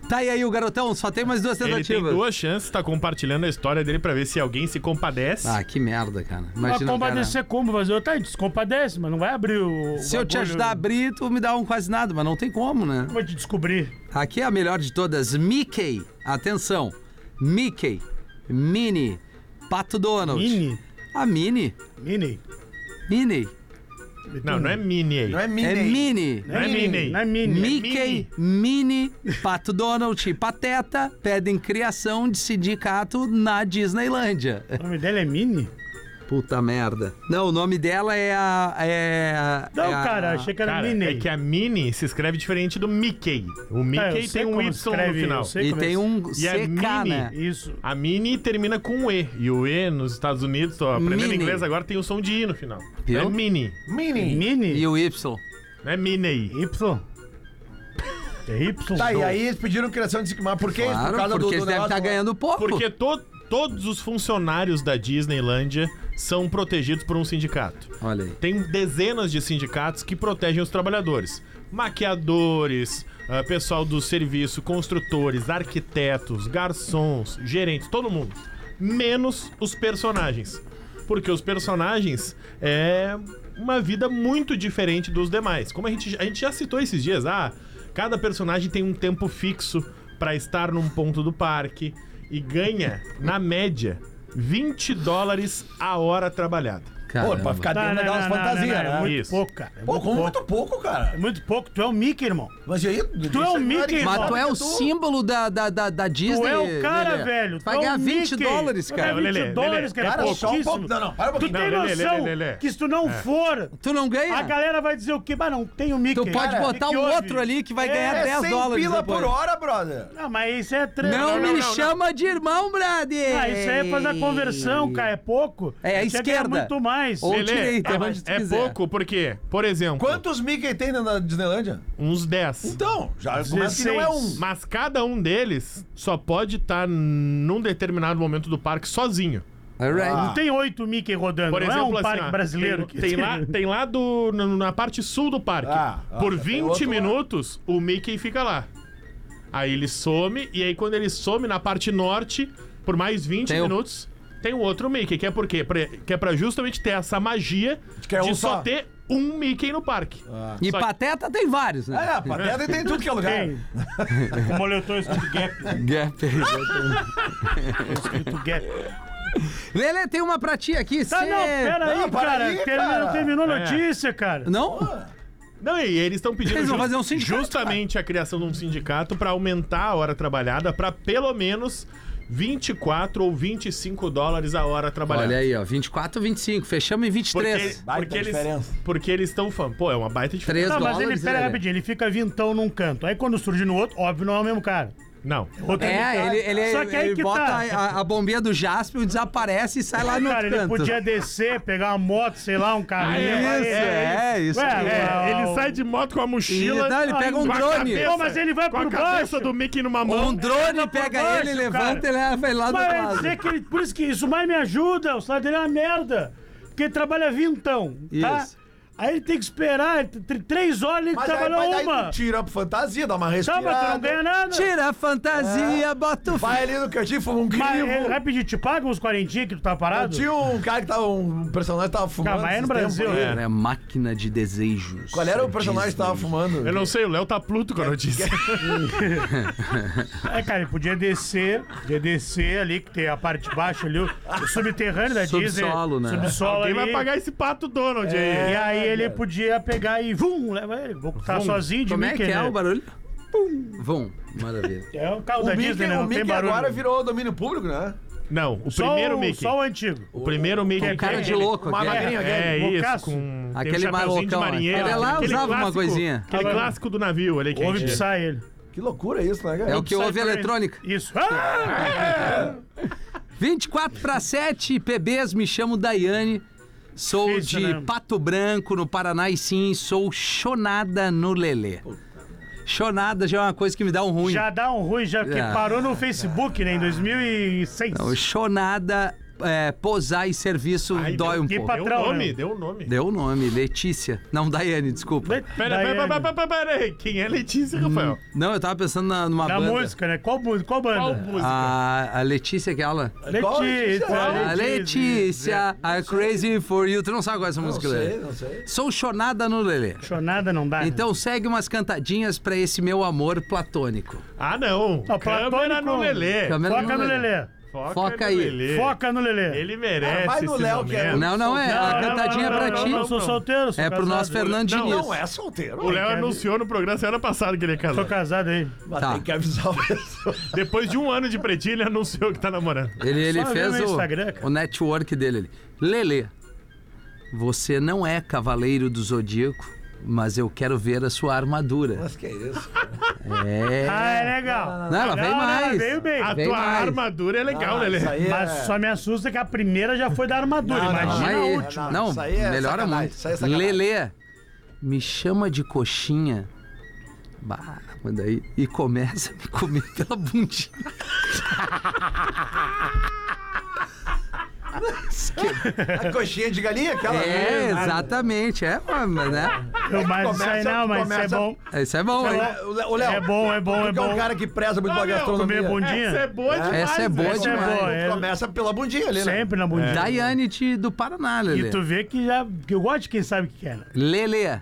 [SPEAKER 8] Tá e aí o garotão, só tem mais duas
[SPEAKER 3] Ele
[SPEAKER 8] tentativas.
[SPEAKER 3] tem duas chances, tá compartilhando a história dele pra ver se alguém se compadece.
[SPEAKER 8] Ah, que merda, cara.
[SPEAKER 7] Mas
[SPEAKER 8] Imagina,
[SPEAKER 7] compadecer como? Fazer, tá, descompadece, mas não vai abrir o. o
[SPEAKER 8] né? Se eu te
[SPEAKER 7] bagulho.
[SPEAKER 8] ajudar a abrir, tu me dá um quase nada, mas não tem como, né?
[SPEAKER 7] Vou te descobrir.
[SPEAKER 8] Aqui é a melhor de todas, Mickey. Atenção, Mickey, Minnie, Pato Donald.
[SPEAKER 7] Mini?
[SPEAKER 8] A Minnie,
[SPEAKER 7] Mini?
[SPEAKER 8] Minnie.
[SPEAKER 3] Não, não é mini aí.
[SPEAKER 9] Não é mini.
[SPEAKER 8] É Minnie.
[SPEAKER 3] Não é mini.
[SPEAKER 7] Não é mini.
[SPEAKER 8] Mickey, Minnie, Pato Donald e Pateta pedem criação de sindicato na Disneylândia.
[SPEAKER 7] O nome dela é Mini?
[SPEAKER 8] Puta merda. Não, o nome dela é a. É, a-
[SPEAKER 7] Não,
[SPEAKER 8] é a-
[SPEAKER 7] cara, achei que era
[SPEAKER 3] Cara,
[SPEAKER 7] Mini.
[SPEAKER 3] é que a mini se escreve diferente do Mickey. O
[SPEAKER 7] Tá, eu
[SPEAKER 3] Mickey
[SPEAKER 7] sei
[SPEAKER 3] tem um
[SPEAKER 7] como
[SPEAKER 3] Y
[SPEAKER 7] escreve,
[SPEAKER 3] no final.
[SPEAKER 7] eu sei
[SPEAKER 8] E
[SPEAKER 7] como é
[SPEAKER 8] tem
[SPEAKER 7] isso.
[SPEAKER 8] um
[SPEAKER 3] E a
[SPEAKER 8] CK,
[SPEAKER 3] Minnie-
[SPEAKER 8] né?
[SPEAKER 7] é Isso.
[SPEAKER 3] A mini termina com um E. E o E nos Estados Unidos, ó, aprendendo
[SPEAKER 8] Mini.
[SPEAKER 3] inglês agora, tem o som de I no final.
[SPEAKER 8] Viu?
[SPEAKER 3] Não é mini.
[SPEAKER 9] Mini.
[SPEAKER 7] Mini?
[SPEAKER 8] E o Y.
[SPEAKER 3] Não é mini.
[SPEAKER 7] Y? É Y?
[SPEAKER 9] Tá, e aí eles pediram criação de Sigmar. Por quê?
[SPEAKER 8] Claro,
[SPEAKER 9] por causa
[SPEAKER 8] porque
[SPEAKER 9] do, do
[SPEAKER 8] eles devem
[SPEAKER 9] negócio
[SPEAKER 8] estar
[SPEAKER 9] do-
[SPEAKER 8] ganhando pouco.
[SPEAKER 3] Porque to- todos os funcionários da Disneylândia são protegidos por um sindicato.
[SPEAKER 8] Olha aí.
[SPEAKER 3] Tem dezenas de sindicatos que protegem os trabalhadores. Maquiadores, ah, pessoal do serviço, construtores, arquitetos, garçons, gerentes, todo mundo. Menos os personagens. Porque os personagens é uma vida muito diferente dos demais. Como a gente, a gente já citou esses dias, ah, cada personagem tem um tempo fixo para estar num ponto do parque e ganha, na média, 20 dólares a hora trabalhada.
[SPEAKER 9] Pô, pra
[SPEAKER 8] Caramba.
[SPEAKER 9] ficar
[SPEAKER 7] Não,
[SPEAKER 9] dentro
[SPEAKER 7] não, não,
[SPEAKER 9] daquelas
[SPEAKER 7] não,
[SPEAKER 9] fantasias,
[SPEAKER 7] não, É
[SPEAKER 9] né?
[SPEAKER 7] muito
[SPEAKER 3] Isso.
[SPEAKER 7] pouco, cara. É
[SPEAKER 9] Pô,
[SPEAKER 7] muito
[SPEAKER 9] como
[SPEAKER 7] pouco.
[SPEAKER 9] muito pouco, cara.
[SPEAKER 7] É muito pouco. Tu é o Mickey, irmão.
[SPEAKER 9] Mas e aí...
[SPEAKER 7] Tu é o Mickey,
[SPEAKER 8] Mas tu é o símbolo da, da, da, da Disney.
[SPEAKER 7] Tu é o cara,
[SPEAKER 8] Lelê.
[SPEAKER 7] velho.
[SPEAKER 8] Tu
[SPEAKER 7] Tu
[SPEAKER 8] vai
[SPEAKER 7] é o
[SPEAKER 8] ganhar 20
[SPEAKER 7] Mickey.
[SPEAKER 8] dólares,
[SPEAKER 7] Tu
[SPEAKER 8] cara.
[SPEAKER 7] Vai ganhar 20
[SPEAKER 3] Lelê,
[SPEAKER 7] dólares,
[SPEAKER 3] Lelê.
[SPEAKER 7] cara.
[SPEAKER 9] Cara,
[SPEAKER 7] é
[SPEAKER 9] só um pouco...
[SPEAKER 7] pouquíssimo.
[SPEAKER 9] Não, não, para um
[SPEAKER 7] Tu
[SPEAKER 9] pouquinho.
[SPEAKER 7] tem
[SPEAKER 3] Não, Lelê,
[SPEAKER 7] noção
[SPEAKER 3] Lelê, É. Lelê.
[SPEAKER 7] que se tu não for,
[SPEAKER 8] Tu não ganha?
[SPEAKER 7] a galera vai dizer o quê? Mas não tem o Mickey.
[SPEAKER 8] Tu pode
[SPEAKER 7] Cara,
[SPEAKER 8] botar
[SPEAKER 7] o que
[SPEAKER 8] um
[SPEAKER 7] houve?
[SPEAKER 8] outro ali que vai
[SPEAKER 7] É,
[SPEAKER 8] ganhar
[SPEAKER 9] É
[SPEAKER 8] 10
[SPEAKER 9] 100
[SPEAKER 8] dólares.
[SPEAKER 9] pila
[SPEAKER 8] depois.
[SPEAKER 9] por hora, brother.
[SPEAKER 7] Não, mas isso é treta.
[SPEAKER 8] Não, me chama de irmão, brother.
[SPEAKER 7] Ah, isso aí é fazer a conversão, cara, é pouco.
[SPEAKER 8] É, à
[SPEAKER 7] Tinha que ganhar
[SPEAKER 8] esquerda.
[SPEAKER 7] muito mais.
[SPEAKER 8] Ou-
[SPEAKER 3] Lelê,
[SPEAKER 8] direita,
[SPEAKER 3] é,
[SPEAKER 8] onde tu
[SPEAKER 3] é
[SPEAKER 8] quiser.
[SPEAKER 3] pouco, porque, por exemplo,
[SPEAKER 9] Quantos Mickey tem na Disneylândia?
[SPEAKER 3] uns 10.
[SPEAKER 9] Então, já começa que não é um.
[SPEAKER 3] Mas cada um deles só pode estar num determinado momento do parque sozinho.
[SPEAKER 8] Alright.
[SPEAKER 7] Não tem oito Mickey rodando,
[SPEAKER 3] Por
[SPEAKER 7] não
[SPEAKER 3] exemplo,
[SPEAKER 7] é um
[SPEAKER 3] assim,
[SPEAKER 7] parque
[SPEAKER 3] ó,
[SPEAKER 7] brasileiro.
[SPEAKER 3] Tem,
[SPEAKER 7] que-
[SPEAKER 3] tem lá, tem lá do, no- na parte sul do parque.
[SPEAKER 9] Ah, ah,
[SPEAKER 3] Por
[SPEAKER 9] tem
[SPEAKER 3] 20
[SPEAKER 9] outro lá.
[SPEAKER 3] minutos, o Mickey fica lá. Aí ele some, e aí quando ele some na parte norte, por mais 20
[SPEAKER 8] Tem o-
[SPEAKER 3] minutos, tem o outro Mickey, que é por quê? Pra- Que é pra justamente ter essa magia
[SPEAKER 9] que é
[SPEAKER 3] de
[SPEAKER 9] um
[SPEAKER 3] só
[SPEAKER 9] só. Ah.
[SPEAKER 3] ter um Mickey no parque.
[SPEAKER 7] Ah,
[SPEAKER 8] E
[SPEAKER 3] Só que-
[SPEAKER 8] pateta tem vários, né?
[SPEAKER 9] É, a pateta tem tudo que é lugar.
[SPEAKER 7] Tem. O moletom escrito Gap.
[SPEAKER 8] Gap. é,
[SPEAKER 7] Escrito Gap.
[SPEAKER 8] Lelê, tem uma pra ti aqui.
[SPEAKER 7] Tá,
[SPEAKER 8] cê-
[SPEAKER 7] não, pera aí,
[SPEAKER 9] Não, para
[SPEAKER 7] cara.
[SPEAKER 9] aí,
[SPEAKER 7] Termina-
[SPEAKER 9] cara.
[SPEAKER 7] Terminou a
[SPEAKER 3] É.
[SPEAKER 7] notícia, cara.
[SPEAKER 8] Não?
[SPEAKER 3] Não, e eles estão pedindo
[SPEAKER 8] Eles vão fazer um sindicato,
[SPEAKER 3] justamente a criação de um sindicato para aumentar a hora trabalhada para pelo menos 24 ou 25 dólares a hora trabalhada.
[SPEAKER 8] Olha aí, ó. 24, 25. Fechamos em
[SPEAKER 3] porque,
[SPEAKER 8] 23.
[SPEAKER 9] Baita
[SPEAKER 3] porque eles
[SPEAKER 9] diferença.
[SPEAKER 3] porque eles estão falando, pô, é uma baita diferença.
[SPEAKER 8] 3
[SPEAKER 7] Não, Tá, mas
[SPEAKER 8] dólares.
[SPEAKER 7] ele, pera
[SPEAKER 8] Lelê.
[SPEAKER 7] rapidinho, ele fica vintão num canto. Aí quando surge no outro, óbvio, não é o mesmo cara.
[SPEAKER 3] Não.
[SPEAKER 7] Outro tá-
[SPEAKER 8] É, ele, ele,
[SPEAKER 7] Só que aí
[SPEAKER 8] ele
[SPEAKER 7] que
[SPEAKER 8] bota
[SPEAKER 7] tá.
[SPEAKER 8] a, a bombinha do Jaspion, desaparece e sai lá no
[SPEAKER 7] Ah, Cara, ele
[SPEAKER 8] canto.
[SPEAKER 7] podia descer, pegar uma moto, sei lá, um carrinho.
[SPEAKER 8] Isso, é, isso.
[SPEAKER 7] Ué,
[SPEAKER 8] aí.
[SPEAKER 7] é,
[SPEAKER 3] ele
[SPEAKER 7] o-
[SPEAKER 3] sai de moto com a mochila.
[SPEAKER 8] E- não, ele
[SPEAKER 3] aí,
[SPEAKER 8] pega um
[SPEAKER 3] com a
[SPEAKER 8] drone.
[SPEAKER 3] cabeça-
[SPEAKER 7] Não, mas ele vai
[SPEAKER 3] com a
[SPEAKER 7] por
[SPEAKER 3] cabeça
[SPEAKER 7] baixo.
[SPEAKER 3] do Mickey numa mão.
[SPEAKER 8] Um drone
[SPEAKER 7] Ele
[SPEAKER 8] pega
[SPEAKER 7] baixo,
[SPEAKER 8] ele,
[SPEAKER 7] cara.
[SPEAKER 8] levanta e leva ele lá do
[SPEAKER 7] Mas eu ia
[SPEAKER 8] lado.
[SPEAKER 7] dizer que ele- por isso que isso mais me ajuda, o salário dele é uma merda. Porque ele trabalha vintão, tá?
[SPEAKER 8] Isso.
[SPEAKER 7] Aí ele tem que esperar ele- tr- três horas, ele
[SPEAKER 9] Mas aí,
[SPEAKER 7] trabalhou
[SPEAKER 9] mas aí
[SPEAKER 7] uma.
[SPEAKER 9] tu tira a fantasia, dá uma
[SPEAKER 7] Tá,
[SPEAKER 9] respirada.
[SPEAKER 7] mas tu não ganha nada.
[SPEAKER 8] Tira a fantasia, bota o
[SPEAKER 9] Vai ali no cantinho, fuma um
[SPEAKER 7] Mas é, ele vai
[SPEAKER 9] crivo.
[SPEAKER 7] pedir, te paga uns quarentinha que tu tá parado?
[SPEAKER 9] Tinha um cara que tava, um personagem que tava fumando.
[SPEAKER 7] Cara, mas é no
[SPEAKER 9] esses tempos
[SPEAKER 7] Brasil,
[SPEAKER 9] aí.
[SPEAKER 7] né?
[SPEAKER 8] Cara, é máquina de desejos.
[SPEAKER 9] Qual era o personagem que tava fumando?
[SPEAKER 3] Eu não sei, o Léo tá pluto com a notícia.
[SPEAKER 7] É, cara, ele podia descer, podia descer ali, que tem a parte de baixo ali, o o subterrâneo da Disney.
[SPEAKER 8] Subsolo, né?
[SPEAKER 7] Subsolo
[SPEAKER 3] Quem vai
[SPEAKER 7] ali.
[SPEAKER 3] pagar esse pato Donald aí?
[SPEAKER 7] E aí ele podia pegar e vum, leva ele. Vou tá sozinho de
[SPEAKER 8] Como é
[SPEAKER 7] Mickey,
[SPEAKER 8] que é
[SPEAKER 7] né?
[SPEAKER 8] o barulho? Pum. Vom. Maravilha.
[SPEAKER 7] É o carro
[SPEAKER 9] O
[SPEAKER 7] da
[SPEAKER 9] Mickey,
[SPEAKER 7] Disney, né?
[SPEAKER 9] o
[SPEAKER 7] Não tem
[SPEAKER 9] Mickey
[SPEAKER 7] barulho.
[SPEAKER 9] agora virou domínio público, né?
[SPEAKER 3] Não, o
[SPEAKER 7] Só
[SPEAKER 3] primeiro
[SPEAKER 7] o-
[SPEAKER 3] Mickey.
[SPEAKER 7] Só o antigo.
[SPEAKER 3] O primeiro Mickey
[SPEAKER 8] Com cara
[SPEAKER 3] que-
[SPEAKER 8] de louco
[SPEAKER 9] Uma
[SPEAKER 8] aqui.
[SPEAKER 9] magrinha,
[SPEAKER 3] É,
[SPEAKER 7] Aquele
[SPEAKER 3] isso,
[SPEAKER 7] loucaço.
[SPEAKER 3] com tem
[SPEAKER 8] Aquele
[SPEAKER 3] um chapeuzinho de
[SPEAKER 8] malucão,
[SPEAKER 3] marinheiro.
[SPEAKER 8] aquele lá usava uma coisinha.
[SPEAKER 3] Aquele
[SPEAKER 7] Agora-
[SPEAKER 3] clássico do navio ali que a
[SPEAKER 7] Ouve
[SPEAKER 3] gente-
[SPEAKER 7] pisar ele.
[SPEAKER 9] Que loucura isso, né, cara?
[SPEAKER 8] É o que
[SPEAKER 7] Sai
[SPEAKER 8] houve
[SPEAKER 7] pra ele.
[SPEAKER 8] eletrônica.
[SPEAKER 7] Isso. Ah!
[SPEAKER 8] 24 para 7 PBs, me chamo Daiane. Sou
[SPEAKER 7] Difícil,
[SPEAKER 8] de
[SPEAKER 7] né?
[SPEAKER 8] Pato Branco, no Paraná, e sim, sou chonada no Lelê. Chonada já é uma coisa que me dá um ruim.
[SPEAKER 7] Já dá um ruim, já, porque
[SPEAKER 8] É.
[SPEAKER 7] parou no Facebook, né? Em 2006.
[SPEAKER 8] Não, chonada é, posar e serviço
[SPEAKER 3] Ai,
[SPEAKER 8] dói
[SPEAKER 3] deu-
[SPEAKER 8] um
[SPEAKER 3] que
[SPEAKER 8] pouco.
[SPEAKER 3] patrão, Deu nome, né? deu nome.
[SPEAKER 8] Deu o nome, Letícia. Não, Daiane, desculpa.
[SPEAKER 3] Pera,
[SPEAKER 9] é-
[SPEAKER 3] pera, pera, pera, pera aí. Quem é Letícia,
[SPEAKER 9] Hum.
[SPEAKER 3] Rafael?
[SPEAKER 8] Não, eu tava pensando na, numa
[SPEAKER 7] Da
[SPEAKER 8] banda.
[SPEAKER 7] música, né? Qual, bu- qual banda?
[SPEAKER 3] Qual música?
[SPEAKER 9] Ah.
[SPEAKER 8] A, a Letícia, aquela.
[SPEAKER 9] Qual
[SPEAKER 7] Letícia.
[SPEAKER 9] né?
[SPEAKER 8] A Letícia, I'm crazy for you. Tu não sabe qual é essa
[SPEAKER 9] Não
[SPEAKER 8] música,
[SPEAKER 9] sei,
[SPEAKER 8] Lelê?
[SPEAKER 9] não sei.
[SPEAKER 8] Sou chonada no Lelê.
[SPEAKER 7] Chonada não dá. né?
[SPEAKER 8] Então segue umas cantadinhas pra esse meu amor platônico.
[SPEAKER 3] Ah, não.
[SPEAKER 7] Ó,
[SPEAKER 3] Câmera
[SPEAKER 7] platônico.
[SPEAKER 3] no Lelê.
[SPEAKER 8] Câmera-
[SPEAKER 7] Foca É, no Lelê.
[SPEAKER 8] Foca
[SPEAKER 3] no
[SPEAKER 8] aí.
[SPEAKER 3] Lelê.
[SPEAKER 7] Foca no Lelê.
[SPEAKER 3] Ele merece
[SPEAKER 9] Ah, vai no
[SPEAKER 3] esse
[SPEAKER 9] Léo, que é-
[SPEAKER 3] momento.
[SPEAKER 8] Não, não é.
[SPEAKER 7] Não,
[SPEAKER 8] a
[SPEAKER 7] não,
[SPEAKER 8] cantadinha
[SPEAKER 7] não,
[SPEAKER 8] é pra
[SPEAKER 7] não,
[SPEAKER 8] ti.
[SPEAKER 7] Não, não, sou solteiro, sou
[SPEAKER 8] é pro
[SPEAKER 7] casado.
[SPEAKER 8] nosso Fernando
[SPEAKER 3] Não,
[SPEAKER 8] Diniz.
[SPEAKER 9] Não é solteiro.
[SPEAKER 3] O Léo
[SPEAKER 7] quer-
[SPEAKER 3] anunciou no programa semana passada que ele é
[SPEAKER 7] Sou
[SPEAKER 3] casado.
[SPEAKER 7] casado aí.
[SPEAKER 9] Mas
[SPEAKER 8] Tá.
[SPEAKER 9] tem que avisar o pessoal.
[SPEAKER 3] Depois de um ano de pretinho, ele anunciou que tá namorando.
[SPEAKER 8] Ele, ele
[SPEAKER 7] Só vê
[SPEAKER 8] fez
[SPEAKER 7] meu
[SPEAKER 8] o,
[SPEAKER 7] Instagram, cara.
[SPEAKER 8] o network dele ali. Lele, você não é cavaleiro do zodíaco, mas eu quero ver a sua armadura.
[SPEAKER 9] Mas que isso?
[SPEAKER 8] É.
[SPEAKER 7] Ah, é legal.
[SPEAKER 8] Não, ela vem
[SPEAKER 7] Não, não, ela
[SPEAKER 8] mais.
[SPEAKER 7] veio bem.
[SPEAKER 3] A
[SPEAKER 8] Vem
[SPEAKER 3] tua
[SPEAKER 8] mais.
[SPEAKER 3] armadura é legal,
[SPEAKER 9] Ah,
[SPEAKER 3] Lelê.
[SPEAKER 9] isso aí é-
[SPEAKER 7] Mas só me assusta que a primeira já foi da armadura.
[SPEAKER 9] Não, não,
[SPEAKER 7] Imagina
[SPEAKER 8] Calma
[SPEAKER 7] a
[SPEAKER 8] aí.
[SPEAKER 7] última.
[SPEAKER 9] última.
[SPEAKER 8] Não,
[SPEAKER 9] Isso aí é
[SPEAKER 8] melhora
[SPEAKER 9] sacanagem,
[SPEAKER 8] muito.
[SPEAKER 9] isso aí é sacanagem.
[SPEAKER 8] Lele, me chama de coxinha. Bah, manda aí. E começa a me comer pela bundinha.
[SPEAKER 9] A coxinha de galinha, aquela. né?
[SPEAKER 8] É, exatamente. É, mas, né?
[SPEAKER 7] Mas isso aí
[SPEAKER 9] Começa-
[SPEAKER 7] não, mas isso
[SPEAKER 9] começa-
[SPEAKER 7] é bom.
[SPEAKER 8] Isso é bom, hein?
[SPEAKER 9] O Léo- o Léo,
[SPEAKER 7] É bom, é bom,
[SPEAKER 9] tu
[SPEAKER 7] é
[SPEAKER 9] que um
[SPEAKER 7] bom. Ah,
[SPEAKER 9] cara que preza muito pela
[SPEAKER 3] meu,
[SPEAKER 9] gastronomia.
[SPEAKER 7] Comer bundinha.
[SPEAKER 3] Essa é boa demais.
[SPEAKER 8] Essa é boa
[SPEAKER 3] né?
[SPEAKER 7] Essa é
[SPEAKER 8] demais.
[SPEAKER 7] boa, é.
[SPEAKER 9] Começa pela bundinha ali, né?
[SPEAKER 7] Sempre na bundinha.
[SPEAKER 8] Daiane de- do Paraná, Lele.
[SPEAKER 7] E tu vê que, já, que eu gosto de quem sabe o que é. né?
[SPEAKER 8] Lele,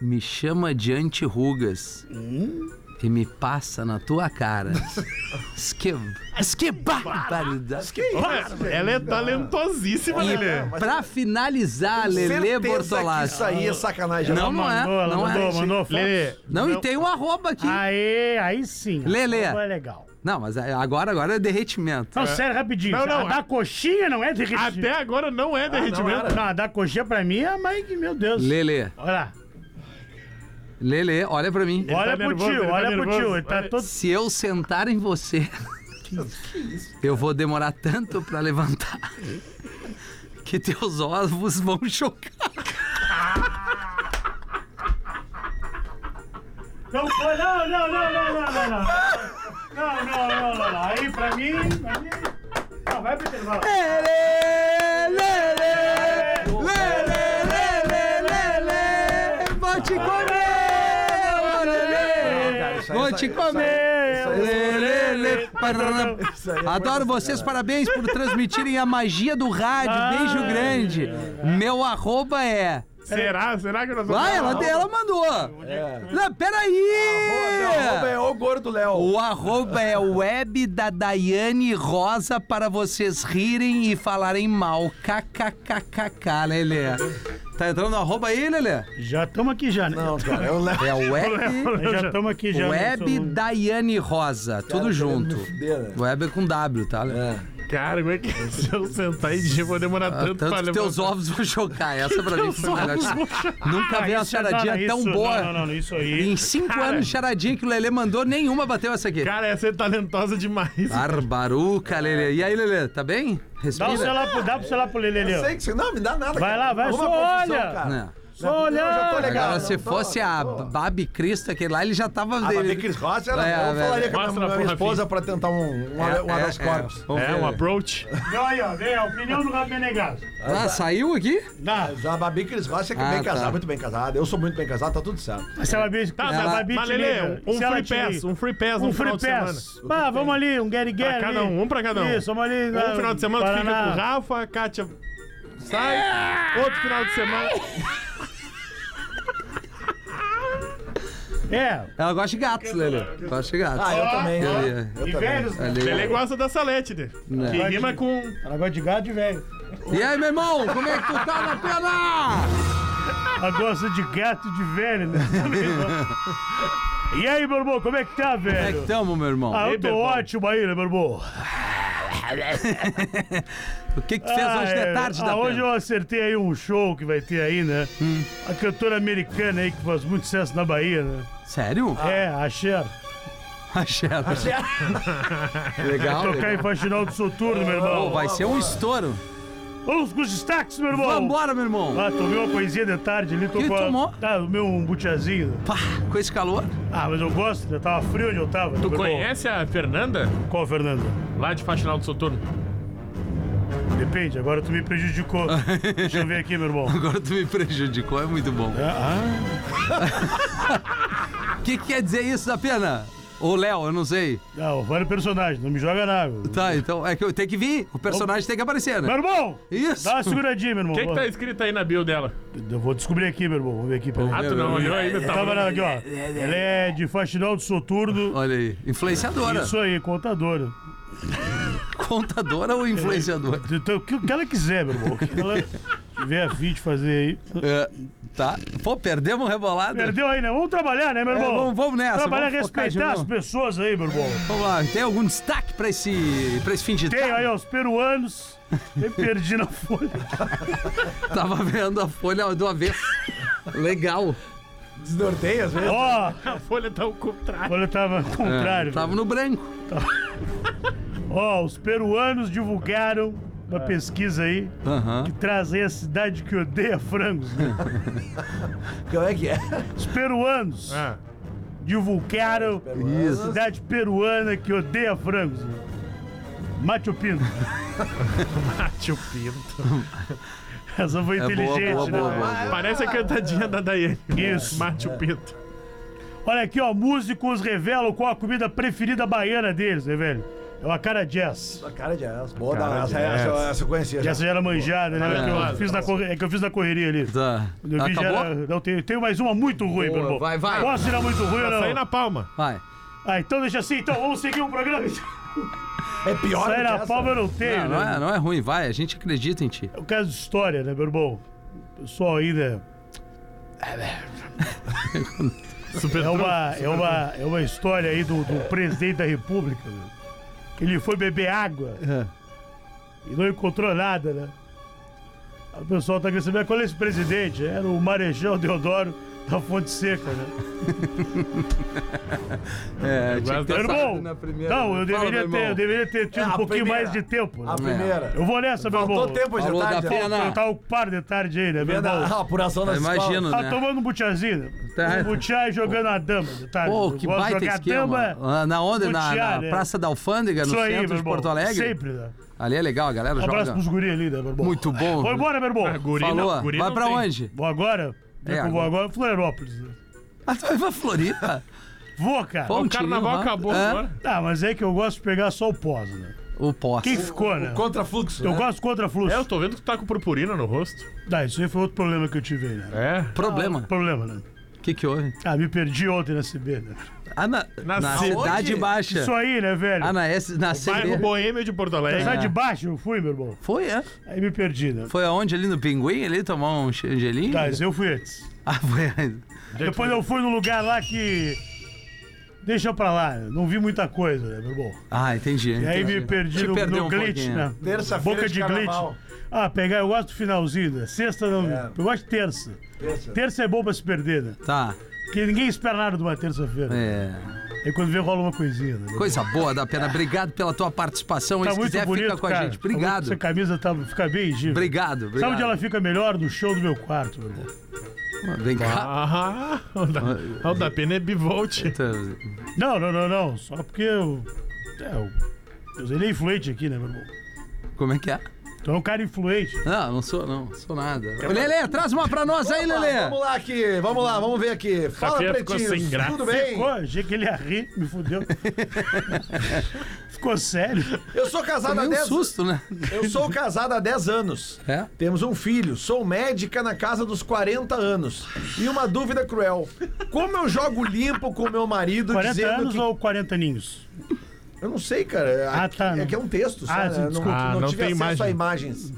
[SPEAKER 8] me chama de anti-rugas
[SPEAKER 9] Hum?
[SPEAKER 8] e me passa na tua cara. Esque... Esque barbaridade.
[SPEAKER 3] Olha, ela é talentosíssima, Lelê.
[SPEAKER 8] E pra finalizar, Lele
[SPEAKER 9] Certeza que Isso
[SPEAKER 8] Bortolassi.
[SPEAKER 9] aí é sacanagem.
[SPEAKER 8] Não, não é.
[SPEAKER 7] Mandou, ela
[SPEAKER 8] Não,
[SPEAKER 7] mandou,
[SPEAKER 8] é.
[SPEAKER 7] mandou. foto.
[SPEAKER 3] Lelê.
[SPEAKER 8] não, e tem um arroba aqui.
[SPEAKER 7] Aí, aí sim.
[SPEAKER 8] Lelê.
[SPEAKER 7] Agora É legal.
[SPEAKER 8] Não, mas agora, agora é derretimento.
[SPEAKER 7] Não, sério, rapidinho.
[SPEAKER 3] Não, não,
[SPEAKER 7] a da
[SPEAKER 3] a-
[SPEAKER 7] coxinha não é derretimento.
[SPEAKER 3] Até agora não
[SPEAKER 9] Ah,
[SPEAKER 3] é derretimento.
[SPEAKER 7] Não, a da coxinha pra mim é a mãe que, meu Deus.
[SPEAKER 8] Lele,
[SPEAKER 7] Olha lá.
[SPEAKER 8] Lele, olha pra mim.
[SPEAKER 7] olha pro
[SPEAKER 3] nervoso,
[SPEAKER 7] tio,
[SPEAKER 3] ele tá
[SPEAKER 7] olha pro
[SPEAKER 3] nervoso.
[SPEAKER 7] tio. Ele tá
[SPEAKER 3] Olha-
[SPEAKER 7] todo.
[SPEAKER 8] Se eu sentar em você, eu vou demorar tanto pra levantar que teus ovos vão chocar.
[SPEAKER 7] Não foi, não, não, não, não, não, não, não. Não, não, não, não, não. Aí, pra mim, pra mim. Não, vai pro intervalo.
[SPEAKER 8] Lele, lele, lele, lele, lele, vou te comer, lele,
[SPEAKER 9] isso aí
[SPEAKER 8] vou
[SPEAKER 9] é-
[SPEAKER 8] te
[SPEAKER 9] isso aí-
[SPEAKER 8] comer. Lele, lele, parará.
[SPEAKER 9] Isso aí é
[SPEAKER 8] Adoro vocês, parabéns por transmitirem a magia do rádio. Beijo grande. Meu arroba é.
[SPEAKER 3] Será? Será que nós vamos...
[SPEAKER 8] Ah, ela, ela mandou.
[SPEAKER 7] é
[SPEAKER 8] Não, peraí.
[SPEAKER 9] é Arroba é o gordo Léo.
[SPEAKER 8] O arroba é web da Daiane Rosa para vocês rirem e falarem mal. KKKKK, Lelê. Tá entrando no arroba aí, Lelê?
[SPEAKER 7] Já estamos aqui já, né?
[SPEAKER 9] Não, cara, é o Léo.
[SPEAKER 8] É web,
[SPEAKER 7] Nós já estamos aqui já. né? no
[SPEAKER 8] web
[SPEAKER 7] seu-
[SPEAKER 8] Daiane Rosa, tudo junto.
[SPEAKER 9] me fuder, né?
[SPEAKER 8] Web é com W, tá? Lelê?
[SPEAKER 3] Cara, como é que se eu sentar e dizer, vou demorar
[SPEAKER 7] Ah,
[SPEAKER 3] tanto,
[SPEAKER 8] Ah, Tanto
[SPEAKER 3] pra
[SPEAKER 8] que
[SPEAKER 3] levantar?
[SPEAKER 8] teus ovos vão chocar. Essa pra mim foi a melhor.
[SPEAKER 3] ovos vão
[SPEAKER 8] charada. Nunca vi uma
[SPEAKER 7] Isso, não,
[SPEAKER 8] charadinha
[SPEAKER 7] não,
[SPEAKER 8] tão
[SPEAKER 7] isso,
[SPEAKER 8] boa.
[SPEAKER 7] Não, não, não, isso aí.
[SPEAKER 8] Em cinco anos de charadinha que o Lelê mandou, nenhuma bateu essa aqui.
[SPEAKER 3] Cara, essa é talentosa demais.
[SPEAKER 7] Ah,
[SPEAKER 8] Barbaruca, Lelê. E aí, Lelê, tá bem?
[SPEAKER 7] Dá um o
[SPEAKER 8] Respira.
[SPEAKER 7] celular pro, dá pro celular pro Lelê. ali, ó.
[SPEAKER 9] Eu sei que você não me dá nada.
[SPEAKER 7] Vai
[SPEAKER 9] cara.
[SPEAKER 7] lá, vai,
[SPEAKER 9] Arruma
[SPEAKER 7] só
[SPEAKER 9] confusão,
[SPEAKER 7] olha.
[SPEAKER 9] cara.
[SPEAKER 8] Não.
[SPEAKER 7] Só
[SPEAKER 9] Eu já tô
[SPEAKER 7] olhar.
[SPEAKER 9] legal.
[SPEAKER 8] Né? Agora,
[SPEAKER 9] não
[SPEAKER 8] se
[SPEAKER 9] tô,
[SPEAKER 8] fosse
[SPEAKER 9] não
[SPEAKER 8] a
[SPEAKER 9] tô.
[SPEAKER 8] Babi Crista, aquele lá, ele já tava.
[SPEAKER 9] A
[SPEAKER 8] ele-
[SPEAKER 9] Babi Cris Ross era
[SPEAKER 8] É,
[SPEAKER 9] bom. Eu
[SPEAKER 8] velho.
[SPEAKER 9] falaria com a
[SPEAKER 3] Mostra
[SPEAKER 9] minha,
[SPEAKER 3] pro
[SPEAKER 9] minha esposa pra tentar um, um, um habeas
[SPEAKER 8] é,
[SPEAKER 9] corpus.
[SPEAKER 8] vamos
[SPEAKER 3] É,
[SPEAKER 8] ver.
[SPEAKER 3] um approach.
[SPEAKER 7] Não, aí, ó, vem a opinião do Gabi Negado.
[SPEAKER 8] Ah, saiu aqui?
[SPEAKER 7] Dá.
[SPEAKER 9] Mas A Babi Cris Ross é que
[SPEAKER 8] Ah,
[SPEAKER 9] bem
[SPEAKER 8] tá.
[SPEAKER 9] casada, muito bem casada. Eu sou muito bem casado, tá tudo certo.
[SPEAKER 7] Mas se ela vir,
[SPEAKER 3] Tá,
[SPEAKER 7] se a
[SPEAKER 3] mas-
[SPEAKER 7] Babi
[SPEAKER 3] mas
[SPEAKER 7] te
[SPEAKER 3] Lelê,
[SPEAKER 7] liga,
[SPEAKER 3] um
[SPEAKER 7] se ela
[SPEAKER 3] free
[SPEAKER 7] te
[SPEAKER 3] pass,
[SPEAKER 7] liga.
[SPEAKER 3] um free pass no
[SPEAKER 7] Um free
[SPEAKER 3] final de semana.
[SPEAKER 7] pass. Pá, vamos ali, um Gary Gary.
[SPEAKER 3] Pra cada um, um pra cada um.
[SPEAKER 7] Isso, vamos ali. lá,
[SPEAKER 3] Um final de semana tu fica
[SPEAKER 7] Paraná.
[SPEAKER 3] com o Rafa, a Kátia sai. Outro final de semana.
[SPEAKER 7] É.
[SPEAKER 8] Ela gosta de gatos, Lelê. Gosta de gatos.
[SPEAKER 9] Ah, eu também.
[SPEAKER 8] Ele- é,
[SPEAKER 9] né? Eu
[SPEAKER 7] E
[SPEAKER 9] também.
[SPEAKER 7] velhos, né?
[SPEAKER 8] Ali,
[SPEAKER 3] Ele gosta da salete, né? Que rima com.
[SPEAKER 7] Ela gosta de gato e velho.
[SPEAKER 8] ó. E aí, meu irmão, como é que tu tá na pena?
[SPEAKER 7] Ela gosta de gato e de velho, né? E aí, meu irmão, como é que tá,
[SPEAKER 8] Como é
[SPEAKER 7] velho?
[SPEAKER 8] que tamo, meu irmão?
[SPEAKER 7] Ah, eu tô
[SPEAKER 3] Berbão?
[SPEAKER 7] ótimo aí, né, meu irmão?
[SPEAKER 8] O que que tu fez
[SPEAKER 7] Ah,
[SPEAKER 8] hoje
[SPEAKER 7] é.
[SPEAKER 8] de tarde Hum.
[SPEAKER 7] Ah,
[SPEAKER 8] da
[SPEAKER 7] Hoje
[SPEAKER 8] pena?
[SPEAKER 7] eu acertei aí um show que vai ter aí, né? A cantora americana aí que faz muito sucesso na Bahia, né?
[SPEAKER 8] Sério?
[SPEAKER 7] É, a Cher.
[SPEAKER 8] Achei. Legal,
[SPEAKER 7] Tocar em
[SPEAKER 8] legal.
[SPEAKER 7] Faxinal do Soturno, meu
[SPEAKER 8] Pô,
[SPEAKER 7] irmão.
[SPEAKER 8] vai ser um estouro.
[SPEAKER 7] Vamos com os destaques, meu irmão.
[SPEAKER 8] Vambora, meu irmão.
[SPEAKER 7] Ah, tomei uma coisinha de tarde ali. Tô
[SPEAKER 8] Que
[SPEAKER 7] com a-
[SPEAKER 8] tomou?
[SPEAKER 7] Tá, o meu butiazinho. né?
[SPEAKER 8] Pá, com esse calor?
[SPEAKER 7] Ah, mas eu gosto, né? Tava frio onde eu tava.
[SPEAKER 3] Tu
[SPEAKER 7] meu irmão.
[SPEAKER 3] conhece a Fernanda?
[SPEAKER 7] Qual, Fernando?
[SPEAKER 3] Lá de Faxinal do Soturno.
[SPEAKER 7] Depende, agora tu me prejudicou. Deixa eu ver aqui, meu irmão. Ah,
[SPEAKER 8] Agora tu me prejudicou, é muito bom. O que, que quer dizer isso da pena? Ou Léo, eu não sei.
[SPEAKER 7] Não, vale o personagem, não me joga na água.
[SPEAKER 8] Tá, então é que eu tenho que vir, o personagem tem que aparecer, né?
[SPEAKER 7] Meu irmão!
[SPEAKER 8] Isso.
[SPEAKER 7] Dá uma seguradinha, meu irmão.
[SPEAKER 3] O que, que tá escrito aí na bio dela?
[SPEAKER 7] Eu vou descobrir aqui, meu irmão. Vamos ver aqui, peraí.
[SPEAKER 3] Ah, tu não olhou ainda?
[SPEAKER 7] Eu tava na- aqui, ó. Ela é de faxinal do soturno.
[SPEAKER 8] Olha aí, influenciadora.
[SPEAKER 7] Isso aí, contadora.
[SPEAKER 8] Contadora ou influenciadora?
[SPEAKER 7] Então, o que o que ela quiser, meu irmão. O que ela tiver a fim de fazer aí.
[SPEAKER 8] É, tá. Pô, perdemos rebolada.
[SPEAKER 7] Perdeu aí, né? Vamos trabalhar, né, meu
[SPEAKER 8] É,
[SPEAKER 7] irmão?
[SPEAKER 8] vamos- vamos nessa,
[SPEAKER 7] Trabalhar,
[SPEAKER 8] vamos focar de
[SPEAKER 7] respeitar
[SPEAKER 8] novo.
[SPEAKER 7] as pessoas aí, meu irmão.
[SPEAKER 8] Vamos lá, tem algum destaque pra esse, pra esse fim de
[SPEAKER 7] Tem
[SPEAKER 8] tarde?
[SPEAKER 7] aí, ó, os peruanos. Me perdi na folha.
[SPEAKER 8] Tava vendo a folha do avesso. Legal.
[SPEAKER 9] Desnorteia às vezes.
[SPEAKER 7] Ó,
[SPEAKER 3] A folha tá ao
[SPEAKER 7] a
[SPEAKER 3] contrário.
[SPEAKER 7] folha tava ao contrário.
[SPEAKER 8] Tava no branco.
[SPEAKER 7] Ó, os peruanos divulgaram uma pesquisa aí
[SPEAKER 8] Aham.
[SPEAKER 7] que traz aí a cidade que odeia frangos. né?
[SPEAKER 9] Como é que é?
[SPEAKER 7] Os peruanos
[SPEAKER 3] Ah,
[SPEAKER 7] divulgaram a cidade peruana que odeia frangos. né? Mate o Pinto.
[SPEAKER 3] tio Pinto.
[SPEAKER 7] Essa foi
[SPEAKER 8] É boa,
[SPEAKER 7] inteligente,
[SPEAKER 8] boa,
[SPEAKER 7] né?
[SPEAKER 8] boa, boa.
[SPEAKER 3] Parece a cantadinha da Daiane.
[SPEAKER 7] Isso. É.
[SPEAKER 3] Mate o Pinto.
[SPEAKER 7] Olha aqui, ó, músicos revelam qual a comida preferida baiana deles, né, velho? É o acarajés.
[SPEAKER 9] Sua cara de as boa
[SPEAKER 3] Cara
[SPEAKER 9] da
[SPEAKER 3] de
[SPEAKER 9] essa, essa,
[SPEAKER 3] essa.
[SPEAKER 9] essa eu conhecia.
[SPEAKER 7] E
[SPEAKER 9] já.
[SPEAKER 7] Essa já era manjada, né? que eu fiz na corre- É que eu fiz na correria ali.
[SPEAKER 8] Tá.
[SPEAKER 7] Quando Eu vi, já era...
[SPEAKER 8] Acabou?
[SPEAKER 7] Não, tenho, tenho mais uma muito ruim,
[SPEAKER 8] Boa,
[SPEAKER 7] meu irmão.
[SPEAKER 8] vai, vai.
[SPEAKER 7] Posso tirar muito ruim ou
[SPEAKER 3] Tá
[SPEAKER 7] não?
[SPEAKER 3] saindo na palma.
[SPEAKER 8] Vai.
[SPEAKER 7] Ah, então deixa assim, então vamos seguir o programa. Sair
[SPEAKER 9] É pior do que
[SPEAKER 7] na
[SPEAKER 9] essa.
[SPEAKER 7] palma eu não tenho,
[SPEAKER 8] Não,
[SPEAKER 7] né?
[SPEAKER 8] não é, não é ruim, vai. A gente acredita em ti.
[SPEAKER 7] É o caso de história, né, meu irmão? O pessoal ainda.
[SPEAKER 3] Super
[SPEAKER 7] É uma, é uma, é uma história aí do, do presidente da república. né? Ele foi beber água e não encontrou nada, né? Aí O pessoal tá querendo saber qual é esse presidente. Era o Marechal Deodoro da Fonte Seca, né?
[SPEAKER 8] É,
[SPEAKER 9] Tá
[SPEAKER 3] gosto
[SPEAKER 8] ter
[SPEAKER 7] Meu
[SPEAKER 8] saído
[SPEAKER 9] né,
[SPEAKER 7] irmão,
[SPEAKER 8] na primeira.
[SPEAKER 7] não, eu
[SPEAKER 8] Fala, meu
[SPEAKER 7] deveria,
[SPEAKER 8] irmão.
[SPEAKER 7] ter, eu deveria ter tido
[SPEAKER 9] É,
[SPEAKER 7] um
[SPEAKER 9] a
[SPEAKER 7] pouquinho
[SPEAKER 9] primeira.
[SPEAKER 7] mais de tempo.
[SPEAKER 9] A
[SPEAKER 7] né?
[SPEAKER 9] primeira.
[SPEAKER 7] Eu vou nessa, meu irmão.
[SPEAKER 9] Faltou tempo hoje de
[SPEAKER 8] Falou é. da
[SPEAKER 9] tarde. né?
[SPEAKER 8] pena.
[SPEAKER 7] Eu tava ocupado tá de tarde aí, né, meu irmão?
[SPEAKER 9] A apuração das escolas.
[SPEAKER 8] Imagino,
[SPEAKER 7] Tá
[SPEAKER 8] né?
[SPEAKER 7] tomando um butiazinho.
[SPEAKER 8] Tá.
[SPEAKER 7] Um butiá e jogando a dama de tarde.
[SPEAKER 8] Pô,
[SPEAKER 7] Eu
[SPEAKER 8] que
[SPEAKER 7] gosto de
[SPEAKER 8] baita
[SPEAKER 7] jogar
[SPEAKER 8] esquema.
[SPEAKER 7] dama.
[SPEAKER 8] Ah, Na onda, na,
[SPEAKER 7] Lutear,
[SPEAKER 8] na
[SPEAKER 7] né?
[SPEAKER 8] Praça da Alfândega, no
[SPEAKER 7] Isso aí,
[SPEAKER 8] centro
[SPEAKER 7] meu
[SPEAKER 8] de
[SPEAKER 7] irmão.
[SPEAKER 8] Porto Alegre.
[SPEAKER 7] Sempre, né?
[SPEAKER 8] Ali é legal, a galera
[SPEAKER 7] Um abraço
[SPEAKER 8] joga.
[SPEAKER 7] pros guri ali, né, meu irmão?
[SPEAKER 8] Muito bom.
[SPEAKER 7] Vou embora, meu irmão.
[SPEAKER 3] Ah, Guri não-
[SPEAKER 8] Falou.
[SPEAKER 3] guri
[SPEAKER 8] Vai
[SPEAKER 3] não
[SPEAKER 8] pra
[SPEAKER 3] tem.
[SPEAKER 8] onde?
[SPEAKER 7] Vou agora.
[SPEAKER 8] É,
[SPEAKER 7] Já que eu vou
[SPEAKER 8] agora.
[SPEAKER 7] agora, Florianópolis. né?
[SPEAKER 8] Ah, tu vai pra Floripa?
[SPEAKER 7] Vou, cara.
[SPEAKER 8] Bom,
[SPEAKER 3] O carnaval acabou
[SPEAKER 8] É.
[SPEAKER 3] agora.
[SPEAKER 7] Tá, mas é que eu gosto de pegar só o pós, né?
[SPEAKER 8] O pós.
[SPEAKER 7] Quem ficou, né?
[SPEAKER 9] Contrafluxo.
[SPEAKER 7] Eu gosto contra fluxo.
[SPEAKER 3] É, eu tô vendo que tu tá com purpurina no rosto.
[SPEAKER 7] Tá, isso aí foi outro problema que eu tive aí, né?
[SPEAKER 3] É.
[SPEAKER 8] Problema.
[SPEAKER 7] Problema, né?
[SPEAKER 8] O que que houve?
[SPEAKER 7] Ah, me perdi ontem na CB, né?
[SPEAKER 8] Ah, na,
[SPEAKER 3] Na
[SPEAKER 8] na
[SPEAKER 3] cidade-
[SPEAKER 8] Cidade Baixa.
[SPEAKER 7] Isso aí, né, velho?
[SPEAKER 8] Ah, é. na, S, na
[SPEAKER 3] Bairro
[SPEAKER 8] CB.
[SPEAKER 3] Boêmio de Porto Alegre.
[SPEAKER 7] Lá de baixo eu fui, meu irmão.
[SPEAKER 8] Foi, é.
[SPEAKER 7] Aí me perdi, né?
[SPEAKER 8] Foi aonde? Ali no Pinguim? Ali tomar um che- gelinho?
[SPEAKER 7] Tá, isso eu fui antes.
[SPEAKER 8] Ah, foi.
[SPEAKER 7] Depois eu fui num lugar lá que. Deixa pra lá, né? não vi muita coisa, né, meu irmão?
[SPEAKER 8] Ah, entendi.
[SPEAKER 7] E aí
[SPEAKER 8] entendi.
[SPEAKER 7] me perdi
[SPEAKER 8] Te
[SPEAKER 7] no,
[SPEAKER 8] perdeu
[SPEAKER 7] no
[SPEAKER 8] um
[SPEAKER 7] glitch,
[SPEAKER 8] pouquinho.
[SPEAKER 7] né?
[SPEAKER 9] Terça-feira
[SPEAKER 7] Boca
[SPEAKER 9] de
[SPEAKER 7] de glitch.
[SPEAKER 9] carnaval.
[SPEAKER 7] Ah, pegar, eu gosto do finalzinho, né? Sexta não.
[SPEAKER 9] É.
[SPEAKER 7] Eu gosto de terça.
[SPEAKER 9] Terça.
[SPEAKER 7] Terça é bom pra se perder, né?
[SPEAKER 8] Tá.
[SPEAKER 7] Porque ninguém espera nada de uma terça-feira.
[SPEAKER 8] É.
[SPEAKER 7] Aí quando vê, rola uma coisinha, né?
[SPEAKER 8] Coisa boa, da pena. Obrigado pela tua participação.
[SPEAKER 7] Tá
[SPEAKER 8] Se
[SPEAKER 7] muito
[SPEAKER 8] quiser,
[SPEAKER 7] bonito,
[SPEAKER 8] fica com a
[SPEAKER 7] cara.
[SPEAKER 8] gente.
[SPEAKER 7] Tá muito-
[SPEAKER 8] Obrigado.
[SPEAKER 7] Essa camisa tá, fica bem, Gil.
[SPEAKER 8] Obrigado, obrigado.
[SPEAKER 7] Sabe onde ela fica melhor? No show do meu quarto, meu irmão.
[SPEAKER 8] Vem cá.
[SPEAKER 3] Ah, o da, o da pena é bivolt.
[SPEAKER 7] Não, não, não, não. Só porque eu. É, eu. Eu sei, ele é influente aqui, né, meu irmão?
[SPEAKER 8] Como é que é?
[SPEAKER 7] Tu é um cara influente.
[SPEAKER 8] Não, não sou, não. Sou nada. Ô, Lelê, traz uma pra nós aí, Lelê.
[SPEAKER 9] Vamos lá aqui, vamos lá, vamos ver aqui. Fala,
[SPEAKER 3] Rafinha ficou sem
[SPEAKER 9] pretinhos,
[SPEAKER 3] graça.
[SPEAKER 9] tudo bem?
[SPEAKER 7] Pô, achei que ele ia rir, me fudeu. Ficou sério.
[SPEAKER 9] Eu sou casado há
[SPEAKER 8] Tomei um
[SPEAKER 9] 10
[SPEAKER 8] susto, né?
[SPEAKER 9] Eu sou casado há 10 anos.
[SPEAKER 8] É?
[SPEAKER 9] Temos um filho, sou médica na casa dos 40 anos. E uma dúvida cruel: como eu jogo limpo com meu marido
[SPEAKER 7] 40
[SPEAKER 9] dizendo
[SPEAKER 7] anos
[SPEAKER 9] que.
[SPEAKER 7] ou 40 ninhos?
[SPEAKER 9] Eu não sei, cara.
[SPEAKER 7] Ah,
[SPEAKER 9] Ah,
[SPEAKER 7] tá.
[SPEAKER 9] É que é um texto só.
[SPEAKER 7] Ah,
[SPEAKER 9] né?
[SPEAKER 7] sim,
[SPEAKER 9] não,
[SPEAKER 7] desculpa.
[SPEAKER 9] não,
[SPEAKER 3] Ah, não
[SPEAKER 9] tive
[SPEAKER 3] tem
[SPEAKER 9] acesso a
[SPEAKER 3] imagem.
[SPEAKER 9] imagens.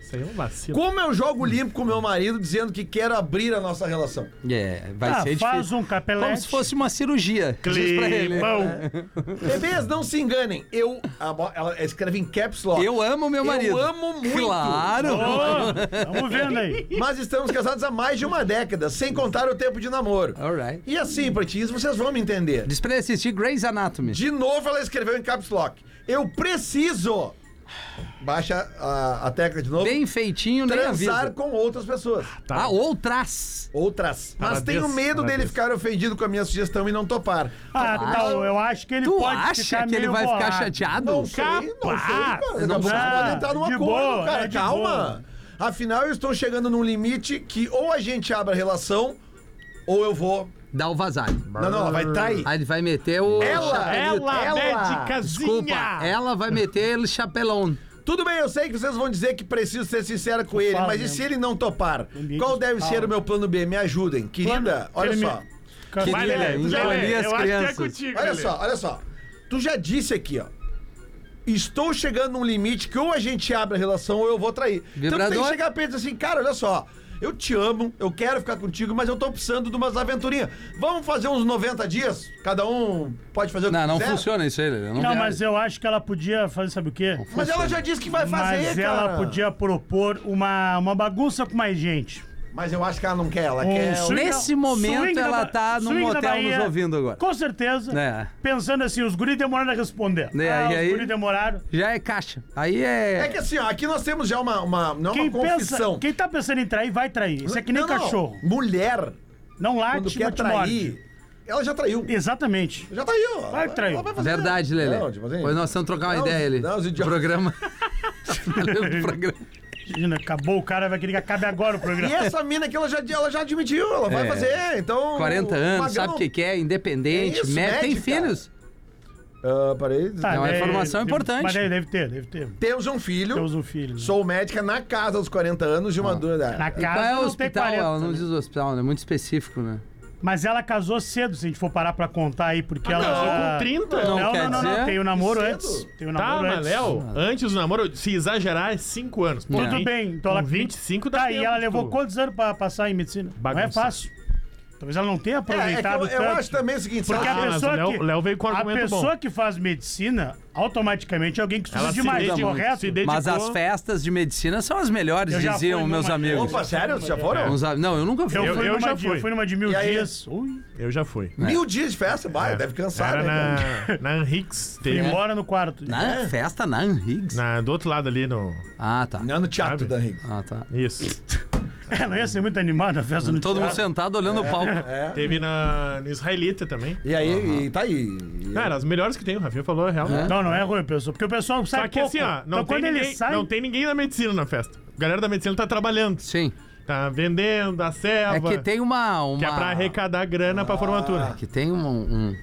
[SPEAKER 3] Isso aí é um vacilo.
[SPEAKER 9] Como eu jogo limpo com meu marido dizendo que quero abrir a nossa relação?
[SPEAKER 8] É, vai
[SPEAKER 7] ah,
[SPEAKER 8] ser
[SPEAKER 7] faz
[SPEAKER 8] difícil.
[SPEAKER 7] um capelete.
[SPEAKER 8] Como se fosse uma cirurgia. Diz pra ele.
[SPEAKER 3] Climão.
[SPEAKER 9] Bebês, não se enganem. Eu. a mo- Ela escreve em caps lock.
[SPEAKER 8] Eu amo meu
[SPEAKER 9] Eu
[SPEAKER 8] marido.
[SPEAKER 9] amo muito.
[SPEAKER 8] Claro.
[SPEAKER 7] Vamos vendo aí.
[SPEAKER 9] Mas estamos casados há mais de uma década, sem contar o tempo de namoro.
[SPEAKER 8] Alright.
[SPEAKER 9] E assim, pretinhos, vocês vão me entender.
[SPEAKER 8] Diz pra ele assistir Grey's Anatomy.
[SPEAKER 9] De novo ela escreveu em caps lock. Eu preciso Baixa a, a tecla de novo.
[SPEAKER 8] Bem feitinho, nem avisa.
[SPEAKER 9] Transar com outras pessoas.
[SPEAKER 8] Ah, outras.
[SPEAKER 9] Outras. Mas
[SPEAKER 3] Parabéns,
[SPEAKER 9] tenho medo dele
[SPEAKER 3] parabéns.
[SPEAKER 9] ficar ofendido com a minha sugestão e não topar.
[SPEAKER 7] Ah,
[SPEAKER 8] Tu
[SPEAKER 7] tal, eu acho que ele
[SPEAKER 8] tu
[SPEAKER 7] pode
[SPEAKER 8] acha
[SPEAKER 7] ficar
[SPEAKER 8] que ele
[SPEAKER 7] meio
[SPEAKER 8] vai ficar
[SPEAKER 7] bolado.
[SPEAKER 8] chateado?
[SPEAKER 9] Não sei, não sei, cara. Daqui a
[SPEAKER 8] Não
[SPEAKER 9] pouco vocês
[SPEAKER 7] sabe.
[SPEAKER 9] podem entrar num
[SPEAKER 7] De
[SPEAKER 9] acordo,
[SPEAKER 7] boa,
[SPEAKER 9] cara.
[SPEAKER 7] Ah, é de
[SPEAKER 9] calma.
[SPEAKER 7] boa.
[SPEAKER 9] Afinal, eu estou chegando num limite que ou a gente abre a relação, ou eu vou.
[SPEAKER 8] Dá o vazar.
[SPEAKER 9] Não, não, ela vai trair.
[SPEAKER 8] Aí ele vai meter o.
[SPEAKER 9] Ela, é
[SPEAKER 3] Ela,
[SPEAKER 9] ela.
[SPEAKER 3] médicazinha!
[SPEAKER 8] Desculpa, é ela vai meter ele chapelão.
[SPEAKER 9] Tudo bem, eu sei que vocês vão dizer que preciso ser sincero com ele,
[SPEAKER 7] falo
[SPEAKER 9] mas e
[SPEAKER 7] mesmo.
[SPEAKER 9] se ele não topar?
[SPEAKER 7] Ninguém
[SPEAKER 9] Qual deve
[SPEAKER 7] fala.
[SPEAKER 9] ser o meu plano B? Me ajudem. Querida,
[SPEAKER 7] Plano-
[SPEAKER 9] olha
[SPEAKER 7] ele me-
[SPEAKER 9] só.
[SPEAKER 3] Vai,
[SPEAKER 8] Queria
[SPEAKER 3] Lelê,
[SPEAKER 8] engolir
[SPEAKER 3] Lelê,
[SPEAKER 8] as
[SPEAKER 3] eu acho que é
[SPEAKER 8] crianças.
[SPEAKER 3] contigo,
[SPEAKER 9] Olha
[SPEAKER 3] Lelê.
[SPEAKER 9] só, olha só. Tu já disse aqui, ó. Estou chegando num limite que ou a gente abre a relação ou eu vou trair. Então tu tem que
[SPEAKER 8] Vibrador.
[SPEAKER 9] chegar perto e dizer assim, cara, olha só. Eu te amo, eu quero ficar contigo, mas eu tô precisando de umas aventurinhas. Vamos fazer uns 90 dias? Cada um pode fazer o que
[SPEAKER 8] Não, não
[SPEAKER 9] quiser?
[SPEAKER 8] funciona isso aí, Lelê. Não,
[SPEAKER 7] Não,
[SPEAKER 8] vai.
[SPEAKER 7] mas eu acho que ela podia fazer, sabe o quê?
[SPEAKER 9] Mas ela já disse que vai fazer,
[SPEAKER 7] Mas
[SPEAKER 9] cara.
[SPEAKER 7] ela podia propor uma, uma bagunça com mais gente.
[SPEAKER 9] Mas eu acho É que ela não quer, ela
[SPEAKER 7] Um
[SPEAKER 9] quer...
[SPEAKER 7] swing
[SPEAKER 8] Nesse
[SPEAKER 7] da-
[SPEAKER 8] momento
[SPEAKER 7] swing da
[SPEAKER 8] ela
[SPEAKER 7] Ba-
[SPEAKER 8] tá num
[SPEAKER 7] swing da
[SPEAKER 8] hotel
[SPEAKER 7] Bahia,
[SPEAKER 8] nos ouvindo agora.
[SPEAKER 7] Com certeza.
[SPEAKER 8] É.
[SPEAKER 7] Pensando assim, os guris demoraram a responder.
[SPEAKER 8] Né,
[SPEAKER 7] ah,
[SPEAKER 8] e aí-
[SPEAKER 7] os guris demoraram.
[SPEAKER 8] Já é caixa. Aí
[SPEAKER 9] É
[SPEAKER 8] é.
[SPEAKER 9] que assim, ó, aqui nós temos já uma, uma não é
[SPEAKER 7] Quem,
[SPEAKER 9] uma confissão.
[SPEAKER 7] pensa, quem tá pensando em trair, vai trair. Isso é que nem
[SPEAKER 9] Não, não.
[SPEAKER 7] cachorro.
[SPEAKER 9] Mulher,
[SPEAKER 7] Não late,
[SPEAKER 9] quando
[SPEAKER 7] mas
[SPEAKER 9] quer
[SPEAKER 7] te morde.
[SPEAKER 9] trair, ela já traiu.
[SPEAKER 7] Exatamente.
[SPEAKER 9] Já traiu. ó.
[SPEAKER 7] Vai que traiu.
[SPEAKER 9] Ela vai fazer-
[SPEAKER 8] Verdade, Lelê.
[SPEAKER 9] Não, tipo assim,
[SPEAKER 8] Pois nós temos trocar uma
[SPEAKER 9] não,
[SPEAKER 8] ideia ali.
[SPEAKER 9] não, os
[SPEAKER 8] do
[SPEAKER 9] idiotas.
[SPEAKER 8] programa. Lelê do programa.
[SPEAKER 7] Imagina, acabou o cara, vai querer que acabe agora o
[SPEAKER 9] E
[SPEAKER 7] programa.
[SPEAKER 9] essa mina que ela já, ela já admitiu, ela vai
[SPEAKER 8] É.
[SPEAKER 9] fazer, então...
[SPEAKER 8] 40 anos,
[SPEAKER 9] magrão-
[SPEAKER 8] sabe o que quer, independente,
[SPEAKER 9] É isso,
[SPEAKER 8] mé- tem
[SPEAKER 9] médica.
[SPEAKER 8] filhos.
[SPEAKER 9] Ah, peraí.
[SPEAKER 7] Tá,
[SPEAKER 8] é uma
[SPEAKER 7] daí-
[SPEAKER 8] informação
[SPEAKER 7] deve-
[SPEAKER 8] importante.
[SPEAKER 7] Mas daí deve ter, deve ter.
[SPEAKER 9] Temos um filho,
[SPEAKER 7] Temos um filho. né?
[SPEAKER 9] sou médica na casa aos 40 anos de uma dúvida.
[SPEAKER 7] Na
[SPEAKER 8] E qual
[SPEAKER 7] casa
[SPEAKER 8] é o
[SPEAKER 7] não tem
[SPEAKER 8] hospital?
[SPEAKER 7] 40,
[SPEAKER 8] Ela não
[SPEAKER 7] né?
[SPEAKER 8] diz o hospital, né? É muito específico, né?
[SPEAKER 7] Mas ela casou cedo, se a gente for parar pra contar aí, porque ela.
[SPEAKER 3] Ah, Casou com 30?
[SPEAKER 8] Não,
[SPEAKER 7] Não, não, não,
[SPEAKER 8] quer
[SPEAKER 7] não,
[SPEAKER 8] dizer?
[SPEAKER 7] Tem o namoro
[SPEAKER 9] Cedo.
[SPEAKER 7] antes. Tem o
[SPEAKER 3] Tá,
[SPEAKER 7] namoro
[SPEAKER 3] mas
[SPEAKER 7] antes.
[SPEAKER 3] Léo, antes do namoro, se exagerar, é 5 anos. Pô,
[SPEAKER 7] Tudo
[SPEAKER 3] vinte-
[SPEAKER 7] bem. Então
[SPEAKER 3] com
[SPEAKER 7] ela
[SPEAKER 3] 25 dá
[SPEAKER 7] tá, e
[SPEAKER 3] tempo
[SPEAKER 7] ela
[SPEAKER 3] de
[SPEAKER 7] levou
[SPEAKER 3] tu-
[SPEAKER 7] quantos anos pra passar em medicina? Não é
[SPEAKER 3] Bagunça.
[SPEAKER 7] fácil. Talvez ela não tenha
[SPEAKER 9] É, é que
[SPEAKER 7] aproveitado
[SPEAKER 9] eu, eu
[SPEAKER 7] tanto.
[SPEAKER 9] acho também o seguinte,
[SPEAKER 7] Porque
[SPEAKER 9] sabe?
[SPEAKER 3] Ah,
[SPEAKER 7] a
[SPEAKER 3] mas
[SPEAKER 7] pessoa,
[SPEAKER 3] o Léo-
[SPEAKER 7] que,
[SPEAKER 3] o Léo veio com um
[SPEAKER 7] a
[SPEAKER 3] argumento
[SPEAKER 7] pessoa
[SPEAKER 3] bom.
[SPEAKER 7] que faz medicina, automaticamente é alguém que
[SPEAKER 3] Ela
[SPEAKER 7] precisa de
[SPEAKER 3] se
[SPEAKER 7] mais,
[SPEAKER 3] dedicou-
[SPEAKER 7] correto?
[SPEAKER 3] se dedicou.
[SPEAKER 8] Mas as festas de medicina são as melhores,
[SPEAKER 7] Eu já
[SPEAKER 8] diziam
[SPEAKER 7] fui
[SPEAKER 8] meus
[SPEAKER 7] numa-
[SPEAKER 8] amigos.
[SPEAKER 9] Opa, é. sério? Vocês já foram?
[SPEAKER 8] Uns am- Não, eu nunca fui.
[SPEAKER 7] Eu, fui
[SPEAKER 3] eu
[SPEAKER 7] numa
[SPEAKER 3] já
[SPEAKER 7] de,
[SPEAKER 3] fui.
[SPEAKER 7] eu fui numa de mil
[SPEAKER 9] E aí?
[SPEAKER 7] dias. Ui,
[SPEAKER 3] Eu já fui.
[SPEAKER 8] é.
[SPEAKER 9] Mil dias de festa,
[SPEAKER 7] É.
[SPEAKER 9] vai, deve cansar,
[SPEAKER 3] Era
[SPEAKER 9] né? cara?
[SPEAKER 3] na, na Henriques,
[SPEAKER 7] Tá fui
[SPEAKER 3] teve
[SPEAKER 7] embora no quarto.
[SPEAKER 8] Na
[SPEAKER 9] É?
[SPEAKER 8] festa na Anrix?
[SPEAKER 3] na, do outro lado ali no.
[SPEAKER 8] Ah, tá.
[SPEAKER 9] Não é no teatro,
[SPEAKER 3] Sabe?
[SPEAKER 9] da Henrique.
[SPEAKER 8] Ah, tá.
[SPEAKER 3] Isso.
[SPEAKER 7] É, não ia ser muito animada a festa no
[SPEAKER 8] Todo mundo
[SPEAKER 7] teatro.
[SPEAKER 8] sentado olhando o
[SPEAKER 7] É.
[SPEAKER 8] palco.
[SPEAKER 3] Teve na, no Israelita também.
[SPEAKER 9] É. E aí, e tá aí. E-
[SPEAKER 3] Cara, as melhores que tem, o Rafinha falou, é real.
[SPEAKER 7] Não, não é ruim, pessoal. Porque o pessoal sai
[SPEAKER 3] Só que
[SPEAKER 7] pouco.
[SPEAKER 3] assim, ó, não,
[SPEAKER 7] então
[SPEAKER 3] tem
[SPEAKER 7] quando ele
[SPEAKER 3] ninguém,
[SPEAKER 7] sai...
[SPEAKER 3] não tem ninguém da medicina na festa. A galera da medicina tá trabalhando,
[SPEAKER 8] Sim.
[SPEAKER 3] tá vendendo a serva,
[SPEAKER 8] É que tem uma. uma...
[SPEAKER 3] que é pra arrecadar grana pra formatura.
[SPEAKER 8] que tem um, um-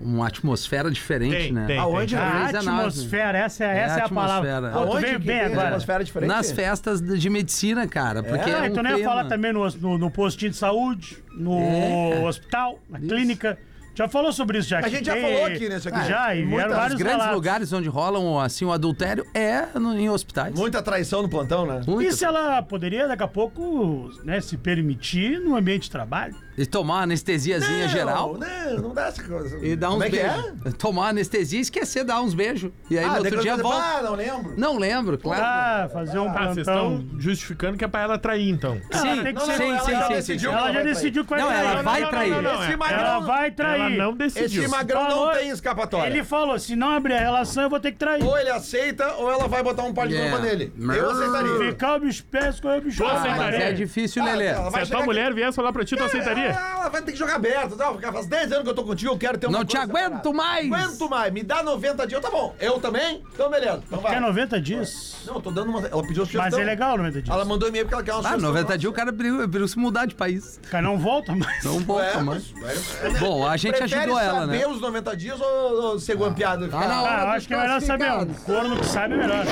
[SPEAKER 8] uma atmosfera diferente,
[SPEAKER 3] Tem,
[SPEAKER 8] né?
[SPEAKER 3] tem.
[SPEAKER 9] Aonde?
[SPEAKER 3] tem.
[SPEAKER 7] A
[SPEAKER 8] Talvez é nós,
[SPEAKER 7] atmosfera, essa é,
[SPEAKER 8] É
[SPEAKER 7] essa é
[SPEAKER 8] a
[SPEAKER 7] a palavra.
[SPEAKER 8] atmosfera. é
[SPEAKER 7] Pô, tu
[SPEAKER 9] Aonde
[SPEAKER 7] veio
[SPEAKER 9] que
[SPEAKER 7] bem
[SPEAKER 9] tem
[SPEAKER 7] agora.
[SPEAKER 9] atmosfera diferente?
[SPEAKER 8] Nas festas de de medicina, cara. Porque é.
[SPEAKER 7] Ah,
[SPEAKER 8] um
[SPEAKER 7] então nem ia
[SPEAKER 8] clima.
[SPEAKER 7] falar também no, hos- no, no postinho de saúde, no
[SPEAKER 8] É.
[SPEAKER 7] hospital, na
[SPEAKER 8] Isso.
[SPEAKER 7] clínica. Já falou sobre isso já.
[SPEAKER 9] A
[SPEAKER 7] que
[SPEAKER 9] gente já
[SPEAKER 7] tem-
[SPEAKER 9] falou aqui, né, isso aqui.
[SPEAKER 7] Já, e
[SPEAKER 9] Muitas
[SPEAKER 7] vieram
[SPEAKER 8] Os
[SPEAKER 7] vários
[SPEAKER 8] grandes
[SPEAKER 7] relatos.
[SPEAKER 8] lugares onde rolam assim, o adultério é no- em hospitais.
[SPEAKER 9] Muita traição no plantão, né?
[SPEAKER 8] Muito.
[SPEAKER 7] E se ela poderia, daqui a pouco, né, se permitir no ambiente de trabalho?
[SPEAKER 8] E tomar uma anestesiazinha geral.
[SPEAKER 9] Não, não dá essa coisa.
[SPEAKER 8] E dar uns
[SPEAKER 9] Como é que
[SPEAKER 8] beijos.
[SPEAKER 9] é?
[SPEAKER 8] Tomar uma anestesia e esquecer dar uns beijos. E aí
[SPEAKER 9] Ah,
[SPEAKER 8] no
[SPEAKER 9] daí
[SPEAKER 8] outro
[SPEAKER 9] quando
[SPEAKER 8] dia
[SPEAKER 9] você-
[SPEAKER 8] volta.
[SPEAKER 9] Ah, não lembro.
[SPEAKER 8] Não lembro, claro.
[SPEAKER 7] Ah, fazer um
[SPEAKER 3] Ah, vocês
[SPEAKER 7] plantão.
[SPEAKER 3] estão justificando que é pra ela trair, então.
[SPEAKER 7] Ela tem
[SPEAKER 8] sim,
[SPEAKER 7] que
[SPEAKER 9] Não, não,
[SPEAKER 7] ser-
[SPEAKER 8] sim,
[SPEAKER 9] ela
[SPEAKER 8] sim,
[SPEAKER 9] já
[SPEAKER 8] sim, sim,
[SPEAKER 9] decidiu.
[SPEAKER 8] sim.
[SPEAKER 7] Ela já decidiu é que vai
[SPEAKER 8] Não, ela
[SPEAKER 7] trair.
[SPEAKER 8] vai trair.
[SPEAKER 9] Esse magrão-
[SPEAKER 7] é. Ela vai
[SPEAKER 3] Ela
[SPEAKER 7] trair.
[SPEAKER 3] não decidiu.
[SPEAKER 9] Esse magrão não
[SPEAKER 7] Falou.
[SPEAKER 9] tem escapatória.
[SPEAKER 7] Ele falou, se não abrir a relação, eu vou ter que trair.
[SPEAKER 9] Ou ele aceita, ou ela vai botar um par de
[SPEAKER 8] Yeah.
[SPEAKER 9] roupa nele. Eu
[SPEAKER 8] Mrrr.
[SPEAKER 9] aceitaria.
[SPEAKER 7] Ficar o bicho pés com o bicho.
[SPEAKER 3] Você
[SPEAKER 7] Ah,
[SPEAKER 8] Ah, mas
[SPEAKER 3] aceitaria?
[SPEAKER 8] é difícil,
[SPEAKER 9] Ah,
[SPEAKER 8] Lelê.
[SPEAKER 9] ela
[SPEAKER 3] Se
[SPEAKER 9] vai
[SPEAKER 3] a
[SPEAKER 9] chegar
[SPEAKER 3] tua
[SPEAKER 9] aqui- Ah,
[SPEAKER 3] mulher viesse falar pra ti, tu aceitaria?
[SPEAKER 9] Ela vai ter que jogar aberto. Não, porque faz 10 anos que eu tô contigo, eu quero ter uma
[SPEAKER 8] Não te
[SPEAKER 9] coisa
[SPEAKER 8] aguento
[SPEAKER 9] separada.
[SPEAKER 8] mais.
[SPEAKER 9] Aguento mais. Me dá 90 dias, tá bom. Eu também? Então, beleza. Então vai.
[SPEAKER 7] Quer 90 dias?
[SPEAKER 9] Não, eu tô dando uma... Ela pediu sugestão.
[SPEAKER 7] Mas é legal 90 dias.
[SPEAKER 9] Ela mandou e-mail porque ela quer uma
[SPEAKER 8] Ah,
[SPEAKER 9] sugestão
[SPEAKER 8] 90
[SPEAKER 9] nossa.
[SPEAKER 8] dias o cara abriu, abriu se mudar de país.
[SPEAKER 7] O cara não volta mais.
[SPEAKER 8] Não
[SPEAKER 9] É,
[SPEAKER 8] volta, mano.
[SPEAKER 9] mas...
[SPEAKER 8] Bom, a gente
[SPEAKER 9] Prefere
[SPEAKER 8] ajudou ela,
[SPEAKER 9] saber
[SPEAKER 8] né?
[SPEAKER 9] os 90 dias ou, ou ser guampeado? e
[SPEAKER 8] Tá
[SPEAKER 9] ficar-
[SPEAKER 8] na hora.
[SPEAKER 7] Ah, eu
[SPEAKER 8] dos
[SPEAKER 7] acho que é melhor saber. Um
[SPEAKER 8] classificados.
[SPEAKER 7] corno que sabe é melhor.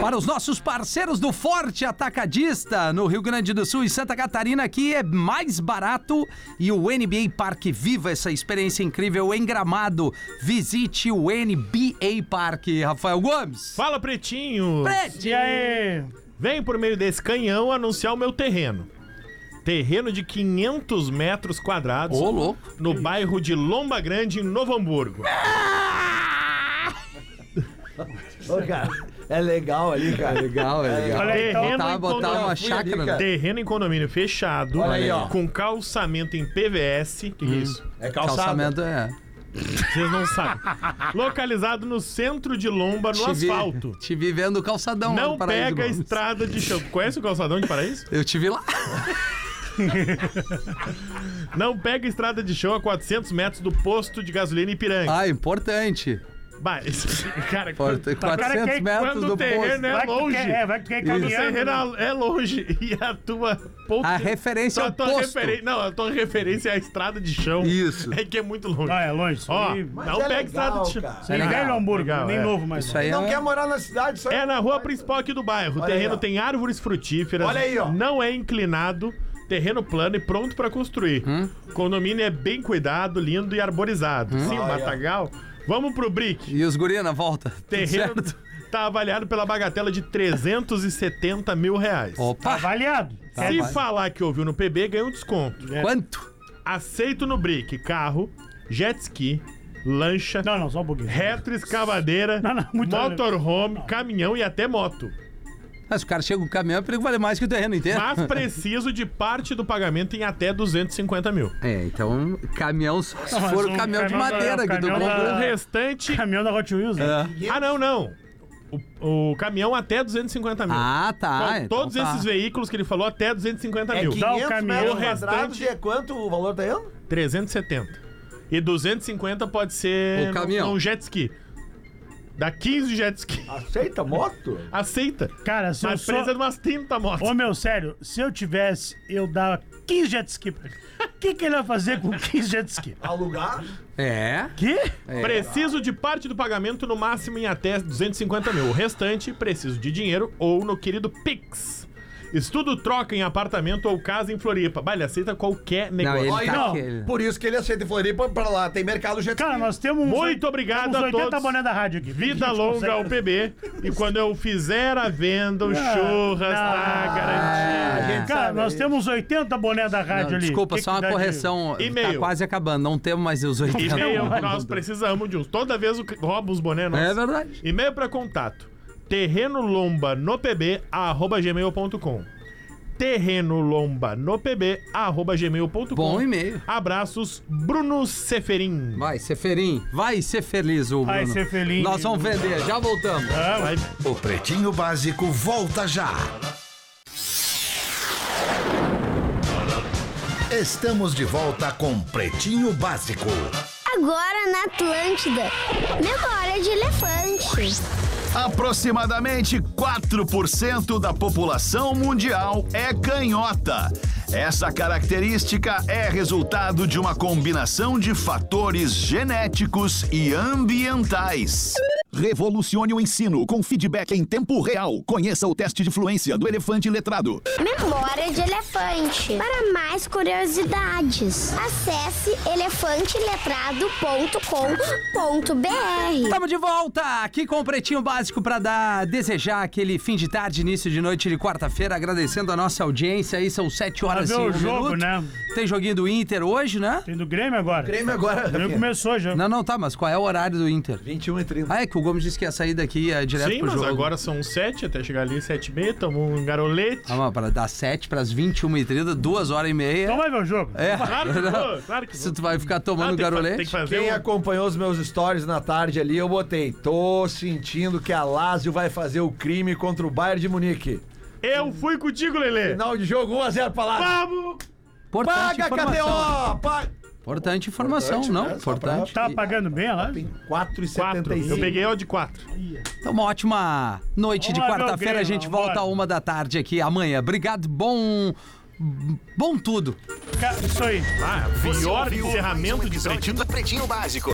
[SPEAKER 8] Para os nossos parceiros do Forte Atacadista, no Rio Grande do Sul e Santa Catarina, aqui é mais barato. E o NBA Parque viva essa experiência incrível em Gramado. Visite o NBA Parque, Rafael Gomes.
[SPEAKER 3] Fala, pretinho!
[SPEAKER 7] E aí?
[SPEAKER 3] Venho por meio desse canhão anunciar o meu terreno. Terreno de 500 metros quadrados
[SPEAKER 8] Ô, louco.
[SPEAKER 3] no bairro de Lomba Grande, em Novo Hamburgo.
[SPEAKER 9] Ô, cara, é legal ali, cara.
[SPEAKER 8] Legal, é legal.
[SPEAKER 7] Olha aí, então.
[SPEAKER 3] Terreno
[SPEAKER 8] Botar,
[SPEAKER 3] em
[SPEAKER 8] botar uma
[SPEAKER 3] condomínio.
[SPEAKER 8] chácara. né?
[SPEAKER 3] Terreno em condomínio fechado,
[SPEAKER 9] Olha aí, ó.
[SPEAKER 3] com calçamento em PVS, que que é isso?
[SPEAKER 9] É calçado.
[SPEAKER 8] Calçamento é.
[SPEAKER 3] Vocês não sabem. Localizado no centro de Lomba, no
[SPEAKER 8] Te vi-
[SPEAKER 3] asfalto.
[SPEAKER 8] te vi vendo o calçadão. lá
[SPEAKER 3] Não
[SPEAKER 8] no Paraíso,
[SPEAKER 3] pega a
[SPEAKER 8] mano.
[SPEAKER 3] estrada de chão. Conhece o calçadão de Paraíso?
[SPEAKER 8] Eu te vi lá.
[SPEAKER 3] Não pega a estrada de chão a 400 metros do posto de gasolina Ipiranga.
[SPEAKER 8] Ah, importante.
[SPEAKER 3] Bah, esse- cara,
[SPEAKER 8] Porta-
[SPEAKER 3] tá-
[SPEAKER 8] 400
[SPEAKER 3] cara, que-
[SPEAKER 8] metros
[SPEAKER 3] quando
[SPEAKER 8] do
[SPEAKER 3] o terreno
[SPEAKER 8] posto.
[SPEAKER 3] é
[SPEAKER 7] Vai que tu
[SPEAKER 3] longe.
[SPEAKER 7] quer- é, vai que tu quer ir
[SPEAKER 3] Quando o
[SPEAKER 7] caminhando,
[SPEAKER 3] terreno é longe e a tua ponto
[SPEAKER 8] A referência é o
[SPEAKER 3] tua
[SPEAKER 8] posto.
[SPEAKER 3] referen- Não, a tua referência é a estrada de chão.
[SPEAKER 8] Isso.
[SPEAKER 3] É que é muito longe.
[SPEAKER 7] Ah, é longe. Isso
[SPEAKER 3] Ó,
[SPEAKER 7] aí-
[SPEAKER 3] não pega estrada de chão.
[SPEAKER 7] isso aí é velho
[SPEAKER 8] um-
[SPEAKER 7] hambúrguer,
[SPEAKER 3] legal,
[SPEAKER 7] nem
[SPEAKER 3] é.
[SPEAKER 7] novo, mas.
[SPEAKER 8] Isso aí é.
[SPEAKER 9] Não
[SPEAKER 8] um-
[SPEAKER 9] quer morar na cidade, só
[SPEAKER 3] É na rua principal aqui do bairro. O
[SPEAKER 9] Olha aí,
[SPEAKER 3] terreno
[SPEAKER 9] ó.
[SPEAKER 3] tem árvores frutíferas.
[SPEAKER 9] Olha aí, ó.
[SPEAKER 3] Não é inclinado, terreno plano e pronto pra construir. Condomínio é bem cuidado, lindo e arborizado. Sim,
[SPEAKER 9] Olha.
[SPEAKER 3] matagal. Vamos pro Brick.
[SPEAKER 8] E os guri na volta. Tudo
[SPEAKER 3] Terreno
[SPEAKER 8] certo?
[SPEAKER 3] tá avaliado pela bagatela de 370 mil reais.
[SPEAKER 8] Opa,
[SPEAKER 7] Avaliado.
[SPEAKER 8] Tá,
[SPEAKER 3] Se
[SPEAKER 8] vai.
[SPEAKER 3] falar que ouviu no PB, ganha um desconto.
[SPEAKER 8] quanto?
[SPEAKER 3] Aceito no Brick carro, jet ski, lancha,
[SPEAKER 7] Não, não, só um pouquinho.
[SPEAKER 3] retroescavadeira,
[SPEAKER 7] Não, não, muito
[SPEAKER 3] motorhome, caminhão e até moto.
[SPEAKER 8] Mas o cara chega com o caminhão, é perigo vale mais que o terreno inteiro.
[SPEAKER 3] Mas preciso de parte do pagamento em até 250 mil.
[SPEAKER 8] É, então, caminhão, só se
[SPEAKER 7] Não, mas
[SPEAKER 8] for
[SPEAKER 7] um
[SPEAKER 8] o caminhão de
[SPEAKER 7] caminhão da-
[SPEAKER 8] madeira que do
[SPEAKER 7] caminhão
[SPEAKER 3] O
[SPEAKER 7] da- Ah.
[SPEAKER 3] restante.
[SPEAKER 7] Caminhão da Hot Wheels, né?
[SPEAKER 8] É.
[SPEAKER 3] Ah, não, não. O, o caminhão até 250 mil.
[SPEAKER 8] Ah,
[SPEAKER 3] Com
[SPEAKER 8] tá. então
[SPEAKER 3] todos
[SPEAKER 8] tá.
[SPEAKER 3] esses veículos que ele falou, até 250
[SPEAKER 9] é
[SPEAKER 3] mil.
[SPEAKER 9] 500
[SPEAKER 7] Dá o
[SPEAKER 9] metros
[SPEAKER 7] caminhão.
[SPEAKER 9] quadrados e é quanto o valor da ano?
[SPEAKER 3] 370. E 250 pode ser
[SPEAKER 8] O caminhão.
[SPEAKER 3] um um jet ski. Dá 15 jet ski.
[SPEAKER 9] Aceita moto?
[SPEAKER 3] Aceita.
[SPEAKER 7] Ah. Cara, se eu
[SPEAKER 3] Mas
[SPEAKER 7] sou...
[SPEAKER 3] precisa de umas 30 motos.
[SPEAKER 7] Ô, meu, sério, se eu tivesse, eu dava 15 jet ski pra ele. O que, que ele vai fazer com 15 jet ski?
[SPEAKER 9] Alugar?
[SPEAKER 8] É.
[SPEAKER 7] Que?
[SPEAKER 3] Preciso de parte do pagamento no máximo em até 250 mil. O restante, preciso de dinheiro ou no querido Pix. Estudo troca em apartamento ou casa em Floripa. Bah, ele aceita qualquer
[SPEAKER 8] Não,
[SPEAKER 3] negócio.
[SPEAKER 8] ele
[SPEAKER 9] Aí
[SPEAKER 8] tá
[SPEAKER 9] não.
[SPEAKER 8] aquele.
[SPEAKER 9] Por isso que ele aceita em Floripa pra lá. Tem mercado jet
[SPEAKER 7] Cara, nós temos uns
[SPEAKER 3] Muito
[SPEAKER 7] oit-
[SPEAKER 3] obrigado
[SPEAKER 7] uns
[SPEAKER 3] a
[SPEAKER 7] 80
[SPEAKER 3] todos.
[SPEAKER 7] boné da rádio aqui.
[SPEAKER 3] Vida longa um ao PB. E quando eu fizer a venda, o churras tá garantido.
[SPEAKER 7] Ah, Cara, nós temos uns 80 boné da rádio
[SPEAKER 8] É, Ah, Não,
[SPEAKER 7] ali.
[SPEAKER 8] desculpa,
[SPEAKER 7] O que
[SPEAKER 8] só
[SPEAKER 7] que
[SPEAKER 8] uma
[SPEAKER 7] dá de-
[SPEAKER 8] correção. Tá
[SPEAKER 3] E-mail.
[SPEAKER 8] quase acabando, não temos mais os 80.
[SPEAKER 3] E-mail,
[SPEAKER 7] Não,
[SPEAKER 3] É nós precisamos de uns. Toda vez o c- rouba os boné
[SPEAKER 8] É
[SPEAKER 3] nossos.
[SPEAKER 8] verdade.
[SPEAKER 3] E-mail para contato: terrenolombanopb@gmail.com. terrenolombanopb@gmail.com.
[SPEAKER 8] Bom e-mail.
[SPEAKER 3] Abraços, Bruno Seferin.
[SPEAKER 8] Vai, Seferim. Vai ser feliz, o Bruno.
[SPEAKER 7] Vai ser feliz.
[SPEAKER 8] Nós vamos vender, já voltamos.
[SPEAKER 1] O Pretinho Básico volta já. Estamos de volta com Pretinho Básico.
[SPEAKER 4] Agora na Atlântida. Memória de elefante.
[SPEAKER 1] Aproximadamente 4% da população mundial é canhota. Essa característica é resultado de uma combinação de fatores genéticos e ambientais. Revolucione o ensino com feedback em tempo real. Conheça o teste de fluência do elefante letrado.
[SPEAKER 4] Memória de elefante. Para mais curiosidades, acesse elefanteletrado.com.br.
[SPEAKER 8] Estamos de volta aqui com o Pretinho Básico para dar desejar aquele fim de tarde, início de noite de quarta-feira, agradecendo a nossa audiência. Aí são 7 horas e
[SPEAKER 7] ver Tá o
[SPEAKER 8] um
[SPEAKER 7] jogo,
[SPEAKER 8] minuto.
[SPEAKER 7] né?
[SPEAKER 8] Tem joguinho do Inter hoje, né?
[SPEAKER 7] Tem do Grêmio agora.
[SPEAKER 9] O Grêmio agora.
[SPEAKER 7] Já começou já.
[SPEAKER 8] Não, não, tá, mas qual é o horário do Inter?
[SPEAKER 9] 21 e 30.
[SPEAKER 8] Ah, é que o Gomes disse que ia sair daqui é, direto
[SPEAKER 3] Sim,
[SPEAKER 8] pro
[SPEAKER 3] mas
[SPEAKER 8] jogo.
[SPEAKER 3] agora são 7, até chegar ali 7 e meia, tamo um garolete.
[SPEAKER 8] Ah, mas para dar 7 para as 21h30, 2 horas e meia.
[SPEAKER 7] Então vai ver o jogo.
[SPEAKER 8] é,
[SPEAKER 3] Claro que vou, claro que
[SPEAKER 8] se
[SPEAKER 3] vou.
[SPEAKER 8] tu vai ficar
[SPEAKER 3] Ah,
[SPEAKER 8] tomando
[SPEAKER 3] tem que fa- Tem
[SPEAKER 8] garolete.
[SPEAKER 3] que fazer
[SPEAKER 9] Quem
[SPEAKER 3] um-
[SPEAKER 9] acompanhou os meus stories na tarde ali, eu botei. Tô sentindo que a Lazio vai fazer o crime contra o Bayern de Munique.
[SPEAKER 7] é
[SPEAKER 3] Eu fui contigo, Lelê.
[SPEAKER 9] Final de jogo, 1x0 pra Lazio.
[SPEAKER 3] Vamos!
[SPEAKER 8] Importante
[SPEAKER 9] Paga,
[SPEAKER 8] informação.
[SPEAKER 9] KTO! Paga!
[SPEAKER 8] Importante informação,
[SPEAKER 9] Importante,
[SPEAKER 8] não?
[SPEAKER 9] né? Só pra-
[SPEAKER 8] Importante.
[SPEAKER 7] Tá
[SPEAKER 8] E-
[SPEAKER 7] pagando bem, olha lá.
[SPEAKER 9] Tem
[SPEAKER 3] Quatro. Eu
[SPEAKER 9] 4,75.
[SPEAKER 3] peguei o de 4.
[SPEAKER 8] Então, uma ótima noite de
[SPEAKER 7] Vamos lá ver o
[SPEAKER 8] quarta-feira. A
[SPEAKER 7] Grêmio,
[SPEAKER 8] gente volta
[SPEAKER 7] vambora.
[SPEAKER 8] à uma da tarde aqui amanhã. Obrigado, bom. Bom tudo.
[SPEAKER 7] Ca- Isso aí.
[SPEAKER 3] Ah, pior encerramento de pretinho.
[SPEAKER 1] Pretinho Básico.